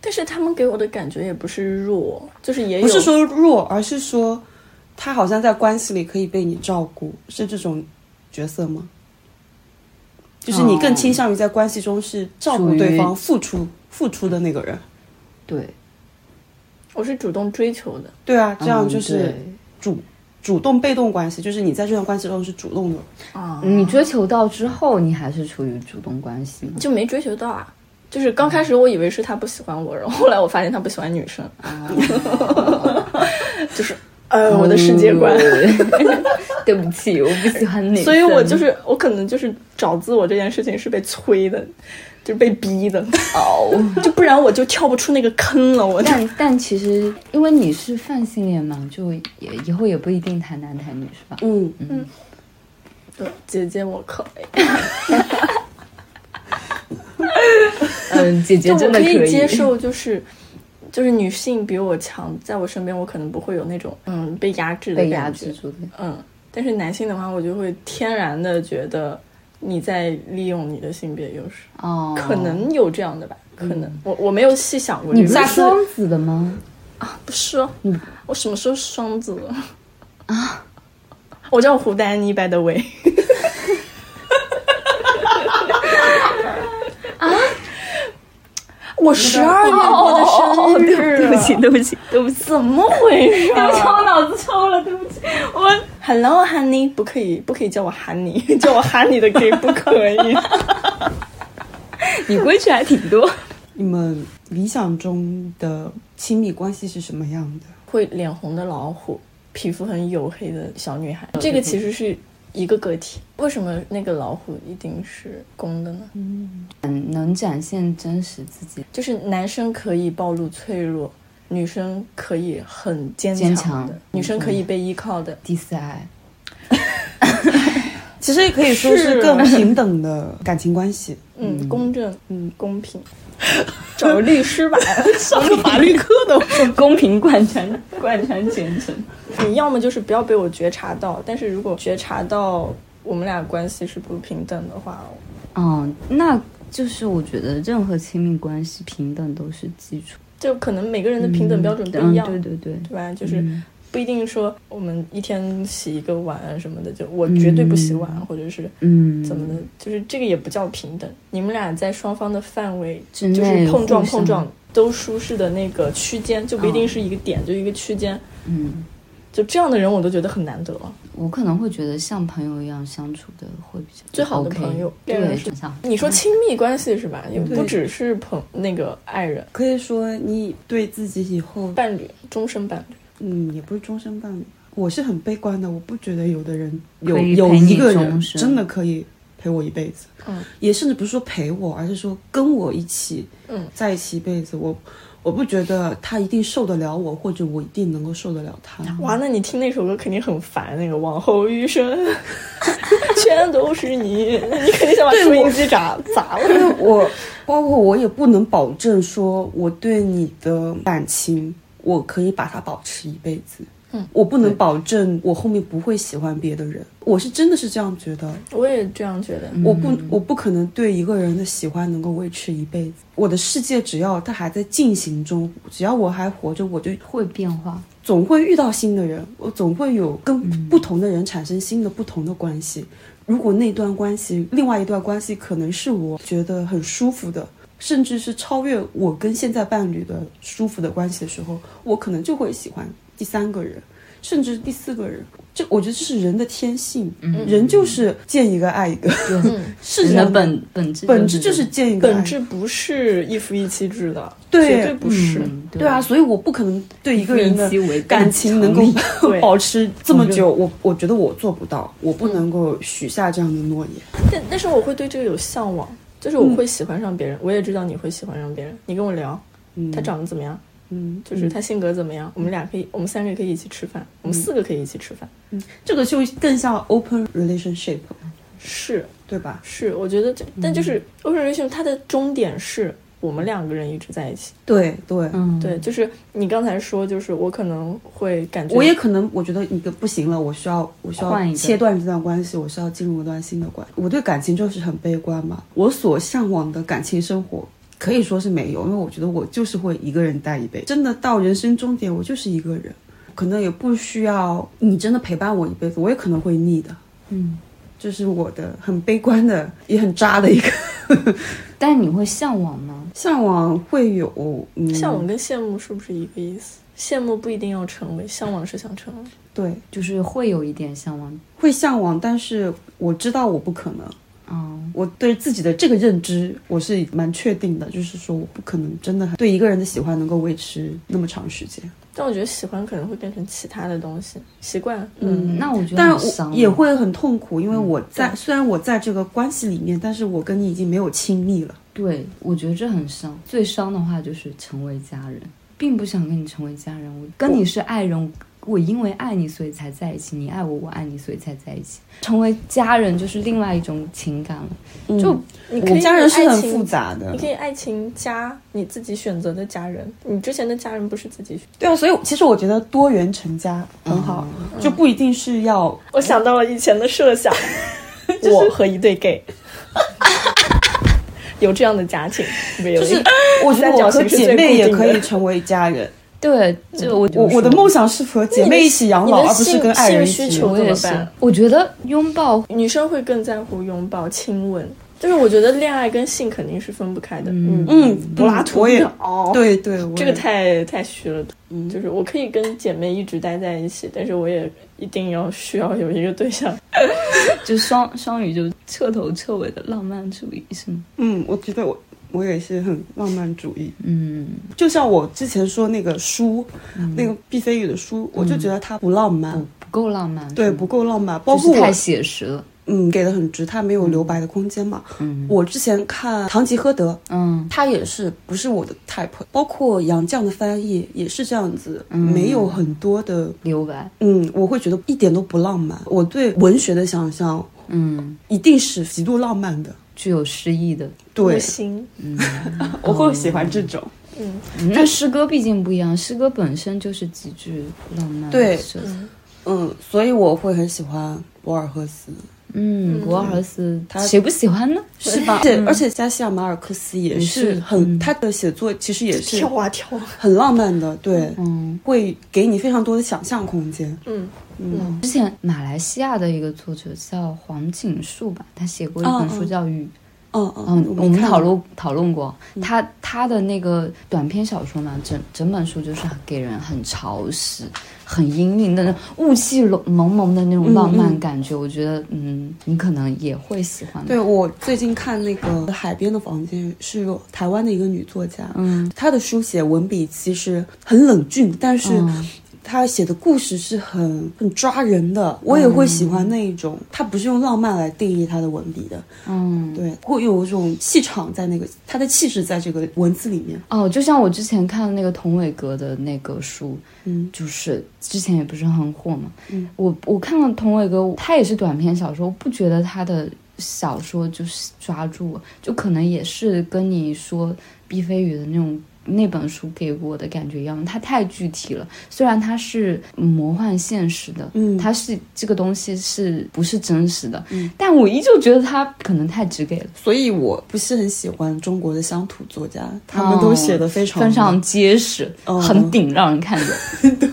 [SPEAKER 4] 但是他们给我的感觉也不是弱，就是也有
[SPEAKER 1] 不是说弱，而是说他好像在关系里可以被你照顾，是这种角色吗？就是你更倾向于在关系中是照顾对
[SPEAKER 3] 属
[SPEAKER 1] 方、
[SPEAKER 3] 于
[SPEAKER 1] 付出付出的那个人。
[SPEAKER 3] 对，
[SPEAKER 4] 我是主动追求的，
[SPEAKER 1] 对啊，这样就
[SPEAKER 3] 嗯
[SPEAKER 1] 是
[SPEAKER 3] 对
[SPEAKER 1] 主、主动被动关系，就是你在这段关系中是主动的，
[SPEAKER 4] 嗯
[SPEAKER 3] 你追求到之后，你还是处于主动关系吗？
[SPEAKER 4] 就 没追求到啊。就是刚开始我以为是他不喜欢我，然后后来我发现他不喜欢女生，啊就是呃我的世界观。
[SPEAKER 3] 嗯 对不起，我不喜欢女生。
[SPEAKER 4] 嗯所以我就是我可能就是找自我这件事情是被催的，就是被逼的，
[SPEAKER 3] 哦，
[SPEAKER 4] 就不然我就跳不出那个坑了。啊我就
[SPEAKER 3] 但但其实因为你是泛性恋嘛，就也以后也不一定谈男谈女是吧？
[SPEAKER 1] 嗯，
[SPEAKER 4] 对姐姐我可以，
[SPEAKER 3] 嗯，姐姐
[SPEAKER 4] 就我
[SPEAKER 3] 真的
[SPEAKER 4] 以
[SPEAKER 3] 以
[SPEAKER 4] 接。受，就是就是女性比我强，在我身边我可能不会有那种嗯被压制的
[SPEAKER 3] 被压
[SPEAKER 4] 感觉
[SPEAKER 3] 制，住的，
[SPEAKER 4] 嗯。但是男性的话，我就会天然的觉得你在利用你的性别优势，
[SPEAKER 3] 哦，
[SPEAKER 4] 可能有这样的吧，可能我我没有细想过这
[SPEAKER 3] 你
[SPEAKER 4] 个
[SPEAKER 3] 不
[SPEAKER 4] 问
[SPEAKER 3] 是
[SPEAKER 4] 题。
[SPEAKER 3] 双子的吗？
[SPEAKER 4] 不是哦，我什么时候双子了啊？ 我叫胡丹妮，by the way。啊？啊我十二月过的生日、哦对不起，对不起，对不起，怎么回事、啊对不起，我脑子 抽了，对不起，我 Hello Honey，不可以，不可以叫我 Honey，叫 我 Honey 的可以不可 以？
[SPEAKER 3] 你规矩还挺多。
[SPEAKER 1] 你们理想中的亲密关系是什么样的？
[SPEAKER 4] 会脸红的老虎，皮肤很黝黑的小女孩，这个其实是一个个体。为什么那个老虎一定是公的呢？
[SPEAKER 3] 嗯，能展现真实自己，
[SPEAKER 4] 就是男生可以暴露脆弱，女生可以很坚
[SPEAKER 3] 坚
[SPEAKER 4] 强的
[SPEAKER 3] 强，
[SPEAKER 4] 女生可以被依靠的。
[SPEAKER 3] 第四爱。
[SPEAKER 1] 其实也可以说
[SPEAKER 4] 是
[SPEAKER 1] 是更平等的感情关系。
[SPEAKER 4] 嗯，公正，嗯，公平。找个律师 吧，上个法律课的。
[SPEAKER 3] 公平贯穿贯穿全程。
[SPEAKER 4] 你要么就是不要被我觉察到，但是如果觉察到我们俩关系是不平等的话，
[SPEAKER 3] 嗯，那就是我觉得任何亲密关系平等都是基础，
[SPEAKER 4] 就可能每个人的平等标准不一样，
[SPEAKER 3] 嗯、对对对，
[SPEAKER 4] 对吧？就是
[SPEAKER 3] 嗯
[SPEAKER 4] 不一定说我们一天洗一个碗啊什么的，就我绝对不洗碗，
[SPEAKER 3] 嗯
[SPEAKER 4] 或者是
[SPEAKER 3] 嗯，
[SPEAKER 4] 怎么的，就是这个也不叫平等。你们俩在双方的范围
[SPEAKER 3] 之内
[SPEAKER 4] 就是碰撞
[SPEAKER 3] 互相哦
[SPEAKER 4] 碰撞，都舒适的那个区间，就不一定是一个点，就一个区间。
[SPEAKER 3] 嗯，
[SPEAKER 4] 就这样的人，我都觉得很难得了。
[SPEAKER 3] 我可能会觉得像朋友一样相处的会比较
[SPEAKER 4] 最好的
[SPEAKER 3] OK
[SPEAKER 4] 朋友恋人
[SPEAKER 3] 对，
[SPEAKER 4] 是
[SPEAKER 3] 像
[SPEAKER 4] 你说亲密关系是吧？也不
[SPEAKER 1] 对
[SPEAKER 4] 只是朋那个爱人、
[SPEAKER 1] 可以说你对自己以后，
[SPEAKER 4] 伴侣、终身伴侣。
[SPEAKER 1] 嗯，也不是终身伴侣。我是很悲观的，我不觉得有的人有
[SPEAKER 3] 可以
[SPEAKER 1] 有
[SPEAKER 3] 陪你
[SPEAKER 1] 一个人
[SPEAKER 3] 终身
[SPEAKER 1] 真的可以陪我一辈子，
[SPEAKER 4] 嗯，
[SPEAKER 1] 也甚至不是说陪我，而是说跟我一起，
[SPEAKER 4] 嗯
[SPEAKER 1] 在一起一辈子。我我不觉得他一定受得了我，或者我一定能够受得了 他。
[SPEAKER 4] 哇，那你听那首歌肯定很烦，那个往后余生 全都是你，那你肯定想把收音机砸砸了。
[SPEAKER 1] 因为我包括我也不能保证说我对你的感情，我可以把它保持一辈子。
[SPEAKER 4] 嗯，
[SPEAKER 1] 我不能保证我后面不会喜欢别的人，我是真的是这样觉得。
[SPEAKER 4] 我也这样觉
[SPEAKER 3] 嗯
[SPEAKER 4] 得，
[SPEAKER 1] 我不，我不可能对一个人的喜欢能够维持一辈子。我的世界只要它还在进行中，只要我还活着，我就
[SPEAKER 3] 会变化，
[SPEAKER 1] 总会遇到新的人，我总会有跟
[SPEAKER 3] 嗯
[SPEAKER 1] 不同的人产生新的不同的关系。如果那段关系，另外一段关系可能是我觉得很舒服的，甚至是超越我跟现在伴侣的舒服的关系的时候，我可能就会喜欢第三个人，甚至第四个人。这我觉得这是人的天性，人就是见一个爱一个，
[SPEAKER 4] 嗯
[SPEAKER 1] 是
[SPEAKER 3] 嗯
[SPEAKER 1] 这
[SPEAKER 3] 人
[SPEAKER 1] 样
[SPEAKER 3] 嗯的本本质
[SPEAKER 1] 本质就是见一个爱一个
[SPEAKER 4] 本质不是一夫一妻制的，
[SPEAKER 1] 对
[SPEAKER 4] 绝对不是。
[SPEAKER 3] 嗯
[SPEAKER 1] 对啊，，所以我不可能对一个人的
[SPEAKER 3] 以其为
[SPEAKER 1] 感情能够
[SPEAKER 3] 常理
[SPEAKER 4] 对
[SPEAKER 1] 保持这么久，我我觉得我做不到，我不能够许下这样的诺言。
[SPEAKER 4] 但但是我会对这个有向往，就是我会喜欢上别人，我也知道你会喜欢上别人。你跟我聊，
[SPEAKER 1] 嗯，
[SPEAKER 4] 他长得怎么样，
[SPEAKER 1] 嗯，
[SPEAKER 4] 就是他性格怎么样，我们俩可以，我们三个可以一起吃饭，我们四个可以一起吃饭。
[SPEAKER 1] 这个就更像 open relationship，
[SPEAKER 4] 是
[SPEAKER 1] 对吧？
[SPEAKER 4] 是，我觉得这，但就是
[SPEAKER 1] 嗯
[SPEAKER 4] open relation 它的终点是我们两个人一直在一起。
[SPEAKER 1] 对对，
[SPEAKER 3] 嗯，
[SPEAKER 4] 对，就是你刚才说，就是我可能会感觉
[SPEAKER 1] 我也可能我觉得一个不行了，我需要我需
[SPEAKER 3] 换
[SPEAKER 1] 要
[SPEAKER 3] 一个
[SPEAKER 1] 切断这段关系，我需要进入一段新的关系。我对感情就是很悲观嘛，我所向往的感情生活。可以说是没有，因为我觉得我就是会一个人待一辈子，真的到人生终点，我就是一个人，可能也不需要你真的陪伴我一辈子，我也可能会腻的。
[SPEAKER 3] 嗯，
[SPEAKER 1] 这是我的很悲观的，也很渣的一个。
[SPEAKER 3] 但你会向往吗？
[SPEAKER 1] 向往会有，嗯，
[SPEAKER 4] 向往跟羡慕是不是一个意思？羡慕不一定要成为，向往是想成为。
[SPEAKER 1] 对，
[SPEAKER 3] 就是会有一点向往。
[SPEAKER 1] 会向往，但是我知道我不可能。
[SPEAKER 3] 嗯，
[SPEAKER 1] 我对自己的这个认知，我是蛮确定的，就是说我不可能真的很对一个人的喜欢能够维持那么长时间，
[SPEAKER 4] 但我觉得喜欢可能会变成其他的东西，习惯。
[SPEAKER 1] 嗯
[SPEAKER 3] 那我觉得
[SPEAKER 1] 但
[SPEAKER 3] 很伤啊
[SPEAKER 1] 我也
[SPEAKER 3] 了
[SPEAKER 1] 会很痛苦，因为我在、
[SPEAKER 4] 对
[SPEAKER 1] 虽然我在这个关系里面，但是我跟你已经没有亲密了。
[SPEAKER 3] 对，我觉得这很伤。最伤的话就是成为家人，并不想跟你成为家人。我跟你是爱人，我因为爱你所以才在一起，你爱我，我爱你所以才在一起。成为家人就是另外一种情感了。就
[SPEAKER 4] 你可
[SPEAKER 1] 嗯我
[SPEAKER 4] 以
[SPEAKER 1] 家人是
[SPEAKER 4] 爱
[SPEAKER 1] 很
[SPEAKER 4] 情
[SPEAKER 1] 复，杂的
[SPEAKER 4] 你，可以爱情加你自己选择的家人，你之前的家人不是自己选。
[SPEAKER 1] 对啊，所以其实我觉得多元成家很好，就不一定是要
[SPEAKER 4] 我想到了以前的设 想，我和一对 gay，有这样的家庭，没有。
[SPEAKER 1] 就是我 觉得我和姐妹也可以成为家人。
[SPEAKER 3] 对，就我
[SPEAKER 1] 嗯我我的梦想是和姐妹一起养老，
[SPEAKER 4] 你的
[SPEAKER 1] 而不是跟爱人一起
[SPEAKER 4] 性性需
[SPEAKER 1] 养
[SPEAKER 4] 求
[SPEAKER 1] 老。
[SPEAKER 3] 我也
[SPEAKER 4] 怎么
[SPEAKER 3] 是
[SPEAKER 4] 办，
[SPEAKER 3] 我觉得拥抱
[SPEAKER 4] 女生会更在乎拥抱、亲吻。就是我觉得恋爱跟性肯定是分不开的。嗯，
[SPEAKER 1] 嗯，
[SPEAKER 4] 柏拉图
[SPEAKER 1] 我 也
[SPEAKER 4] 的哦，
[SPEAKER 1] 对对，我
[SPEAKER 4] 这
[SPEAKER 1] 也
[SPEAKER 4] 个太太虚了。嗯，就是我可以跟姐妹一直待在一起，但是我也一定要需要有一个对象。
[SPEAKER 3] 就双双鱼就彻头彻尾的浪漫主义是吗？
[SPEAKER 1] 嗯，我觉得我我也是很浪漫主义。
[SPEAKER 3] 嗯，
[SPEAKER 1] 就像我之前说那个书，那个毕飞宇的书，我就觉得它不浪漫，
[SPEAKER 3] 不够浪漫，
[SPEAKER 1] 对，
[SPEAKER 3] 是吗
[SPEAKER 1] 不够浪漫。包
[SPEAKER 3] 就是
[SPEAKER 1] 括我
[SPEAKER 3] 太写实了。
[SPEAKER 1] 嗯给的很直，它没有留白的空间嘛。
[SPEAKER 3] 嗯
[SPEAKER 1] 我之前看《堂吉诃德》，
[SPEAKER 3] 嗯，
[SPEAKER 1] 他也是不是我的 type，包括杨绛的翻译也是这样子，
[SPEAKER 3] 嗯
[SPEAKER 1] 没有很多的
[SPEAKER 3] 留白，
[SPEAKER 1] 嗯，我会觉得一点都不浪漫。我对文学的想象
[SPEAKER 3] 嗯，
[SPEAKER 1] 一定是极度浪漫的，
[SPEAKER 3] 具有诗意的。
[SPEAKER 1] 对
[SPEAKER 4] 无，心，
[SPEAKER 1] 我会喜欢这种。
[SPEAKER 4] 嗯，
[SPEAKER 3] 那诗歌毕竟不一样，诗歌本身就是极具浪漫的
[SPEAKER 1] 对
[SPEAKER 3] 色彩。
[SPEAKER 1] 嗯，所以我会很喜欢博尔赫斯，
[SPEAKER 3] 嗯，博尔赫斯，
[SPEAKER 1] 他
[SPEAKER 3] 谁不喜欢呢？
[SPEAKER 1] 是吧？而且而且加西亚马尔克斯也
[SPEAKER 3] 嗯也
[SPEAKER 1] 是
[SPEAKER 3] 是
[SPEAKER 1] 很，
[SPEAKER 3] 嗯
[SPEAKER 1] 他的写作其实也是
[SPEAKER 4] 跳啊跳啊。
[SPEAKER 1] 很浪漫的，对，
[SPEAKER 3] 嗯，
[SPEAKER 1] 会给你非常多的想象空间。
[SPEAKER 4] 嗯，
[SPEAKER 3] 之前马来西亚的一个作者叫黄锦树吧，他写过一本书叫《雨》。
[SPEAKER 1] 嗯
[SPEAKER 3] 嗯
[SPEAKER 1] 嗯，，
[SPEAKER 3] 我们
[SPEAKER 1] 没看过
[SPEAKER 3] 讨
[SPEAKER 1] 嗯
[SPEAKER 3] 论讨论过他他的那个短篇小说嘛，整整本书就是给人很潮湿、很阴云的那雾气笼蒙蒙的
[SPEAKER 1] 嗯
[SPEAKER 3] 那种浪漫感觉。我觉得，嗯，你可能也会喜欢的。
[SPEAKER 1] 对我最近看那个《海边的房间》，是有台湾的一个女作家，
[SPEAKER 3] 嗯，
[SPEAKER 1] 她的书写文笔其实很冷峻，但是
[SPEAKER 3] 嗯
[SPEAKER 1] 他写的故事是很很抓人的，我也会喜欢那一种。他不是用浪漫来定义他的文笔的，
[SPEAKER 3] 嗯，
[SPEAKER 1] 对，会有一种气场在那个他的气质在这个文字里面。
[SPEAKER 3] 哦，就像我之前看的那个童伟格的那个书，
[SPEAKER 1] 嗯
[SPEAKER 3] 就是之前也不是很火嘛。
[SPEAKER 1] 嗯
[SPEAKER 3] 我我看了童伟哥，他也是短篇小说，我不觉得他的小说就是抓住我，就可能也是跟你说毕飞宇的那种。那本书给我的感觉一样，它太具体了。虽然它是魔幻现实的，
[SPEAKER 1] 嗯
[SPEAKER 3] 它是这个东西是不是真实的？但我依旧觉得它可能太直给了，
[SPEAKER 1] 所以我不是很喜欢中国的乡土作家，他们都写的非常、
[SPEAKER 3] 哦非常结实，
[SPEAKER 1] 哦
[SPEAKER 3] 很顶，让人看着。 对，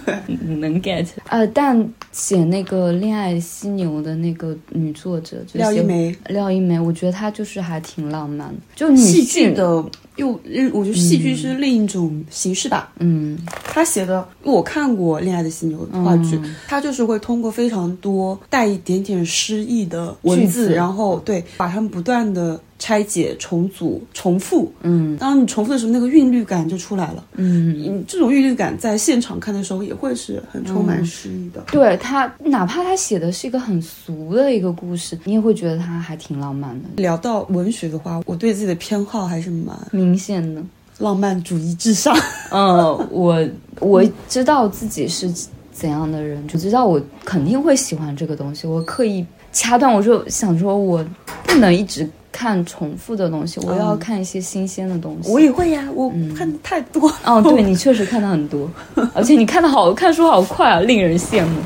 [SPEAKER 3] 能 get。呃，但写那个恋爱犀牛的那个女作者，就是
[SPEAKER 1] 廖一
[SPEAKER 3] 写
[SPEAKER 1] 梅，
[SPEAKER 3] 廖一梅，我觉得她就是还挺浪漫的，就女
[SPEAKER 1] 戏
[SPEAKER 3] 性
[SPEAKER 1] 剧，的。又，我觉得戏剧是另一种形式吧。
[SPEAKER 3] 嗯，
[SPEAKER 1] 他写的，我看过《恋爱的犀牛》话剧，
[SPEAKER 3] 嗯
[SPEAKER 1] 他就是会通过非常多带一点点诗意的文
[SPEAKER 3] 句
[SPEAKER 1] 字，
[SPEAKER 3] 子
[SPEAKER 1] 然后对把它们不断的拆解、重组、重复。
[SPEAKER 3] 嗯
[SPEAKER 1] 当你重复的时候，那个韵律感就出来了。
[SPEAKER 3] 嗯。
[SPEAKER 1] 嗯，这种韵律感在现场看的时候也会是很充
[SPEAKER 3] 嗯
[SPEAKER 1] 满诗意的。
[SPEAKER 3] 对她，哪怕她写的是一个很俗的一个故事，你也会觉得她还挺浪漫的，
[SPEAKER 1] 聊到文学的话，我对自己的偏好还是蛮
[SPEAKER 3] 明显的。
[SPEAKER 1] 浪漫主义至上。
[SPEAKER 3] 呃，我我知道自己是怎样的人，我知道我肯定会喜欢这个东西。我刻意掐断，我就想说，我不能一直看重复的东西，我要看一些新鲜的东 西。
[SPEAKER 1] 啊我也会呀，我
[SPEAKER 3] 嗯
[SPEAKER 1] 看的太多。
[SPEAKER 3] 哦，对你确实看到很 多，而且你看的好看书好快啊，令人羡慕。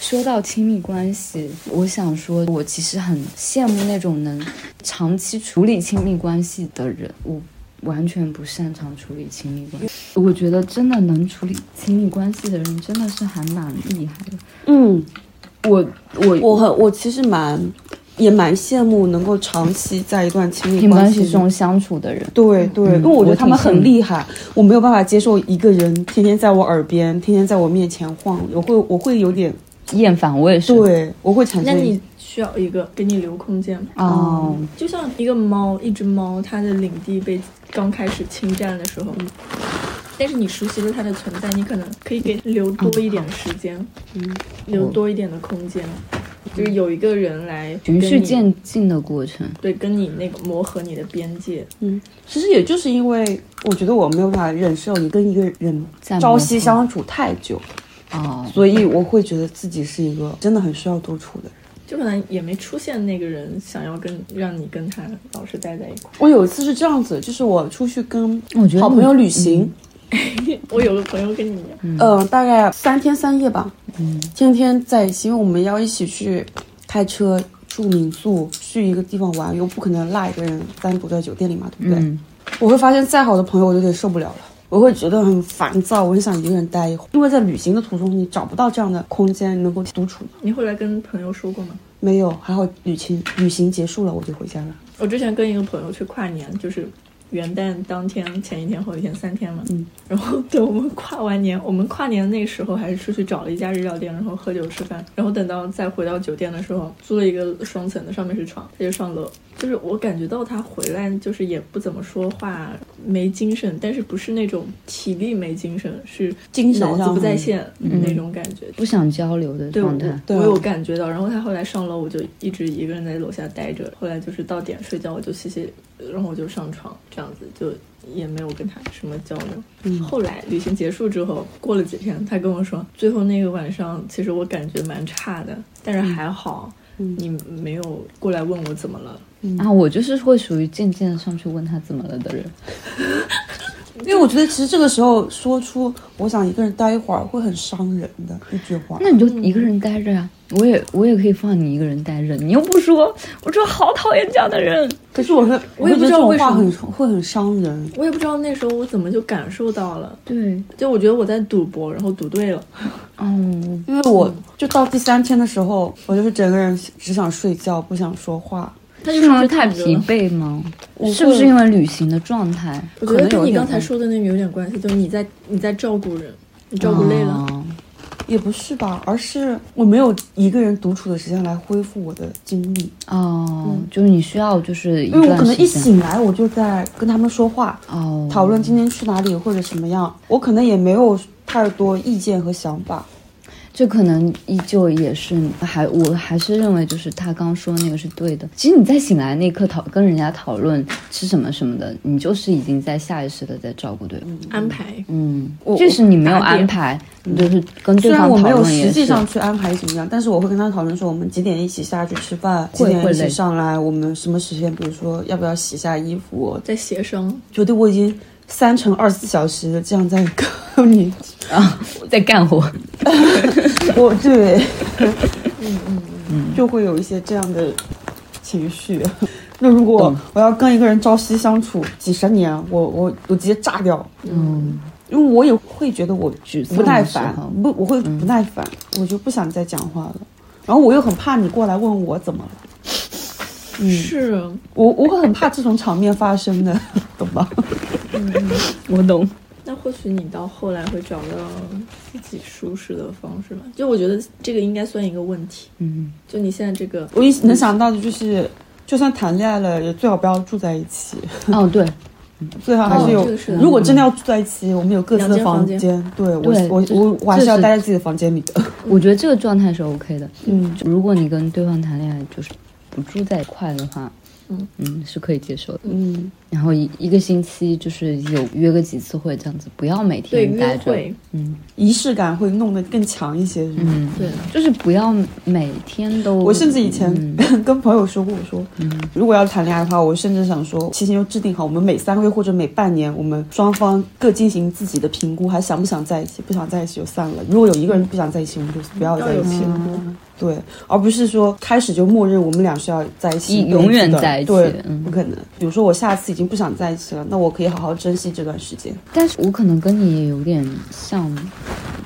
[SPEAKER 3] 说到亲密关系，我想说，我其实很羡慕那种能长期处理亲密关系的人。我完全不擅长处理亲密关系，我觉得真的能处理亲密关系的人真的是还蛮厉害的。
[SPEAKER 1] 嗯，
[SPEAKER 3] 我我
[SPEAKER 1] 我很我其实蛮也蛮羡慕能够长期在一段亲密
[SPEAKER 3] 平
[SPEAKER 1] 关
[SPEAKER 3] 关
[SPEAKER 1] 系
[SPEAKER 3] 系
[SPEAKER 1] 里
[SPEAKER 3] 中相处的人，
[SPEAKER 1] 对对，因为我觉
[SPEAKER 3] 我
[SPEAKER 1] 得他
[SPEAKER 3] 挺
[SPEAKER 1] 们
[SPEAKER 3] 羡慕
[SPEAKER 1] 很厉害，嗯我没有办法接受一个人天天在我耳边，天天在我面前晃，我会我会有点
[SPEAKER 3] 厌烦我也是。
[SPEAKER 1] 对，我会产
[SPEAKER 4] 那
[SPEAKER 1] 生
[SPEAKER 4] 你需要一个给你留空间嘛？
[SPEAKER 3] 哦，
[SPEAKER 4] 就像一个猫，一只猫，它的领地被刚开始侵占的时候，但是你熟悉了它的存在，你可能可以给留多一点时间，嗯，留多一点的空间，就是有一个人来
[SPEAKER 3] 嗯循序
[SPEAKER 4] 跟你
[SPEAKER 3] 渐进的过程。
[SPEAKER 4] 对，跟你那个磨合你的边界，
[SPEAKER 1] 嗯其实也就是因为我觉得我没有办法忍受你跟一个人
[SPEAKER 3] 在
[SPEAKER 1] 朝
[SPEAKER 3] 磨
[SPEAKER 1] 夕
[SPEAKER 3] 合
[SPEAKER 1] 相处太久，
[SPEAKER 3] 哦，
[SPEAKER 1] 所以我会觉得自己是一个真的很需要独处的人。
[SPEAKER 4] 就可能也没出现那个人想要跟让你跟他老是待在一块。
[SPEAKER 1] 我有一次是这样子，就是我出去跟
[SPEAKER 3] 我觉得
[SPEAKER 1] 好
[SPEAKER 3] 你
[SPEAKER 1] 朋友旅行，
[SPEAKER 3] 嗯
[SPEAKER 4] 我有个朋友跟你一样，
[SPEAKER 1] 呃，大概三天三夜吧，
[SPEAKER 3] 嗯
[SPEAKER 1] 天天在一起，因为我们要一起去开车住民宿，去一个地方玩，又不可能落一个人单独在酒店里嘛，对不对？
[SPEAKER 3] 嗯，
[SPEAKER 1] 我会发现再好的朋友，我有点受不了了。我会觉得很烦躁，我很想一个人待一会儿，因为在旅行的途中，你找不到这样的空间能够独处的。
[SPEAKER 4] 你后来跟朋友说过吗？
[SPEAKER 1] 没有，还好旅行旅行结束了，我就回家了。
[SPEAKER 4] 我之前跟一个朋友去跨年，就是元旦当天、前一天、后一天三天嘛。嗯。然后等我们跨完年，我们跨年那时候还是出去找了一家日料店，然后喝酒吃饭。然后等到再回到酒店的时候，租了一个双层的，上面是床，他就上楼。就是我感觉到他回来就是也不怎么说话，没精神，但是不是那种体力没精神，是
[SPEAKER 1] 精神
[SPEAKER 4] 脑子
[SPEAKER 1] 上
[SPEAKER 4] 不在
[SPEAKER 1] 很嗯
[SPEAKER 4] 线那种感觉。
[SPEAKER 3] 不想交流的
[SPEAKER 4] 对，我
[SPEAKER 3] 状态。
[SPEAKER 1] 对
[SPEAKER 4] 我有感觉到。然后他后来上楼，我就一直一个人在楼下待着。后来就是到点睡觉，我就洗洗，然后我就上床，这样子就也没有跟他什么交流。后来旅行结束之后，过了几天，他跟我说，最后那个晚上其实我感觉蛮差的，但是还好。你没有过来问我怎么了，
[SPEAKER 3] 啊，我就是会属于渐渐地上去问他怎么了的人。
[SPEAKER 1] 因为我觉得其实这个时候说出我想一个人待一会儿会很伤人的一句话。
[SPEAKER 3] 那你就一个人待着呀、我也我也可以放你一个人待着，你又不说，我说好讨厌这样的人。
[SPEAKER 1] 可是我会，
[SPEAKER 4] 我也
[SPEAKER 1] 会
[SPEAKER 4] 不
[SPEAKER 1] 觉得
[SPEAKER 4] 知
[SPEAKER 1] 这种
[SPEAKER 4] 道为什
[SPEAKER 1] 话
[SPEAKER 4] 么
[SPEAKER 1] 很会很伤人。
[SPEAKER 4] 我也不知道那时候我怎么就感受到了，
[SPEAKER 3] 对，
[SPEAKER 4] 就我觉得我在赌博，然后赌对了，
[SPEAKER 3] 嗯，
[SPEAKER 1] 因为我就到第三天的时候，我就是整个人只想睡觉，不想说话。
[SPEAKER 4] 他
[SPEAKER 3] 是
[SPEAKER 4] 就是
[SPEAKER 3] 因为
[SPEAKER 4] 躺
[SPEAKER 3] 太
[SPEAKER 4] 着
[SPEAKER 3] 疲
[SPEAKER 4] 了
[SPEAKER 3] 惫吗？
[SPEAKER 1] 会
[SPEAKER 3] 是不是因为旅行的状态？
[SPEAKER 4] 我觉得跟你刚才说的那个有点关系，就是你在你在照顾人，你照顾累了，
[SPEAKER 3] 哦
[SPEAKER 1] 也不是吧，而是我没有一个人独处的时间来恢复我的精力，
[SPEAKER 3] 哦，就是你需要就是一
[SPEAKER 1] 嗯因为我可
[SPEAKER 3] 段
[SPEAKER 1] 能一
[SPEAKER 3] 时间
[SPEAKER 1] 醒来我就在跟他们说话，
[SPEAKER 3] 哦
[SPEAKER 1] 讨论今天去哪里或者什么样，我可能也没有太多意见和想法。
[SPEAKER 3] 这可能依旧也是还，我还是认为就是他刚说那个是对的。其实你在醒来那一刻讨跟人家讨论吃什么什么的，你就是已经在下意识的在照顾对方。
[SPEAKER 4] 安排。
[SPEAKER 3] 嗯，
[SPEAKER 1] 我嗯
[SPEAKER 3] 就是你没有
[SPEAKER 4] 打点
[SPEAKER 3] 安排，你就是跟
[SPEAKER 1] 虽
[SPEAKER 3] 对
[SPEAKER 1] 然
[SPEAKER 3] 方
[SPEAKER 1] 我没
[SPEAKER 3] 讨
[SPEAKER 1] 有
[SPEAKER 3] 论也
[SPEAKER 1] 实际
[SPEAKER 3] 是。
[SPEAKER 1] 上去安排怎么样，但是我会跟他讨论说我们几点一起下去吃饭，几
[SPEAKER 3] 会
[SPEAKER 1] 点
[SPEAKER 3] 会
[SPEAKER 1] 一起
[SPEAKER 3] 累
[SPEAKER 1] 上来，我们什么时间，比如说要不要洗一下衣服，
[SPEAKER 4] 在协商，
[SPEAKER 1] 觉得我已经三乘二十四小时这样在跟 你，
[SPEAKER 3] 在干活，
[SPEAKER 1] 我 对，嗯嗯，就会有一些这样的情绪。那如果
[SPEAKER 3] 懂
[SPEAKER 1] 我要跟一个人朝夕相处几十年，我我我直接炸掉，
[SPEAKER 3] 嗯，
[SPEAKER 1] 因为我也会觉得我
[SPEAKER 3] 沮丧
[SPEAKER 1] 不耐
[SPEAKER 3] 的时
[SPEAKER 1] 烦
[SPEAKER 3] 候，
[SPEAKER 4] 啊
[SPEAKER 1] 不我会不耐烦，
[SPEAKER 4] 嗯
[SPEAKER 1] 我就不想再讲话了。然后我又很怕你过来问我怎么了，
[SPEAKER 3] 嗯
[SPEAKER 4] 是
[SPEAKER 1] 我我会很怕这种场面发生的， 懂吧？
[SPEAKER 3] 我懂。
[SPEAKER 4] 那或许你到后来会找到自己舒适的方式吧。就我觉得这个应该算一个问题。
[SPEAKER 3] 嗯，
[SPEAKER 4] 就你现在这个，
[SPEAKER 1] 我一能想到的就是，就算谈恋爱了，也最好不要住在一起。
[SPEAKER 3] 哦对，
[SPEAKER 1] 嗯最好还是
[SPEAKER 4] 哦
[SPEAKER 1] 有
[SPEAKER 4] 这个是。
[SPEAKER 1] 如果真的要住在一起，我们有各自的
[SPEAKER 4] 两
[SPEAKER 1] 房
[SPEAKER 4] 间
[SPEAKER 1] 间。对我
[SPEAKER 3] 对，
[SPEAKER 1] 我
[SPEAKER 3] 这
[SPEAKER 1] 我我还是
[SPEAKER 3] 这
[SPEAKER 1] 要
[SPEAKER 3] 是
[SPEAKER 1] 待在自己的房间里的。
[SPEAKER 3] 我觉得这个状态是 OK 的。
[SPEAKER 1] 嗯，
[SPEAKER 3] 如果你跟对方谈恋爱就是不住在一块的话，
[SPEAKER 4] 嗯
[SPEAKER 3] 嗯是可以接受的。
[SPEAKER 1] 嗯，
[SPEAKER 3] 然后一一个星期就是有约个几次会这样子，不要每
[SPEAKER 4] 对
[SPEAKER 3] 天
[SPEAKER 4] 约
[SPEAKER 3] 待着。
[SPEAKER 4] 会，
[SPEAKER 3] 嗯
[SPEAKER 1] 仪式感会弄得更强一些。嗯，
[SPEAKER 3] 嗯，
[SPEAKER 4] 对，
[SPEAKER 3] 就是不要每天都。
[SPEAKER 1] 我甚至以前
[SPEAKER 3] 嗯
[SPEAKER 1] 跟朋友说过，我说如果要谈恋爱的话，我甚至想说，提前就制定好，我们每三个月或者每半年，我们双方各进行自己的评估，还想不想在一起？不想在一起就散了。如果有一个人不想在一起，我们就不要
[SPEAKER 4] 要
[SPEAKER 1] 在
[SPEAKER 4] 有
[SPEAKER 1] 一起
[SPEAKER 4] 评。估。
[SPEAKER 3] 嗯
[SPEAKER 1] 对，而不是说开始就默认我们俩是要在一起
[SPEAKER 3] 一
[SPEAKER 1] 一辈子的，
[SPEAKER 3] 永远在一起
[SPEAKER 1] 对，
[SPEAKER 3] 嗯
[SPEAKER 1] 不可能。比如说我下次已经不想在一起了，那我可以好好珍惜这段时间。
[SPEAKER 3] 但是我可能跟你也有点像，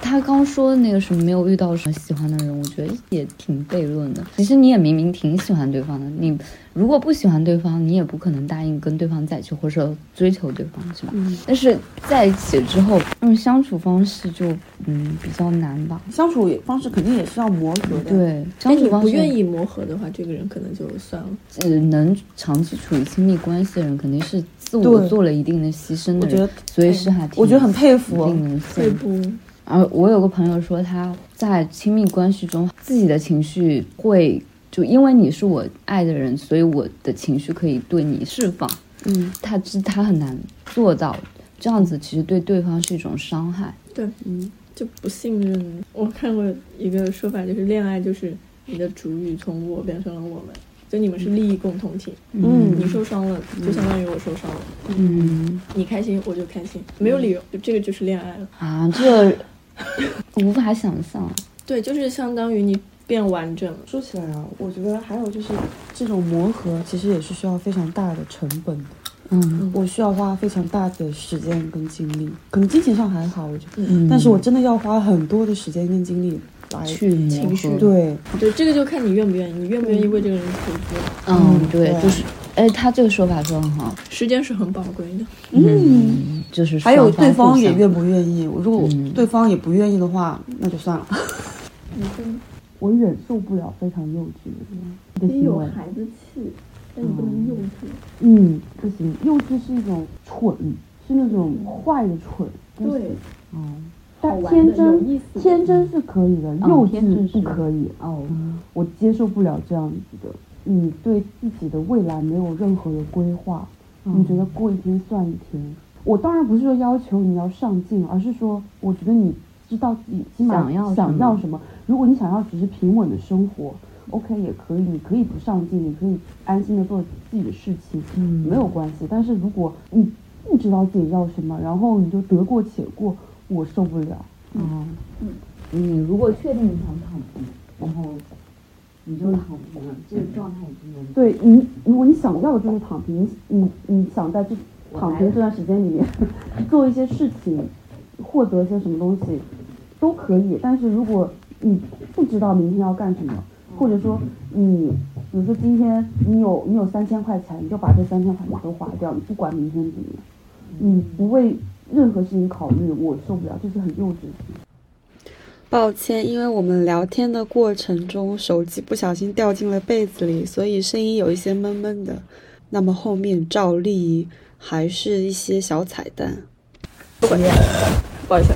[SPEAKER 3] 他刚说的那个什么没有遇到什么喜欢的人，我觉得也挺悖论的。其实你也明明挺喜欢对方的，你如果不喜欢对方，你也不可能答应跟对方在一起或者追求对方，是吧？但是在一起之后，那种相处方式就嗯比较难吧。
[SPEAKER 5] 相处也方式肯定也是要磨合的。
[SPEAKER 3] 对，相
[SPEAKER 4] 但你
[SPEAKER 3] 处方
[SPEAKER 1] 哎
[SPEAKER 4] 不
[SPEAKER 3] 式
[SPEAKER 4] 愿意磨合的话，这个人可能就算了。
[SPEAKER 3] 只能长期处于亲密关系的人，肯定是自我
[SPEAKER 5] 对
[SPEAKER 3] 做了一定的牺牲的
[SPEAKER 5] 我觉
[SPEAKER 3] 人，
[SPEAKER 5] 得哎
[SPEAKER 3] 所以是还挺
[SPEAKER 5] 我觉得很佩服啊
[SPEAKER 1] 啊
[SPEAKER 3] 令人羡
[SPEAKER 4] 退
[SPEAKER 3] 慕。
[SPEAKER 4] 步，
[SPEAKER 3] 而我有个朋友说，他在亲密关系中，自己的情绪会就因为你是我爱的人，所以我的情绪可以对你释放。嗯，他知他很难做到这样子，其实对对方是一种伤害。
[SPEAKER 4] 对，嗯，就不信任。我看过一个说法，就是恋爱就是你的主语从我变成了我们，就你们是利益共同体。
[SPEAKER 3] 嗯
[SPEAKER 4] 你受伤了，就相当于我受伤了。
[SPEAKER 3] 嗯
[SPEAKER 4] 你开心我就开心，没有理由，就这个就是恋爱了。
[SPEAKER 3] 啊，这 无法想象。
[SPEAKER 4] 对，就是相当于你变完整了。
[SPEAKER 5] 说起来啊，我觉得还有就是这种磨合，其实也是需要非常大的成本的。
[SPEAKER 3] 嗯
[SPEAKER 5] 我需要花非常大的时间跟精力，可能金钱上还好，我觉得，
[SPEAKER 3] 嗯，
[SPEAKER 5] 但是我真的要花很多的时间跟精力来
[SPEAKER 3] 去磨
[SPEAKER 4] 情绪
[SPEAKER 3] 合。
[SPEAKER 5] 对，
[SPEAKER 4] 对，这个就看你愿不愿意，你愿不愿意为这个人付出。
[SPEAKER 3] 嗯，对，
[SPEAKER 5] 对
[SPEAKER 3] 就是，哎，他这个说法说得很好，
[SPEAKER 4] 时间是很宝贵的。
[SPEAKER 3] 嗯，就是
[SPEAKER 5] 还有
[SPEAKER 3] 双
[SPEAKER 5] 对方
[SPEAKER 3] 互
[SPEAKER 5] 也
[SPEAKER 3] 相
[SPEAKER 5] 愿不愿意，如果
[SPEAKER 3] 嗯
[SPEAKER 5] 对方也不愿意的话，那就算了。我忍受不了非常幼稚的
[SPEAKER 3] 嗯
[SPEAKER 5] 这种行为，
[SPEAKER 4] 孩子气，但你不能幼稚。
[SPEAKER 5] 嗯，不行，幼稚是一种蠢，是那种坏的蠢，不行，嗯，但天真
[SPEAKER 4] 意思
[SPEAKER 5] 天真是可以的，
[SPEAKER 3] 嗯
[SPEAKER 5] 幼
[SPEAKER 3] 天真
[SPEAKER 5] 稚
[SPEAKER 3] 是
[SPEAKER 5] 不可以哦，我接受不了这样子的。你对自己的未来没有任何的规划，
[SPEAKER 3] 嗯
[SPEAKER 5] 你觉得过一天算一天？我当然不是说要求你要上进，而是说我觉得你知道自己起码
[SPEAKER 3] 想要什
[SPEAKER 5] 想
[SPEAKER 3] 么
[SPEAKER 5] 要什么。如果你想要只是平稳的生活，OK 也可以，你可以不上进，你可以安心的做自己的事情，
[SPEAKER 3] 嗯
[SPEAKER 5] 没有关系。但是如果你不知道自己要什么，然后你就得过且过，我受不了。嗯
[SPEAKER 3] 你如果确定你想躺平，然后你就躺平了，这个状态已经能
[SPEAKER 5] 对你，如果你想要的就是躺平，你你想在这躺平这段时间里面做一些事情，获得一些什么东西都可以。但是如果你不知道明天要干什么，或者说你，比如说今天你有你有三千块钱，你就把这三千块钱都花掉，你不管明天怎么样，你不为任何事情考虑，我受不了，这是很幼稚的。
[SPEAKER 1] 抱歉，因为我们聊天的过程中，手机不小心掉进了被子里，所以声音有一些闷闷的。那么后面照例还是一些小彩蛋。
[SPEAKER 4] 不好意思，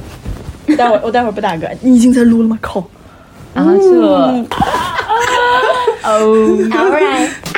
[SPEAKER 4] 待会儿我待会儿不打嗝。你已经在录了吗？靠！嗯
[SPEAKER 3] 啊，这
[SPEAKER 6] ，All right，